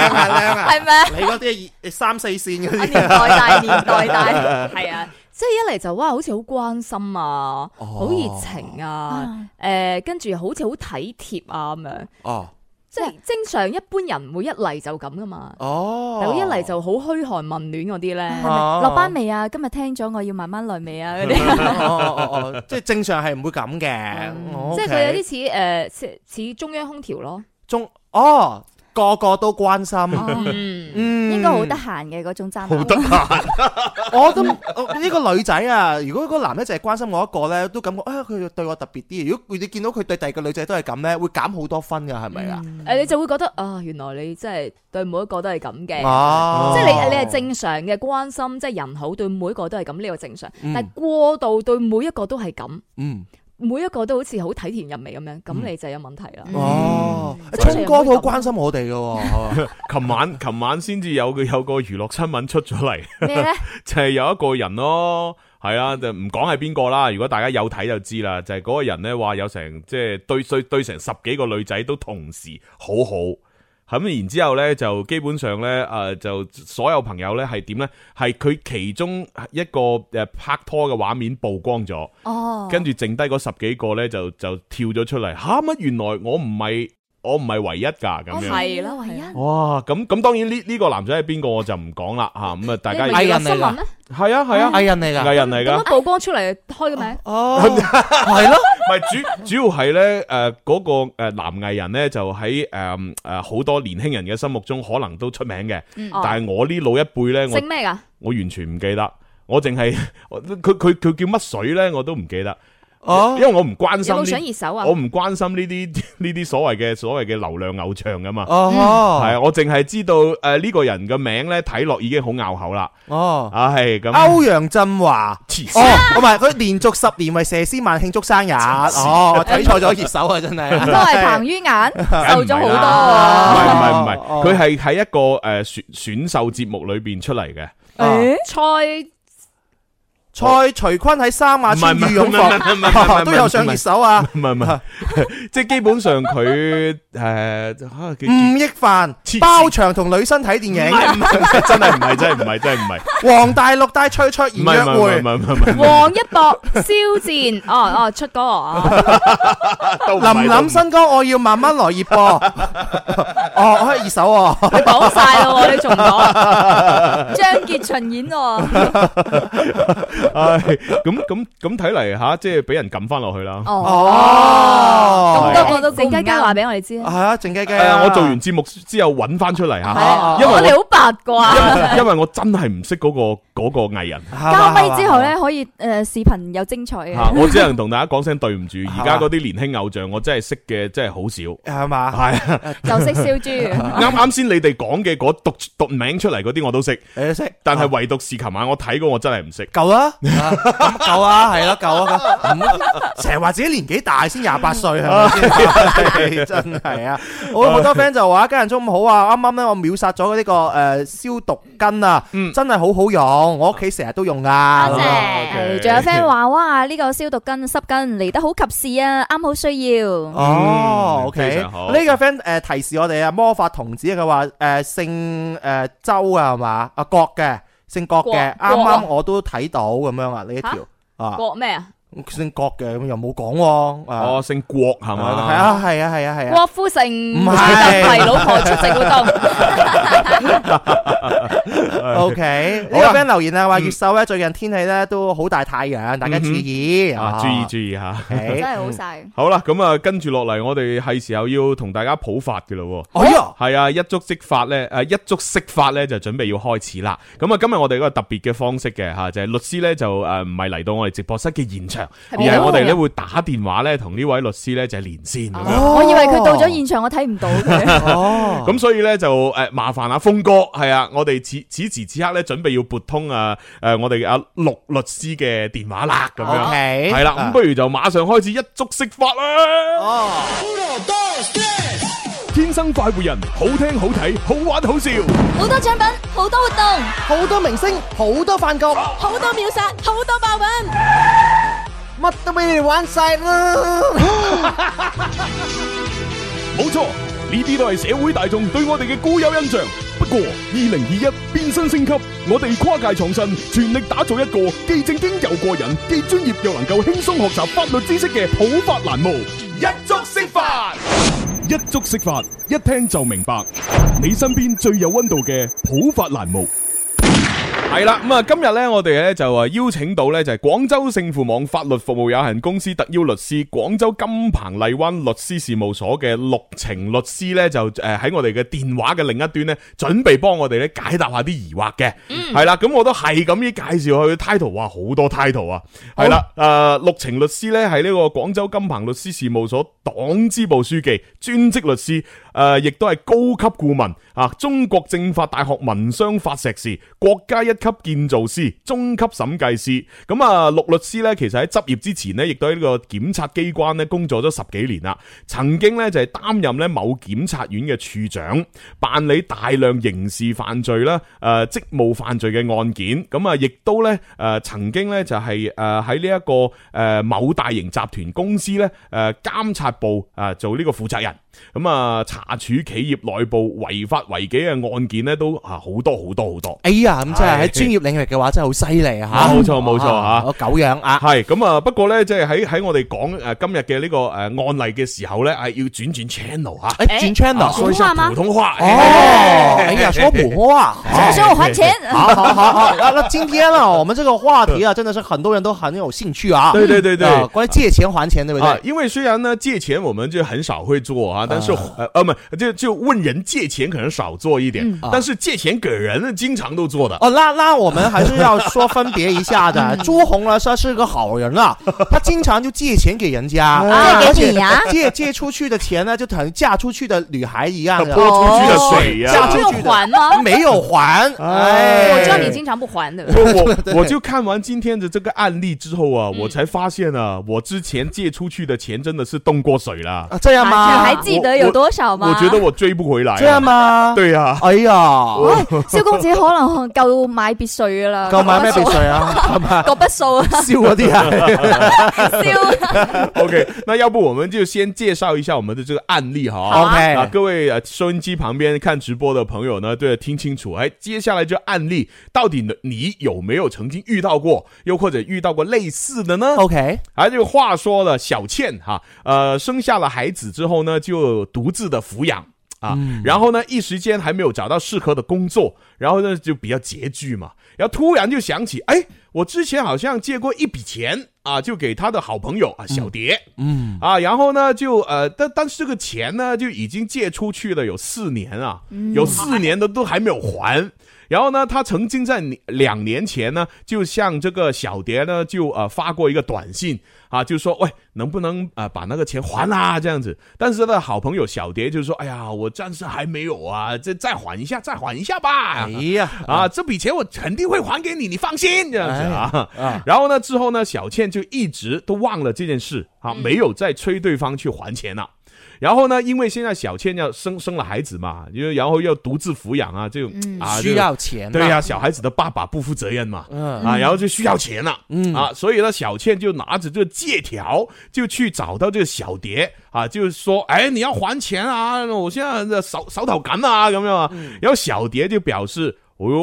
Speaker 2: *laughs*
Speaker 1: 靚啊！
Speaker 4: 係咪啊？
Speaker 1: 你嗰啲二三四線嗰
Speaker 4: 啊
Speaker 1: 啲
Speaker 4: 年代大，年代大。
Speaker 2: *laughs* 係啊，即係一嚟就哇，好似好關心啊，好熱情啊，
Speaker 4: 啊
Speaker 2: 誒跟住好似好體貼啊咁樣。
Speaker 1: 哦
Speaker 2: 即係正常一般人唔會一嚟就咁噶嘛，
Speaker 1: 哦，
Speaker 2: 但佢一嚟就好噓寒問暖嗰啲
Speaker 4: 係
Speaker 2: 咧。
Speaker 1: 啊
Speaker 4: 咪落班未啊？今日聽咗我要慢慢來未啊？嗰啲
Speaker 1: 哦哦哦哦，即係正常係唔會咁嘅，
Speaker 3: 哦
Speaker 2: 即係佢有啲似誒似似中央空調咯，
Speaker 1: 中哦，個個都關心，
Speaker 4: 哦
Speaker 2: 嗯，
Speaker 1: 嗯，
Speaker 4: 應該好得閒嘅嗰種渣男。
Speaker 1: 我都我呢個女仔啊，如果個男仔淨係關心我一個咧，都感覺啊佢對我特別啲。如果你見到佢對第二個女仔都係咁咧，會減好多分噶，係咪啊？
Speaker 3: 嗯
Speaker 2: 誒你就會覺得啊，原來你真係對每一個都係咁嘅，
Speaker 3: 啊
Speaker 1: 哦，
Speaker 2: 即係你你係正常嘅關心，即係人好對每一個都係咁，呢個正常。
Speaker 1: 嗯
Speaker 2: 但係過度對每一個都係咁，
Speaker 1: 嗯
Speaker 2: 每一個都好似好體甜入味咁樣，
Speaker 3: 嗯
Speaker 2: 咁你就有問題啦。
Speaker 1: 哦，
Speaker 2: 嗯
Speaker 1: 聰哥都好關心我哋噶，
Speaker 3: 琴晚琴晚先至有個有 *laughs* 個娛樂新聞出咗嚟， *laughs*
Speaker 4: 咩咧？
Speaker 3: 就係有一個人咯，係啊，就唔講係邊個啦。如果大家有睇就知啦，就係嗰個人咧話有成即係對對對成十幾個女仔都同時好好，咁然之後咧就基本上咧誒、呃就所有朋友咧係點咧？係佢其中一個誒拍拖嘅畫面曝光咗。
Speaker 4: 哦，
Speaker 3: 跟住剩低嗰十幾個咧就就跳咗出嚟，吓乜原來我唔係我唔係唯一㗎咁
Speaker 4: 我
Speaker 3: 樣。
Speaker 2: 係啦
Speaker 4: 哦係啊唯一
Speaker 2: 係
Speaker 3: 哇，咁咁當然呢呢個男仔係邊個我就唔講啦吓，咁啊大家
Speaker 2: 你
Speaker 1: 咪
Speaker 2: 咪娛
Speaker 1: 藝
Speaker 2: 樂
Speaker 1: 人
Speaker 2: 新
Speaker 1: 嚟
Speaker 2: 聞
Speaker 1: 㗎
Speaker 2: 咧，
Speaker 3: 係啊係啊
Speaker 1: 藝人嚟
Speaker 3: 藝
Speaker 1: 噶，
Speaker 3: 人嚟
Speaker 2: 咁啊樣
Speaker 3: 㗎，
Speaker 2: 曝光出嚟開嘅名，
Speaker 1: 哦，係咯，
Speaker 3: 唔係主主要係咧誒嗰個呃男藝人咧就喺誒嗯誒好多年輕人嘅心目中可能都出名嘅，
Speaker 2: 哦
Speaker 3: 但係我呢老一輩咧嗯我
Speaker 2: 姓咩㗎？
Speaker 3: 我完全唔記得。我淨係 *laughs* 我佢佢佢叫乜水咧，我都唔記得，因
Speaker 1: 哦，
Speaker 3: 為我唔關心
Speaker 2: 有冇
Speaker 3: 呢
Speaker 2: 上熱搜啊
Speaker 3: 我？唔關心呢啲 *laughs* 呢啲所謂嘅所謂嘅流量偶像噶嘛。
Speaker 1: 哦，
Speaker 3: 係啊，我淨係知道诶呢個人嘅名咧睇落已經好拗口啦，
Speaker 1: 哦，
Speaker 3: 唉咁
Speaker 1: 歐陽振華。
Speaker 3: 黐
Speaker 1: 哦
Speaker 3: 線，
Speaker 1: 唔係佢連續十年為佘詩曼慶祝生日，哦，我睇錯咗熱搜啊，真係
Speaker 4: 都係彭于
Speaker 1: *laughs*
Speaker 4: 晏瘦咗好多
Speaker 3: 唔
Speaker 4: 啊！
Speaker 3: 係唔係唔係
Speaker 1: 哦，
Speaker 3: 佢係喺一個诶選选秀節目裏边出嚟嘅，嗯
Speaker 1: 哦
Speaker 2: 蔡
Speaker 1: 蔡徐坤喺三亞村羽絨
Speaker 3: 唔係唔係唔係唔係唔係唔
Speaker 1: 服
Speaker 3: 係
Speaker 1: 都有上熱搜啊！
Speaker 3: 唔係唔係，即系基本上佢诶吓叫
Speaker 1: 吳亦凡
Speaker 3: 黐線
Speaker 1: 包場同女生睇電影，
Speaker 3: 唔係真係唔係真係唔係真係唔係
Speaker 1: 黃大陸帶翠卓
Speaker 3: 唔
Speaker 1: 妍
Speaker 3: 係
Speaker 1: 約
Speaker 3: 唔係唔
Speaker 1: 會，
Speaker 3: 係唔係唔係
Speaker 2: 黃一博、 *laughs* 肖戰，哦哦出歌哦，
Speaker 3: 都唔係
Speaker 1: 林
Speaker 3: 都唔
Speaker 1: 林新歌我要慢慢來熱播，哦，我係熱搜喎，
Speaker 2: 你講晒咯，你仲唔啊講？
Speaker 4: 張杰巡演喎，
Speaker 3: 唉咁咁咁睇嚟吓，即係俾人撳翻落去啦。
Speaker 4: 哦
Speaker 1: 哦，
Speaker 4: 咁多個都
Speaker 2: 靜雞雞話俾我哋知
Speaker 1: 係
Speaker 2: 啊，
Speaker 1: 啊，靜雞雞
Speaker 3: 係
Speaker 1: 啊
Speaker 3: 啊，我做完節目之後揾翻出嚟
Speaker 1: 係
Speaker 3: 吓，
Speaker 1: 啊
Speaker 3: 因為
Speaker 2: 我
Speaker 3: 我
Speaker 2: 哋好八
Speaker 3: *laughs*
Speaker 2: 卦。
Speaker 3: 因為因為我真係唔識嗰個嗰個藝人
Speaker 1: 哦
Speaker 4: 交咪之後咧，可以诶視頻有精彩
Speaker 3: *laughs* 吓，
Speaker 4: 嘅。
Speaker 3: 我只能同大家講聲對唔住，
Speaker 1: 嘛
Speaker 3: 而家嗰啲年輕偶像我真係識嘅真係好少。
Speaker 1: 係嘛？
Speaker 3: 係啊，
Speaker 4: 就識燒豬，
Speaker 3: 啱啱先你哋講嘅嗰讀讀名出嚟嗰啲我都識，
Speaker 1: 你識，
Speaker 3: 但係唯獨是琴晚我睇過我真係唔識。
Speaker 1: 夠啦，啊咁夠啦，係啦，夠啦，咁成日話自己年紀大先廿八歲係咪先？ *laughs* 真係啊！我好多 friend 就話家人中午好啊，啱啱咧我秒殺咗呢個誒消毒巾啊，
Speaker 3: 嗯
Speaker 1: 真係好好用，我屋企成日都用啊噶。
Speaker 4: 多
Speaker 3: 謝
Speaker 4: 謝。仲有 friend 話：哇，呢個消毒巾、濕巾嚟得好及時啊，啱好需要。
Speaker 1: 哦
Speaker 3: 嗯
Speaker 1: ，OK，
Speaker 3: 非常好
Speaker 1: 呢個 friend 誒提示我哋啊，魔法童子佢話誒姓誒周啊係嘛？啊郭嘅，姓郭嘅，啱
Speaker 2: 郭郭
Speaker 1: 啱我都睇到咁樣啊，呢一條啊
Speaker 2: 國咩啊？
Speaker 1: 姓郭嘅咁又冇講喎啊。
Speaker 3: 哦，姓郭
Speaker 1: 系
Speaker 3: 係嘛？
Speaker 1: 啊，系啊，系啊，系啊。
Speaker 2: 郭富城唔
Speaker 1: 係
Speaker 2: 為老婆出席活動，
Speaker 1: O K，呢
Speaker 3: 好
Speaker 1: 個
Speaker 3: 啦
Speaker 1: friend 留言啊，話越秀咧最近天氣咧都好大太陽，大家注意
Speaker 3: 嗯啊，注意注意吓。
Speaker 1: 意
Speaker 3: *laughs*
Speaker 4: 真係好晒。
Speaker 3: 好啦，咁啊，跟住落嚟，我哋係時候要同大家普法嘅咯喎。
Speaker 1: 哎呀，
Speaker 3: 系啊，一觸即發咧，诶，一觸釋法咧就準備要開始啦。咁啊，今日我哋嗰個特別嘅方式嘅吓，就係律師咧就诶唔係嚟到我哋直播室嘅現場，而
Speaker 2: 係邊個
Speaker 3: 係我哋咧會打電話咧同呢位律師咧就係連線咁樣。
Speaker 1: 哦
Speaker 4: 我以為佢到咗現場，我睇唔
Speaker 1: *laughs*
Speaker 4: 到佢。
Speaker 1: 哦，
Speaker 3: 咁所以咧就诶麻煩阿峰哥係啊，我哋此此時此刻咧準備要撥通啊诶我哋嘅阿陸律師嘅電話啦，咁
Speaker 1: O
Speaker 3: 樣
Speaker 1: K，
Speaker 3: 係啦，咁不如就馬上開始一觸釋法啦。
Speaker 1: 哦，
Speaker 3: 天生快活人，好聽好睇，好玩好笑。
Speaker 4: 好多獎品，好多活動。
Speaker 1: 好多明星，好多飯局，
Speaker 8: 好多秒殺，好多爆品。
Speaker 1: 乜都俾你哋玩晒啦！
Speaker 3: 冇錯，呢啲都係社會大眾對我哋嘅固有印象。不過，二零二一變身升級，我哋跨界創新，全力打造一個既正經又過癮，既專業又能夠輕鬆學習法律知識嘅普法欄目，一觸識法。一觸識法，一聽就明白。你身邊最有溫度嘅普法欄目。系啦，咁啊，今日咧，我哋咧就啊邀請到咧就係廣州勝富網法律服務有限公司特邀律師、廣州金鵬荔灣律師事務所嘅陸程律師咧，就诶喺我哋嘅電話嘅另一端咧，準備幫我哋咧解答下啲疑惑嘅。係啦，咁我都係咁樣介紹佢 title，哇，好多 title 啊！係啦，诶，陸程律師咧係呢個廣州金鵬律師事務所黨支部書記、專職律師。誒、呃亦都係高級顧問啊！中國政法大學民商法碩士，國家一級建造師，中級審計師。咁啊，陸律師呢，其實喺執業之前呢，亦都喺呢個檢察機關呢工作咗十幾年啦。曾經呢，就係、擔任呢某檢察院嘅處長，辦理大量刑事犯罪啦、誒、呃職務犯罪嘅案件。咁啊，亦都呢，誒、曾經呢，就係誒喺呢一個誒、某大型集團公司呢，誒、呃監察部啊做呢個負責人。咁啊，查處企業內部違法違紀嘅案件咧，都啊好多好多好多。
Speaker 1: 哎呀，咁真係喺專業領域嘅話，真係好犀利啊！
Speaker 3: 啊冇錯冇錯啊
Speaker 1: 我狗樣啊！
Speaker 3: 系咁啊，不過咧，即係喺喺我哋講诶今日嘅呢個诶案例嘅時候咧，係要轉轉 channel 啊吓，
Speaker 1: 誒哎轉 channel，
Speaker 2: 普通話嗎
Speaker 3: 普？通話。
Speaker 1: 哦，哎
Speaker 3: *laughs*
Speaker 1: 呀，说普通话。
Speaker 4: 我想我还钱。
Speaker 1: *laughs* 好啊好好好，那那今天呢，我们这个话题啊，真的是很多人都很有兴趣啊。
Speaker 3: 对对对对
Speaker 1: 啊关于借钱还钱，对不
Speaker 3: 啊
Speaker 1: 对，？
Speaker 3: 因為雖然呢借錢我們就很少會做啊，但是呃呃，唔係就就問人借錢可能少做一
Speaker 1: 嗯
Speaker 3: 點，但是借錢給人呢，經常都做的。
Speaker 1: *laughs* 哦，那那我们还是要说分别一下
Speaker 3: *laughs* 嗯
Speaker 1: 的。朱红呢，他是个好人啊，他经常就借钱给人家，
Speaker 4: 借
Speaker 1: 而
Speaker 4: 给
Speaker 1: 且
Speaker 4: 你啊
Speaker 1: 借借出去的钱呢，就等于嫁出去的女孩一样的
Speaker 3: *laughs* 泼，出去的水呀、
Speaker 1: 嫁出
Speaker 2: 有
Speaker 1: 去的
Speaker 2: 还
Speaker 1: *laughs*
Speaker 3: *laughs*
Speaker 2: 吗？
Speaker 1: 没有还。
Speaker 2: 我
Speaker 1: 哎
Speaker 2: 知道你经常不还
Speaker 1: *laughs*
Speaker 2: 的。
Speaker 3: 我我我就看完今天的这个案例之后
Speaker 1: 嗯
Speaker 3: 啊，我才发现啊，我之前借出去的钱真的是动过水啦。
Speaker 1: 啊，这样
Speaker 4: 你
Speaker 1: 吗
Speaker 3: 哎
Speaker 4: 还？记得有多少吗？
Speaker 3: 我觉得我追不回来。啊
Speaker 1: 这样？吗？
Speaker 3: 对啊呀，
Speaker 1: 哎呀，
Speaker 4: *laughs* 喂，萧哦公子可能夠買別墅
Speaker 1: *laughs*
Speaker 4: 噶啦，
Speaker 1: 购买咩别墅
Speaker 3: *laughs*
Speaker 1: 啊？
Speaker 4: 個筆數啊，
Speaker 1: 烧嗰啲啊？
Speaker 4: 萧
Speaker 3: *laughs* OK，那要不我们就先介绍一下我们的这个案例
Speaker 1: 好
Speaker 3: 哈。
Speaker 1: 啊 OK
Speaker 3: 啊，各位呃收音机旁边看直播的朋友呢，对，听清楚。哎，接下来这案例到底呢你有没有曾经遇到过，又或者遇到过类似的呢？
Speaker 1: *laughs* OK，
Speaker 3: 啊，这个话说了，小倩哈、呃，生下了孩子之后呢，就独自的抚养啊，然后呢，一时间还没有找到适合的工作，然后呢就比较拮据嘛，然后突然就想起，哎，我之前好像借过一笔钱啊，就给他的好朋友啊小蝶，嗯啊，然后呢就呃，但但是这个钱呢就已经借出去了有四年啊，有四年的都还没有还。然后呢，他曾经在你两年前呢，就向这个小蝶呢，就呃发过一个短信啊，就说喂，能不能呃把那个钱还啦、这样子。但是他的好朋友小蝶就说，哎呀，我暂时还没有啊，这再缓一下，再缓一下吧。
Speaker 1: 哎呀，
Speaker 3: 啊，这笔钱我肯定会还给你，你放心这样子啊。
Speaker 1: 哎啊
Speaker 3: 然后呢，之后呢，小倩就一直都忘了这件事
Speaker 1: 嗯
Speaker 3: 啊，没有再催对方去还钱了。然后呢，因为现在小倩要生生了孩子嘛，因为然后要独自抚养啊，就、啊
Speaker 1: 需。
Speaker 3: 就
Speaker 1: 要钱啊。
Speaker 3: 对呀、小孩子的爸爸不负责任嘛，
Speaker 1: 嗯
Speaker 3: 啊，然后就需要钱了，
Speaker 1: 嗯
Speaker 3: 啊，所以呢，小倩就拿着这个借条，就去找到这个小蝶啊，就是说，哎，你要还钱啊，我现在手手头紧啊，咁样啊，
Speaker 1: 嗯
Speaker 3: 然后小蝶就表示，哦哟，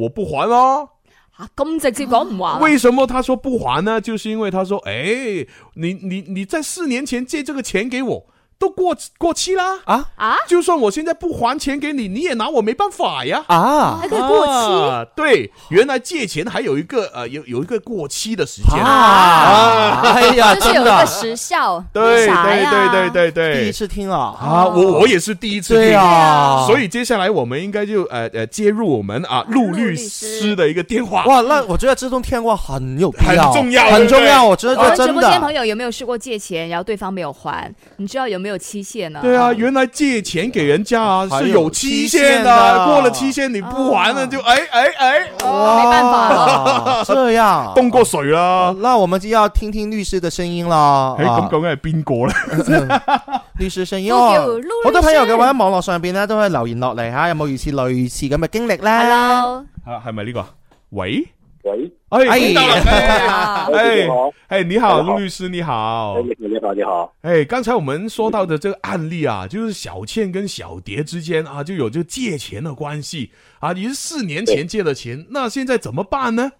Speaker 3: 我不还哦。
Speaker 2: 啊咁直接讲唔还啊，
Speaker 3: 为什么他说不还呢？就是因为他说，哎，你你你在四年前借这个钱给我，都过过期啦，
Speaker 1: 啊
Speaker 2: 啊
Speaker 3: 就算我现在不还钱给你，你也拿我没办法呀。
Speaker 1: 啊
Speaker 2: 还可以过期。
Speaker 3: 啊，对，原来借钱还有一个呃，有有一个过期的时
Speaker 1: *laughs*
Speaker 3: 间。
Speaker 1: 啊！哎
Speaker 4: *laughs*
Speaker 1: 呀，
Speaker 4: 就是有
Speaker 1: 真
Speaker 4: 一個
Speaker 1: 的，
Speaker 4: 時效，
Speaker 3: 对
Speaker 4: 啥
Speaker 3: 对
Speaker 4: 呀
Speaker 3: 对对对
Speaker 1: 第一
Speaker 3: 对，
Speaker 1: 次听啊。
Speaker 3: 哎啊，我我也是第一次
Speaker 1: 对
Speaker 3: 听。
Speaker 1: 啊，
Speaker 3: 所以接下来我们应该就呃呃接入我们啊陆律师的一个电话。
Speaker 1: 哇，那我觉得这种天光很有必要，
Speaker 3: 很重要
Speaker 1: 很重
Speaker 3: 对不
Speaker 1: 要。我觉
Speaker 2: 我
Speaker 1: 得
Speaker 2: 们哦直
Speaker 1: 真
Speaker 2: 播间朋
Speaker 1: 的，
Speaker 2: 友有没有试过借钱，然后对方没有还？你知道有没有期限呢？
Speaker 3: 对啊，原来借钱给人家啊
Speaker 1: 还
Speaker 3: 是
Speaker 1: 有
Speaker 3: 有期
Speaker 1: 期
Speaker 3: 限
Speaker 1: 限的啊
Speaker 3: 过了期限你不还了就哎哎哎，
Speaker 2: 哦
Speaker 1: 哇
Speaker 4: 沒辦法
Speaker 2: 啊
Speaker 1: 了，哦这样。
Speaker 3: 冻过水啦。
Speaker 1: 那我们就要听听律师的声音了。
Speaker 3: 哎，
Speaker 1: 啊
Speaker 3: 咁究竟系边个咧？
Speaker 1: *laughs* 律師聲音。哦
Speaker 4: 都叫
Speaker 1: 好
Speaker 4: Lulu
Speaker 1: 多朋友嘅話喺網絡上邊咧都可以留言落嚟吓，有冇類似類似咁嘅經歷咧？
Speaker 4: Hello，
Speaker 3: 啊，系咪呢个啊？喂，
Speaker 9: 喂，
Speaker 3: 哎，
Speaker 1: 哎
Speaker 3: 听到了
Speaker 9: 喂
Speaker 3: 哎
Speaker 9: 你好，
Speaker 3: 哎，你好，
Speaker 9: 你好
Speaker 3: 陆律师，你好
Speaker 9: 哎。你好，你好，
Speaker 3: 哎，刚才我们说到的这个案例啊，就是小倩跟小蝶之间啊，就有这个借钱的关系啊。你是四年前借的钱，那现在怎么办呢？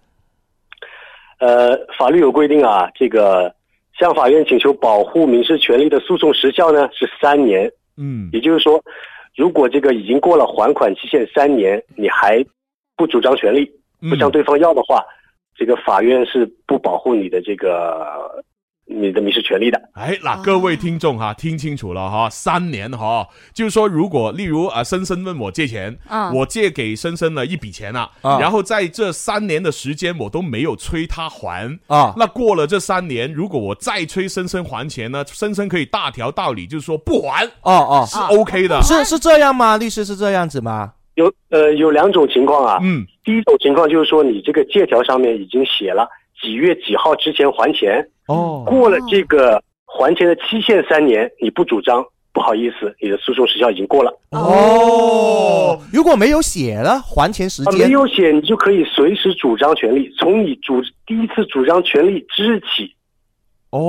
Speaker 9: 呃，法律有规定啊，这个向法院请求保护民事权利的诉讼时效呢是三年，
Speaker 3: 嗯
Speaker 9: 也就是说，如果这个已经过了还款期限三年，你还不主张权利，
Speaker 3: 嗯
Speaker 9: 不向对方要的话，这个法院是不保护你的这个你的民事权利的。
Speaker 3: 哎，嗱，各位听众哈、听清楚了哈，三年哈，就是说，如果例如啊，深深问我借钱，
Speaker 4: 嗯
Speaker 3: 我借给深深了一笔钱了、
Speaker 1: 啊
Speaker 3: 然后在这三年的时间我都没有催他还。
Speaker 1: 啊，
Speaker 3: 那过了这三年，如果我再催深深还钱呢，深深可以大条道理就是说不还
Speaker 1: 哦哦，
Speaker 3: 是 OK 的。
Speaker 1: 是是这样吗？律师是这样子吗？
Speaker 9: 有呃有两种情况啊，
Speaker 3: 嗯
Speaker 9: 第一种情况就是说你这个借条上面已经写了几月几号之前还钱，
Speaker 1: 哦，
Speaker 9: 过了这个还钱的期限三年，你不主张，不好意思，你的诉讼时效已经过了。
Speaker 1: 哦，如果没有写了还钱时
Speaker 9: 啊，没
Speaker 1: 间，
Speaker 9: 有写，你就可以随时主张权利，从你主第一次主张权利之日起往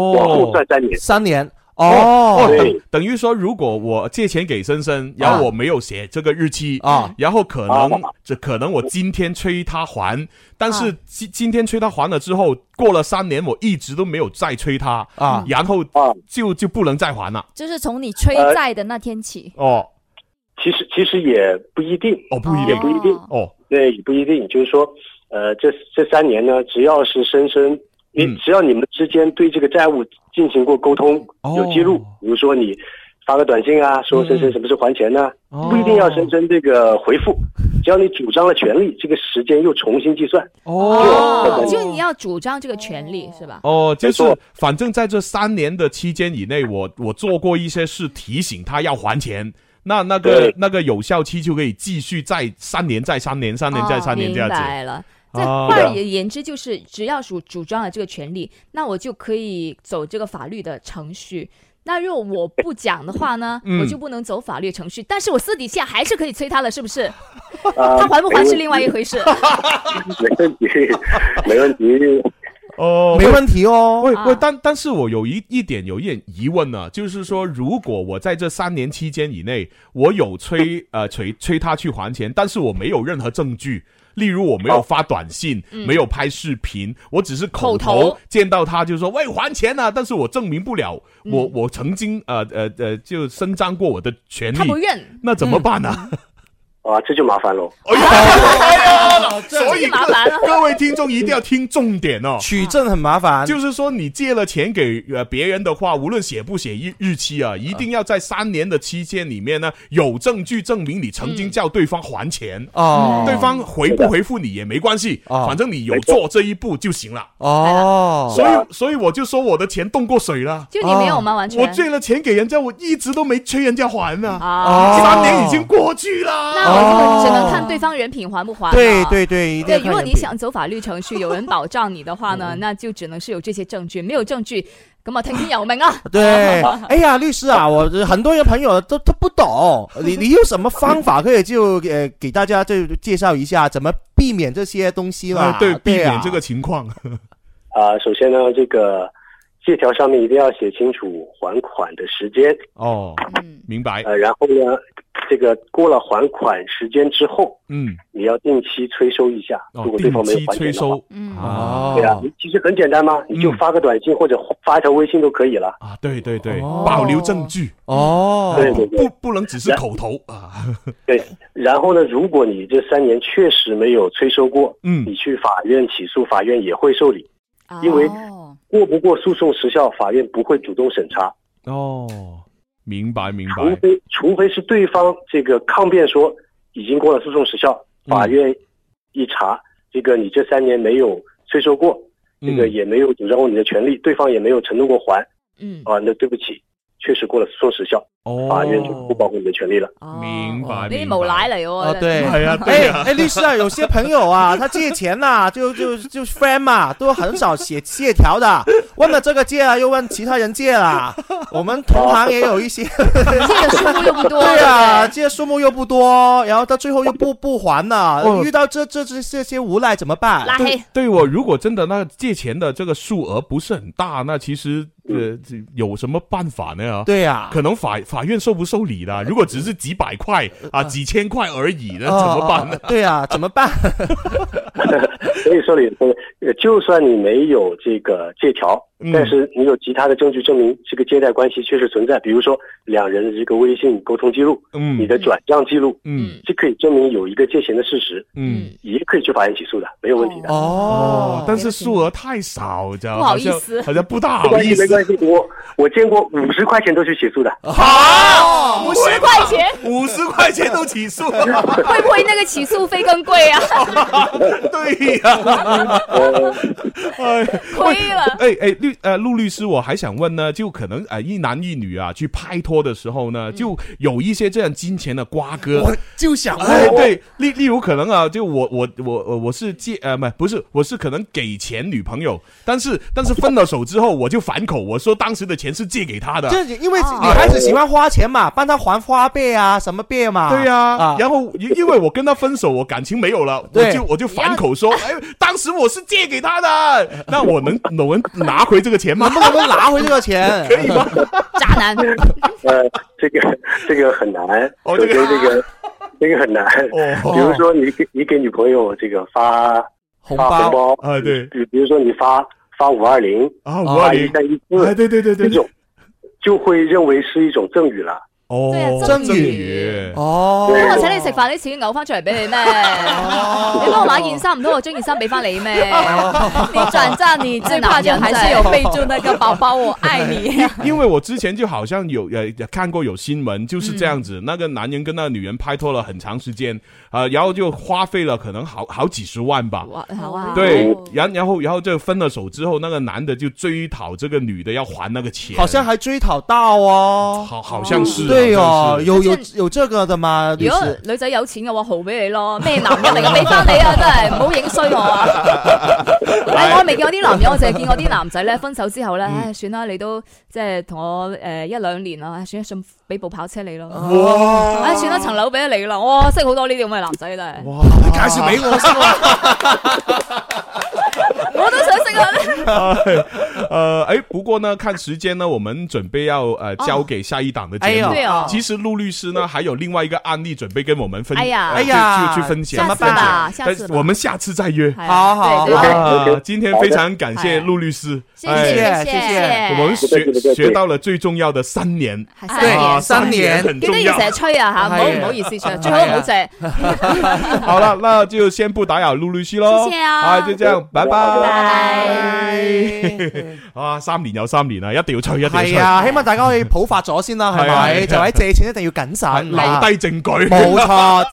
Speaker 3: 哦
Speaker 9: 后算三年。
Speaker 1: 三年哦
Speaker 9: 对
Speaker 3: 等等于说，如果我借钱给深深，然后我没有写这个日期
Speaker 1: 啊，
Speaker 3: 然后可能
Speaker 9: 啊
Speaker 3: 这可能我今天催他还，但是今今天催他还了之后，过了三年，我一直都没有再催他
Speaker 1: 啊
Speaker 3: 然后
Speaker 9: 啊
Speaker 3: 就就不能再还了。
Speaker 4: *laughs* 就是从你催
Speaker 1: 呃
Speaker 4: 债的那天起，
Speaker 3: 哦
Speaker 9: 其实其实也不一定，
Speaker 3: 哦，不一
Speaker 9: 啊也
Speaker 3: 定
Speaker 9: 不一定，
Speaker 3: 哦，
Speaker 9: 那也不一定，就是说，呃，这这三年呢，只要是深深，你、
Speaker 3: 嗯
Speaker 9: 只要你们之间对这个债务进行过沟通，
Speaker 1: 哦嗯
Speaker 9: 有记录，比如说你发个短信啊，说深深什么时候还钱呢、
Speaker 1: 哦
Speaker 9: 不一定要深深这个回复，只要你主张了权利，这个时间又重新计
Speaker 1: *laughs*
Speaker 9: 算。
Speaker 2: 哦
Speaker 1: 哦，，
Speaker 2: 就你要主张这个权利是吧？
Speaker 3: 哦，就
Speaker 9: 没
Speaker 3: 是
Speaker 9: 错
Speaker 3: 反正在这三年的期间以内，我我做过一些事提醒他要还钱，那那个
Speaker 9: 对
Speaker 3: 那个有效期就可以继续再三年、再三年、三年、再三
Speaker 9: 哦
Speaker 3: 年
Speaker 2: 哦明
Speaker 3: 这样子。
Speaker 2: 白了。
Speaker 1: 哦
Speaker 2: 这
Speaker 3: 啊
Speaker 2: 换而言之，就是只要主主张了这个权利，那我就可以走这个法律的程序。那如果我不讲的话呢，
Speaker 3: 嗯
Speaker 2: 我就不能走法律程序。但是我私底下还是可以催他了，是不是？
Speaker 9: 啊、哎
Speaker 2: 他还不还是另
Speaker 9: 外
Speaker 2: 外一回事。
Speaker 9: 没问题， *laughs* 没问题。
Speaker 3: 哦，
Speaker 1: 没问题哦。
Speaker 3: 喂
Speaker 2: 啊
Speaker 3: 喂，但但是我有一一点有一点疑问呢、就是说，如果我在这三年期间以内，我有
Speaker 2: *laughs*
Speaker 3: 催呃催催他去还钱，但是我没有任何证据，例如我没有发短信，没有拍视频，我只是口
Speaker 2: 嗯口
Speaker 3: 头
Speaker 2: 头
Speaker 3: 见到他就说喂还钱啊，但是我证明不了
Speaker 2: 嗯
Speaker 3: 我、我曾经呃呃呃就伸张过我的权利
Speaker 9: 哎
Speaker 2: 他，不嗯认，
Speaker 3: 那怎么办呢、
Speaker 9: 啊，这就麻烦喽。
Speaker 2: *laughs*
Speaker 3: 哎呀，哎呀所以
Speaker 2: 太麻烦了。
Speaker 3: 各位听众一定要听重点哦。
Speaker 1: 取证很麻烦，
Speaker 3: 就是说，你借了钱给呃别人的话，无论写不写日日期啊，一定要在三年的期间里面呢，有证据证明你曾经叫对方还钱，
Speaker 1: 哦，
Speaker 3: 对方回不回复你也没关系，
Speaker 1: 哦
Speaker 3: 反正你有做这一步就行了。
Speaker 1: 哦，
Speaker 3: 所以，所以我就说我的钱动过水了，
Speaker 2: 就你没有吗？完全。
Speaker 3: 我借了钱给人家，我一直都没催人家还呢，
Speaker 2: 啊，
Speaker 1: 哦
Speaker 3: 三年已经过去了。哎
Speaker 2: 那我就只能看对方人品还不还了。
Speaker 1: 对对对，一定
Speaker 2: 对，
Speaker 1: 要
Speaker 2: 如果
Speaker 1: 看人
Speaker 2: 你
Speaker 1: 品嗯
Speaker 2: 想走法律程序，有人保障你的话呢，那就只能是有这些证据，没有证据，咁啊听天由命啊。
Speaker 1: 对，
Speaker 2: *laughs*
Speaker 1: 哎呀，律师啊，我很多人朋友都他不 *laughs* 懂，你你有什么方法可以就呃给大家就介绍一下，怎么避免这些东西啦
Speaker 3: 啊？对，避
Speaker 1: 啊
Speaker 3: 免这个情况。
Speaker 9: 啊，首先呢，这个借条上面一定要写清楚还款的时间，
Speaker 3: 哦，
Speaker 4: 嗯，
Speaker 3: *laughs* 明白。
Speaker 9: 呃，然后呢，这个过了还款时间之后，
Speaker 3: 嗯，
Speaker 9: 你要定期催收一下，
Speaker 3: 哦
Speaker 9: 如，果对
Speaker 3: 定
Speaker 9: 方没有
Speaker 3: 期
Speaker 9: 还
Speaker 3: 催
Speaker 9: 钱的话。
Speaker 3: 收。
Speaker 4: 嗯
Speaker 3: 啊。
Speaker 9: 对啊
Speaker 1: 哦，，
Speaker 9: 其实很简单嘛，你就
Speaker 3: 嗯
Speaker 9: 发个短信或者发一条微信都可以了。
Speaker 3: 啊，对对对，
Speaker 1: 哦
Speaker 3: 保留证据，
Speaker 1: 哦，
Speaker 9: 对对
Speaker 3: 不
Speaker 9: 对
Speaker 3: 不能只是口头啊。
Speaker 9: 对，然后呢，如果你这三年确实没有催收过，
Speaker 3: 嗯
Speaker 9: 你去法院起诉，法院也会受理。
Speaker 2: 啊
Speaker 9: 因为
Speaker 4: 哦，
Speaker 9: 过不过诉讼时效，法院不会主动审查，
Speaker 3: 哦，明白明
Speaker 9: 除
Speaker 3: 白。
Speaker 9: 非除非是对方这个抗辩说已经过了诉讼时效，
Speaker 3: 嗯
Speaker 9: 法院一查，这个你这三年没有催收过，这个
Speaker 3: 嗯
Speaker 9: 也没有主张过你的权利，对方也没有承诺过还
Speaker 2: 嗯
Speaker 9: 啊，那对不起，确实过了诉讼时效，
Speaker 3: 哦
Speaker 9: 法院就不保护你的权利了。
Speaker 2: 哦
Speaker 3: 明白
Speaker 2: 哇
Speaker 3: 明
Speaker 2: 你
Speaker 3: 白
Speaker 2: 某来了哟。
Speaker 1: 哦，对，
Speaker 3: 哎
Speaker 1: *laughs*
Speaker 3: 呀，对
Speaker 1: 哎
Speaker 3: 呀，
Speaker 1: 哎，律师啊，有些朋友啊，他借钱呐、就就就是 friend 嘛，都很少写 *laughs* 借条的，问了这个借啊，又问其他人借啦。我们同行也有一些，
Speaker 2: 这个数目又不 *laughs* 多。
Speaker 1: *laughs* 对啊，
Speaker 2: 呀，
Speaker 1: 借数目又不多，然后到最后又不不还呢。
Speaker 3: 哦
Speaker 1: 遇到这这这这些无赖怎么办？
Speaker 2: 拉黑
Speaker 3: 对，对我如果真的那借钱的这个数额不是很大，那其实
Speaker 9: 嗯
Speaker 3: 呃这有什么办法呢？啊，
Speaker 1: 对呀、
Speaker 3: *laughs* 可能法法院受不受理的？如果只是几百块
Speaker 9: 呃
Speaker 3: 啊、几千块而已，
Speaker 9: 啊
Speaker 3: 那怎么办呢？
Speaker 1: 哦？对呀、怎么
Speaker 3: *laughs*
Speaker 1: 办？
Speaker 9: 所以说呢，呃，就算你没有这个借条
Speaker 3: 嗯，
Speaker 9: 但是你有其他的证据证明这个借贷关系确实存在，比如说两人的这个微信沟通记录、你
Speaker 3: 嗯
Speaker 9: 的转账记录，
Speaker 3: 嗯
Speaker 9: 这可以证明有一个借钱的事实，
Speaker 3: 嗯。
Speaker 9: 也可以去法院起诉的，没有问题的。啊
Speaker 1: 哦
Speaker 3: 但是数额太少，知道
Speaker 2: 不好意思
Speaker 3: 好像好像不大
Speaker 9: 没
Speaker 3: 好
Speaker 9: 关
Speaker 3: 意
Speaker 9: 系，
Speaker 3: 思。
Speaker 9: 没
Speaker 3: 哦
Speaker 9: 关系，我我见过五十块钱都去起诉的，
Speaker 1: 哦
Speaker 3: 啊，
Speaker 2: 五十块钱，
Speaker 3: 五十块钱都起诉，
Speaker 2: 会不会那个起诉费更贵啊？ *laughs*
Speaker 3: 对
Speaker 9: *laughs*
Speaker 3: 呀、
Speaker 9: 哦
Speaker 3: 哎
Speaker 2: 亏
Speaker 1: *laughs*
Speaker 2: 了。
Speaker 3: 哎哎，律呃陆律师，我还想问呢，就可能呃一男一女啊去拍拖的时候呢，就有一些这样金钱的瓜葛。
Speaker 1: 嗯就想
Speaker 3: 哎，对，例例如可能啊，就我我我我我是借呃，不不是，我是可能给钱女朋友，但是但是分了手之后，我就反口，我说当时的钱是借给她的，
Speaker 1: 这因为女孩子喜欢花钱嘛，帮她还花呗啊，什么呗嘛。
Speaker 3: 对呀、
Speaker 1: 啊
Speaker 3: 然后因因为我跟他分手，我感情没有了，我
Speaker 1: 对
Speaker 3: 就我就反口说，哎，当时我是借给他的，那我能我能拿回这个钱吗
Speaker 1: *laughs* 能？不能拿回这个
Speaker 3: *laughs*
Speaker 1: 钱？可以吗？
Speaker 2: 渣男，
Speaker 9: 呃，这个这个很难，
Speaker 3: 哦
Speaker 9: 首
Speaker 3: 这
Speaker 9: 先
Speaker 3: 个
Speaker 9: 这个这个很难。
Speaker 3: 哦，
Speaker 9: 比如说你给你给女朋友这个发
Speaker 1: 红
Speaker 9: 发红
Speaker 1: 包
Speaker 9: 包，
Speaker 3: 啊对
Speaker 9: 比比如说你发发五二零、
Speaker 3: 啊，五二
Speaker 9: 发一
Speaker 3: 零，
Speaker 9: 三一
Speaker 3: 哎，
Speaker 9: 四
Speaker 3: 对对对对
Speaker 9: 这
Speaker 3: 对，
Speaker 9: 种，就会认为是一种赠与了。
Speaker 2: 对啊
Speaker 3: 哦，
Speaker 2: 赠
Speaker 1: 与
Speaker 3: 语，
Speaker 1: 哦，
Speaker 2: 咁我請你食飯啲錢嘔翻出嚟俾你咩？你幫我買件衫，唔通我將件衫俾翻你 *laughs* 咩？你轉賬你最怕就還是有備注那個寶寶我愛你。
Speaker 3: 因为我之前就好像有呃看过有新闻就是这样子，那个男人跟那个女人拍拖了很长时间，呃，然后就花费了可能好好几十万吧，
Speaker 2: *laughs* 哇，好啊，
Speaker 3: 对
Speaker 2: 哦，
Speaker 3: 然然后然后这分了手之后，那个男的就追讨这个女的要还那个钱，
Speaker 1: 好像还追讨到哦。
Speaker 3: 好好像是
Speaker 1: 对哦
Speaker 3: 好像，是 *laughs*
Speaker 1: 有有有这个的吗？律
Speaker 2: 如果
Speaker 1: 师，
Speaker 2: 女仔有錢嘅話，豪俾你咯。咩男人嚟嘅俾翻你啊？真係唔好影衰我啊！唉我未見過啲男人，我淨係見過啲男仔咧，分手之後咧，唉，算啦，你都即係同我誒一兩年啦，唉算啦，信俾部跑車你咯。
Speaker 1: 哇
Speaker 2: 唉，算啦，層樓俾咗你啦。我識好多呢啲咁嘅男仔真係。
Speaker 1: 哇，介绍俾我先啦。
Speaker 2: 我都想識啊！
Speaker 3: 呃，哎，不过呢，看时间呢，我们准备要呃交给下一档的
Speaker 1: 哎
Speaker 3: 节
Speaker 1: 呦
Speaker 3: 目。
Speaker 2: 對哦，
Speaker 3: 其实陆律师呢，还有另外一个案例准备跟我们分，
Speaker 2: 哎呀
Speaker 3: 呃
Speaker 1: 哎呀
Speaker 3: 去去去分享，
Speaker 2: 下
Speaker 1: 下次
Speaker 2: 次
Speaker 1: 吧
Speaker 2: 吧，下
Speaker 3: 但
Speaker 2: 次
Speaker 3: 是我们下次再约。
Speaker 1: 好好
Speaker 2: 对
Speaker 1: 好
Speaker 2: 对
Speaker 9: 好
Speaker 3: 啊
Speaker 9: OK，OK，
Speaker 3: 今天非常感谢陆律师，
Speaker 4: 谢
Speaker 3: 哎
Speaker 1: 谢
Speaker 4: 谢
Speaker 1: 谢
Speaker 4: 谢，
Speaker 3: 我们
Speaker 9: 不客气
Speaker 3: 学
Speaker 9: 不客气
Speaker 3: 学到了最重要的三年，
Speaker 2: 係
Speaker 3: 啊
Speaker 4: 係
Speaker 2: 三
Speaker 1: 对，
Speaker 2: 年。
Speaker 1: 三年。
Speaker 3: 很
Speaker 2: 記
Speaker 3: 重
Speaker 2: 得
Speaker 3: 要
Speaker 2: 要成。日吹啊嚇，唔好
Speaker 1: 係啊
Speaker 2: 唔好意思吹，最好唔好借。
Speaker 3: 好了，那就先不打扰陆律师喽。
Speaker 2: 谢谢啊
Speaker 3: 啊，就这样，拜
Speaker 2: 拜
Speaker 3: 拜。啊，三年有三年啦，一定要吹，一定要吹
Speaker 1: *laughs* 系， *laughs* 啊，希望大家可以普法咗先啦，系
Speaker 3: 係啊係啊
Speaker 1: 咪？就喺借錢一定要謹
Speaker 3: 係
Speaker 1: 慎。
Speaker 3: 留低證據。
Speaker 1: 冇錯。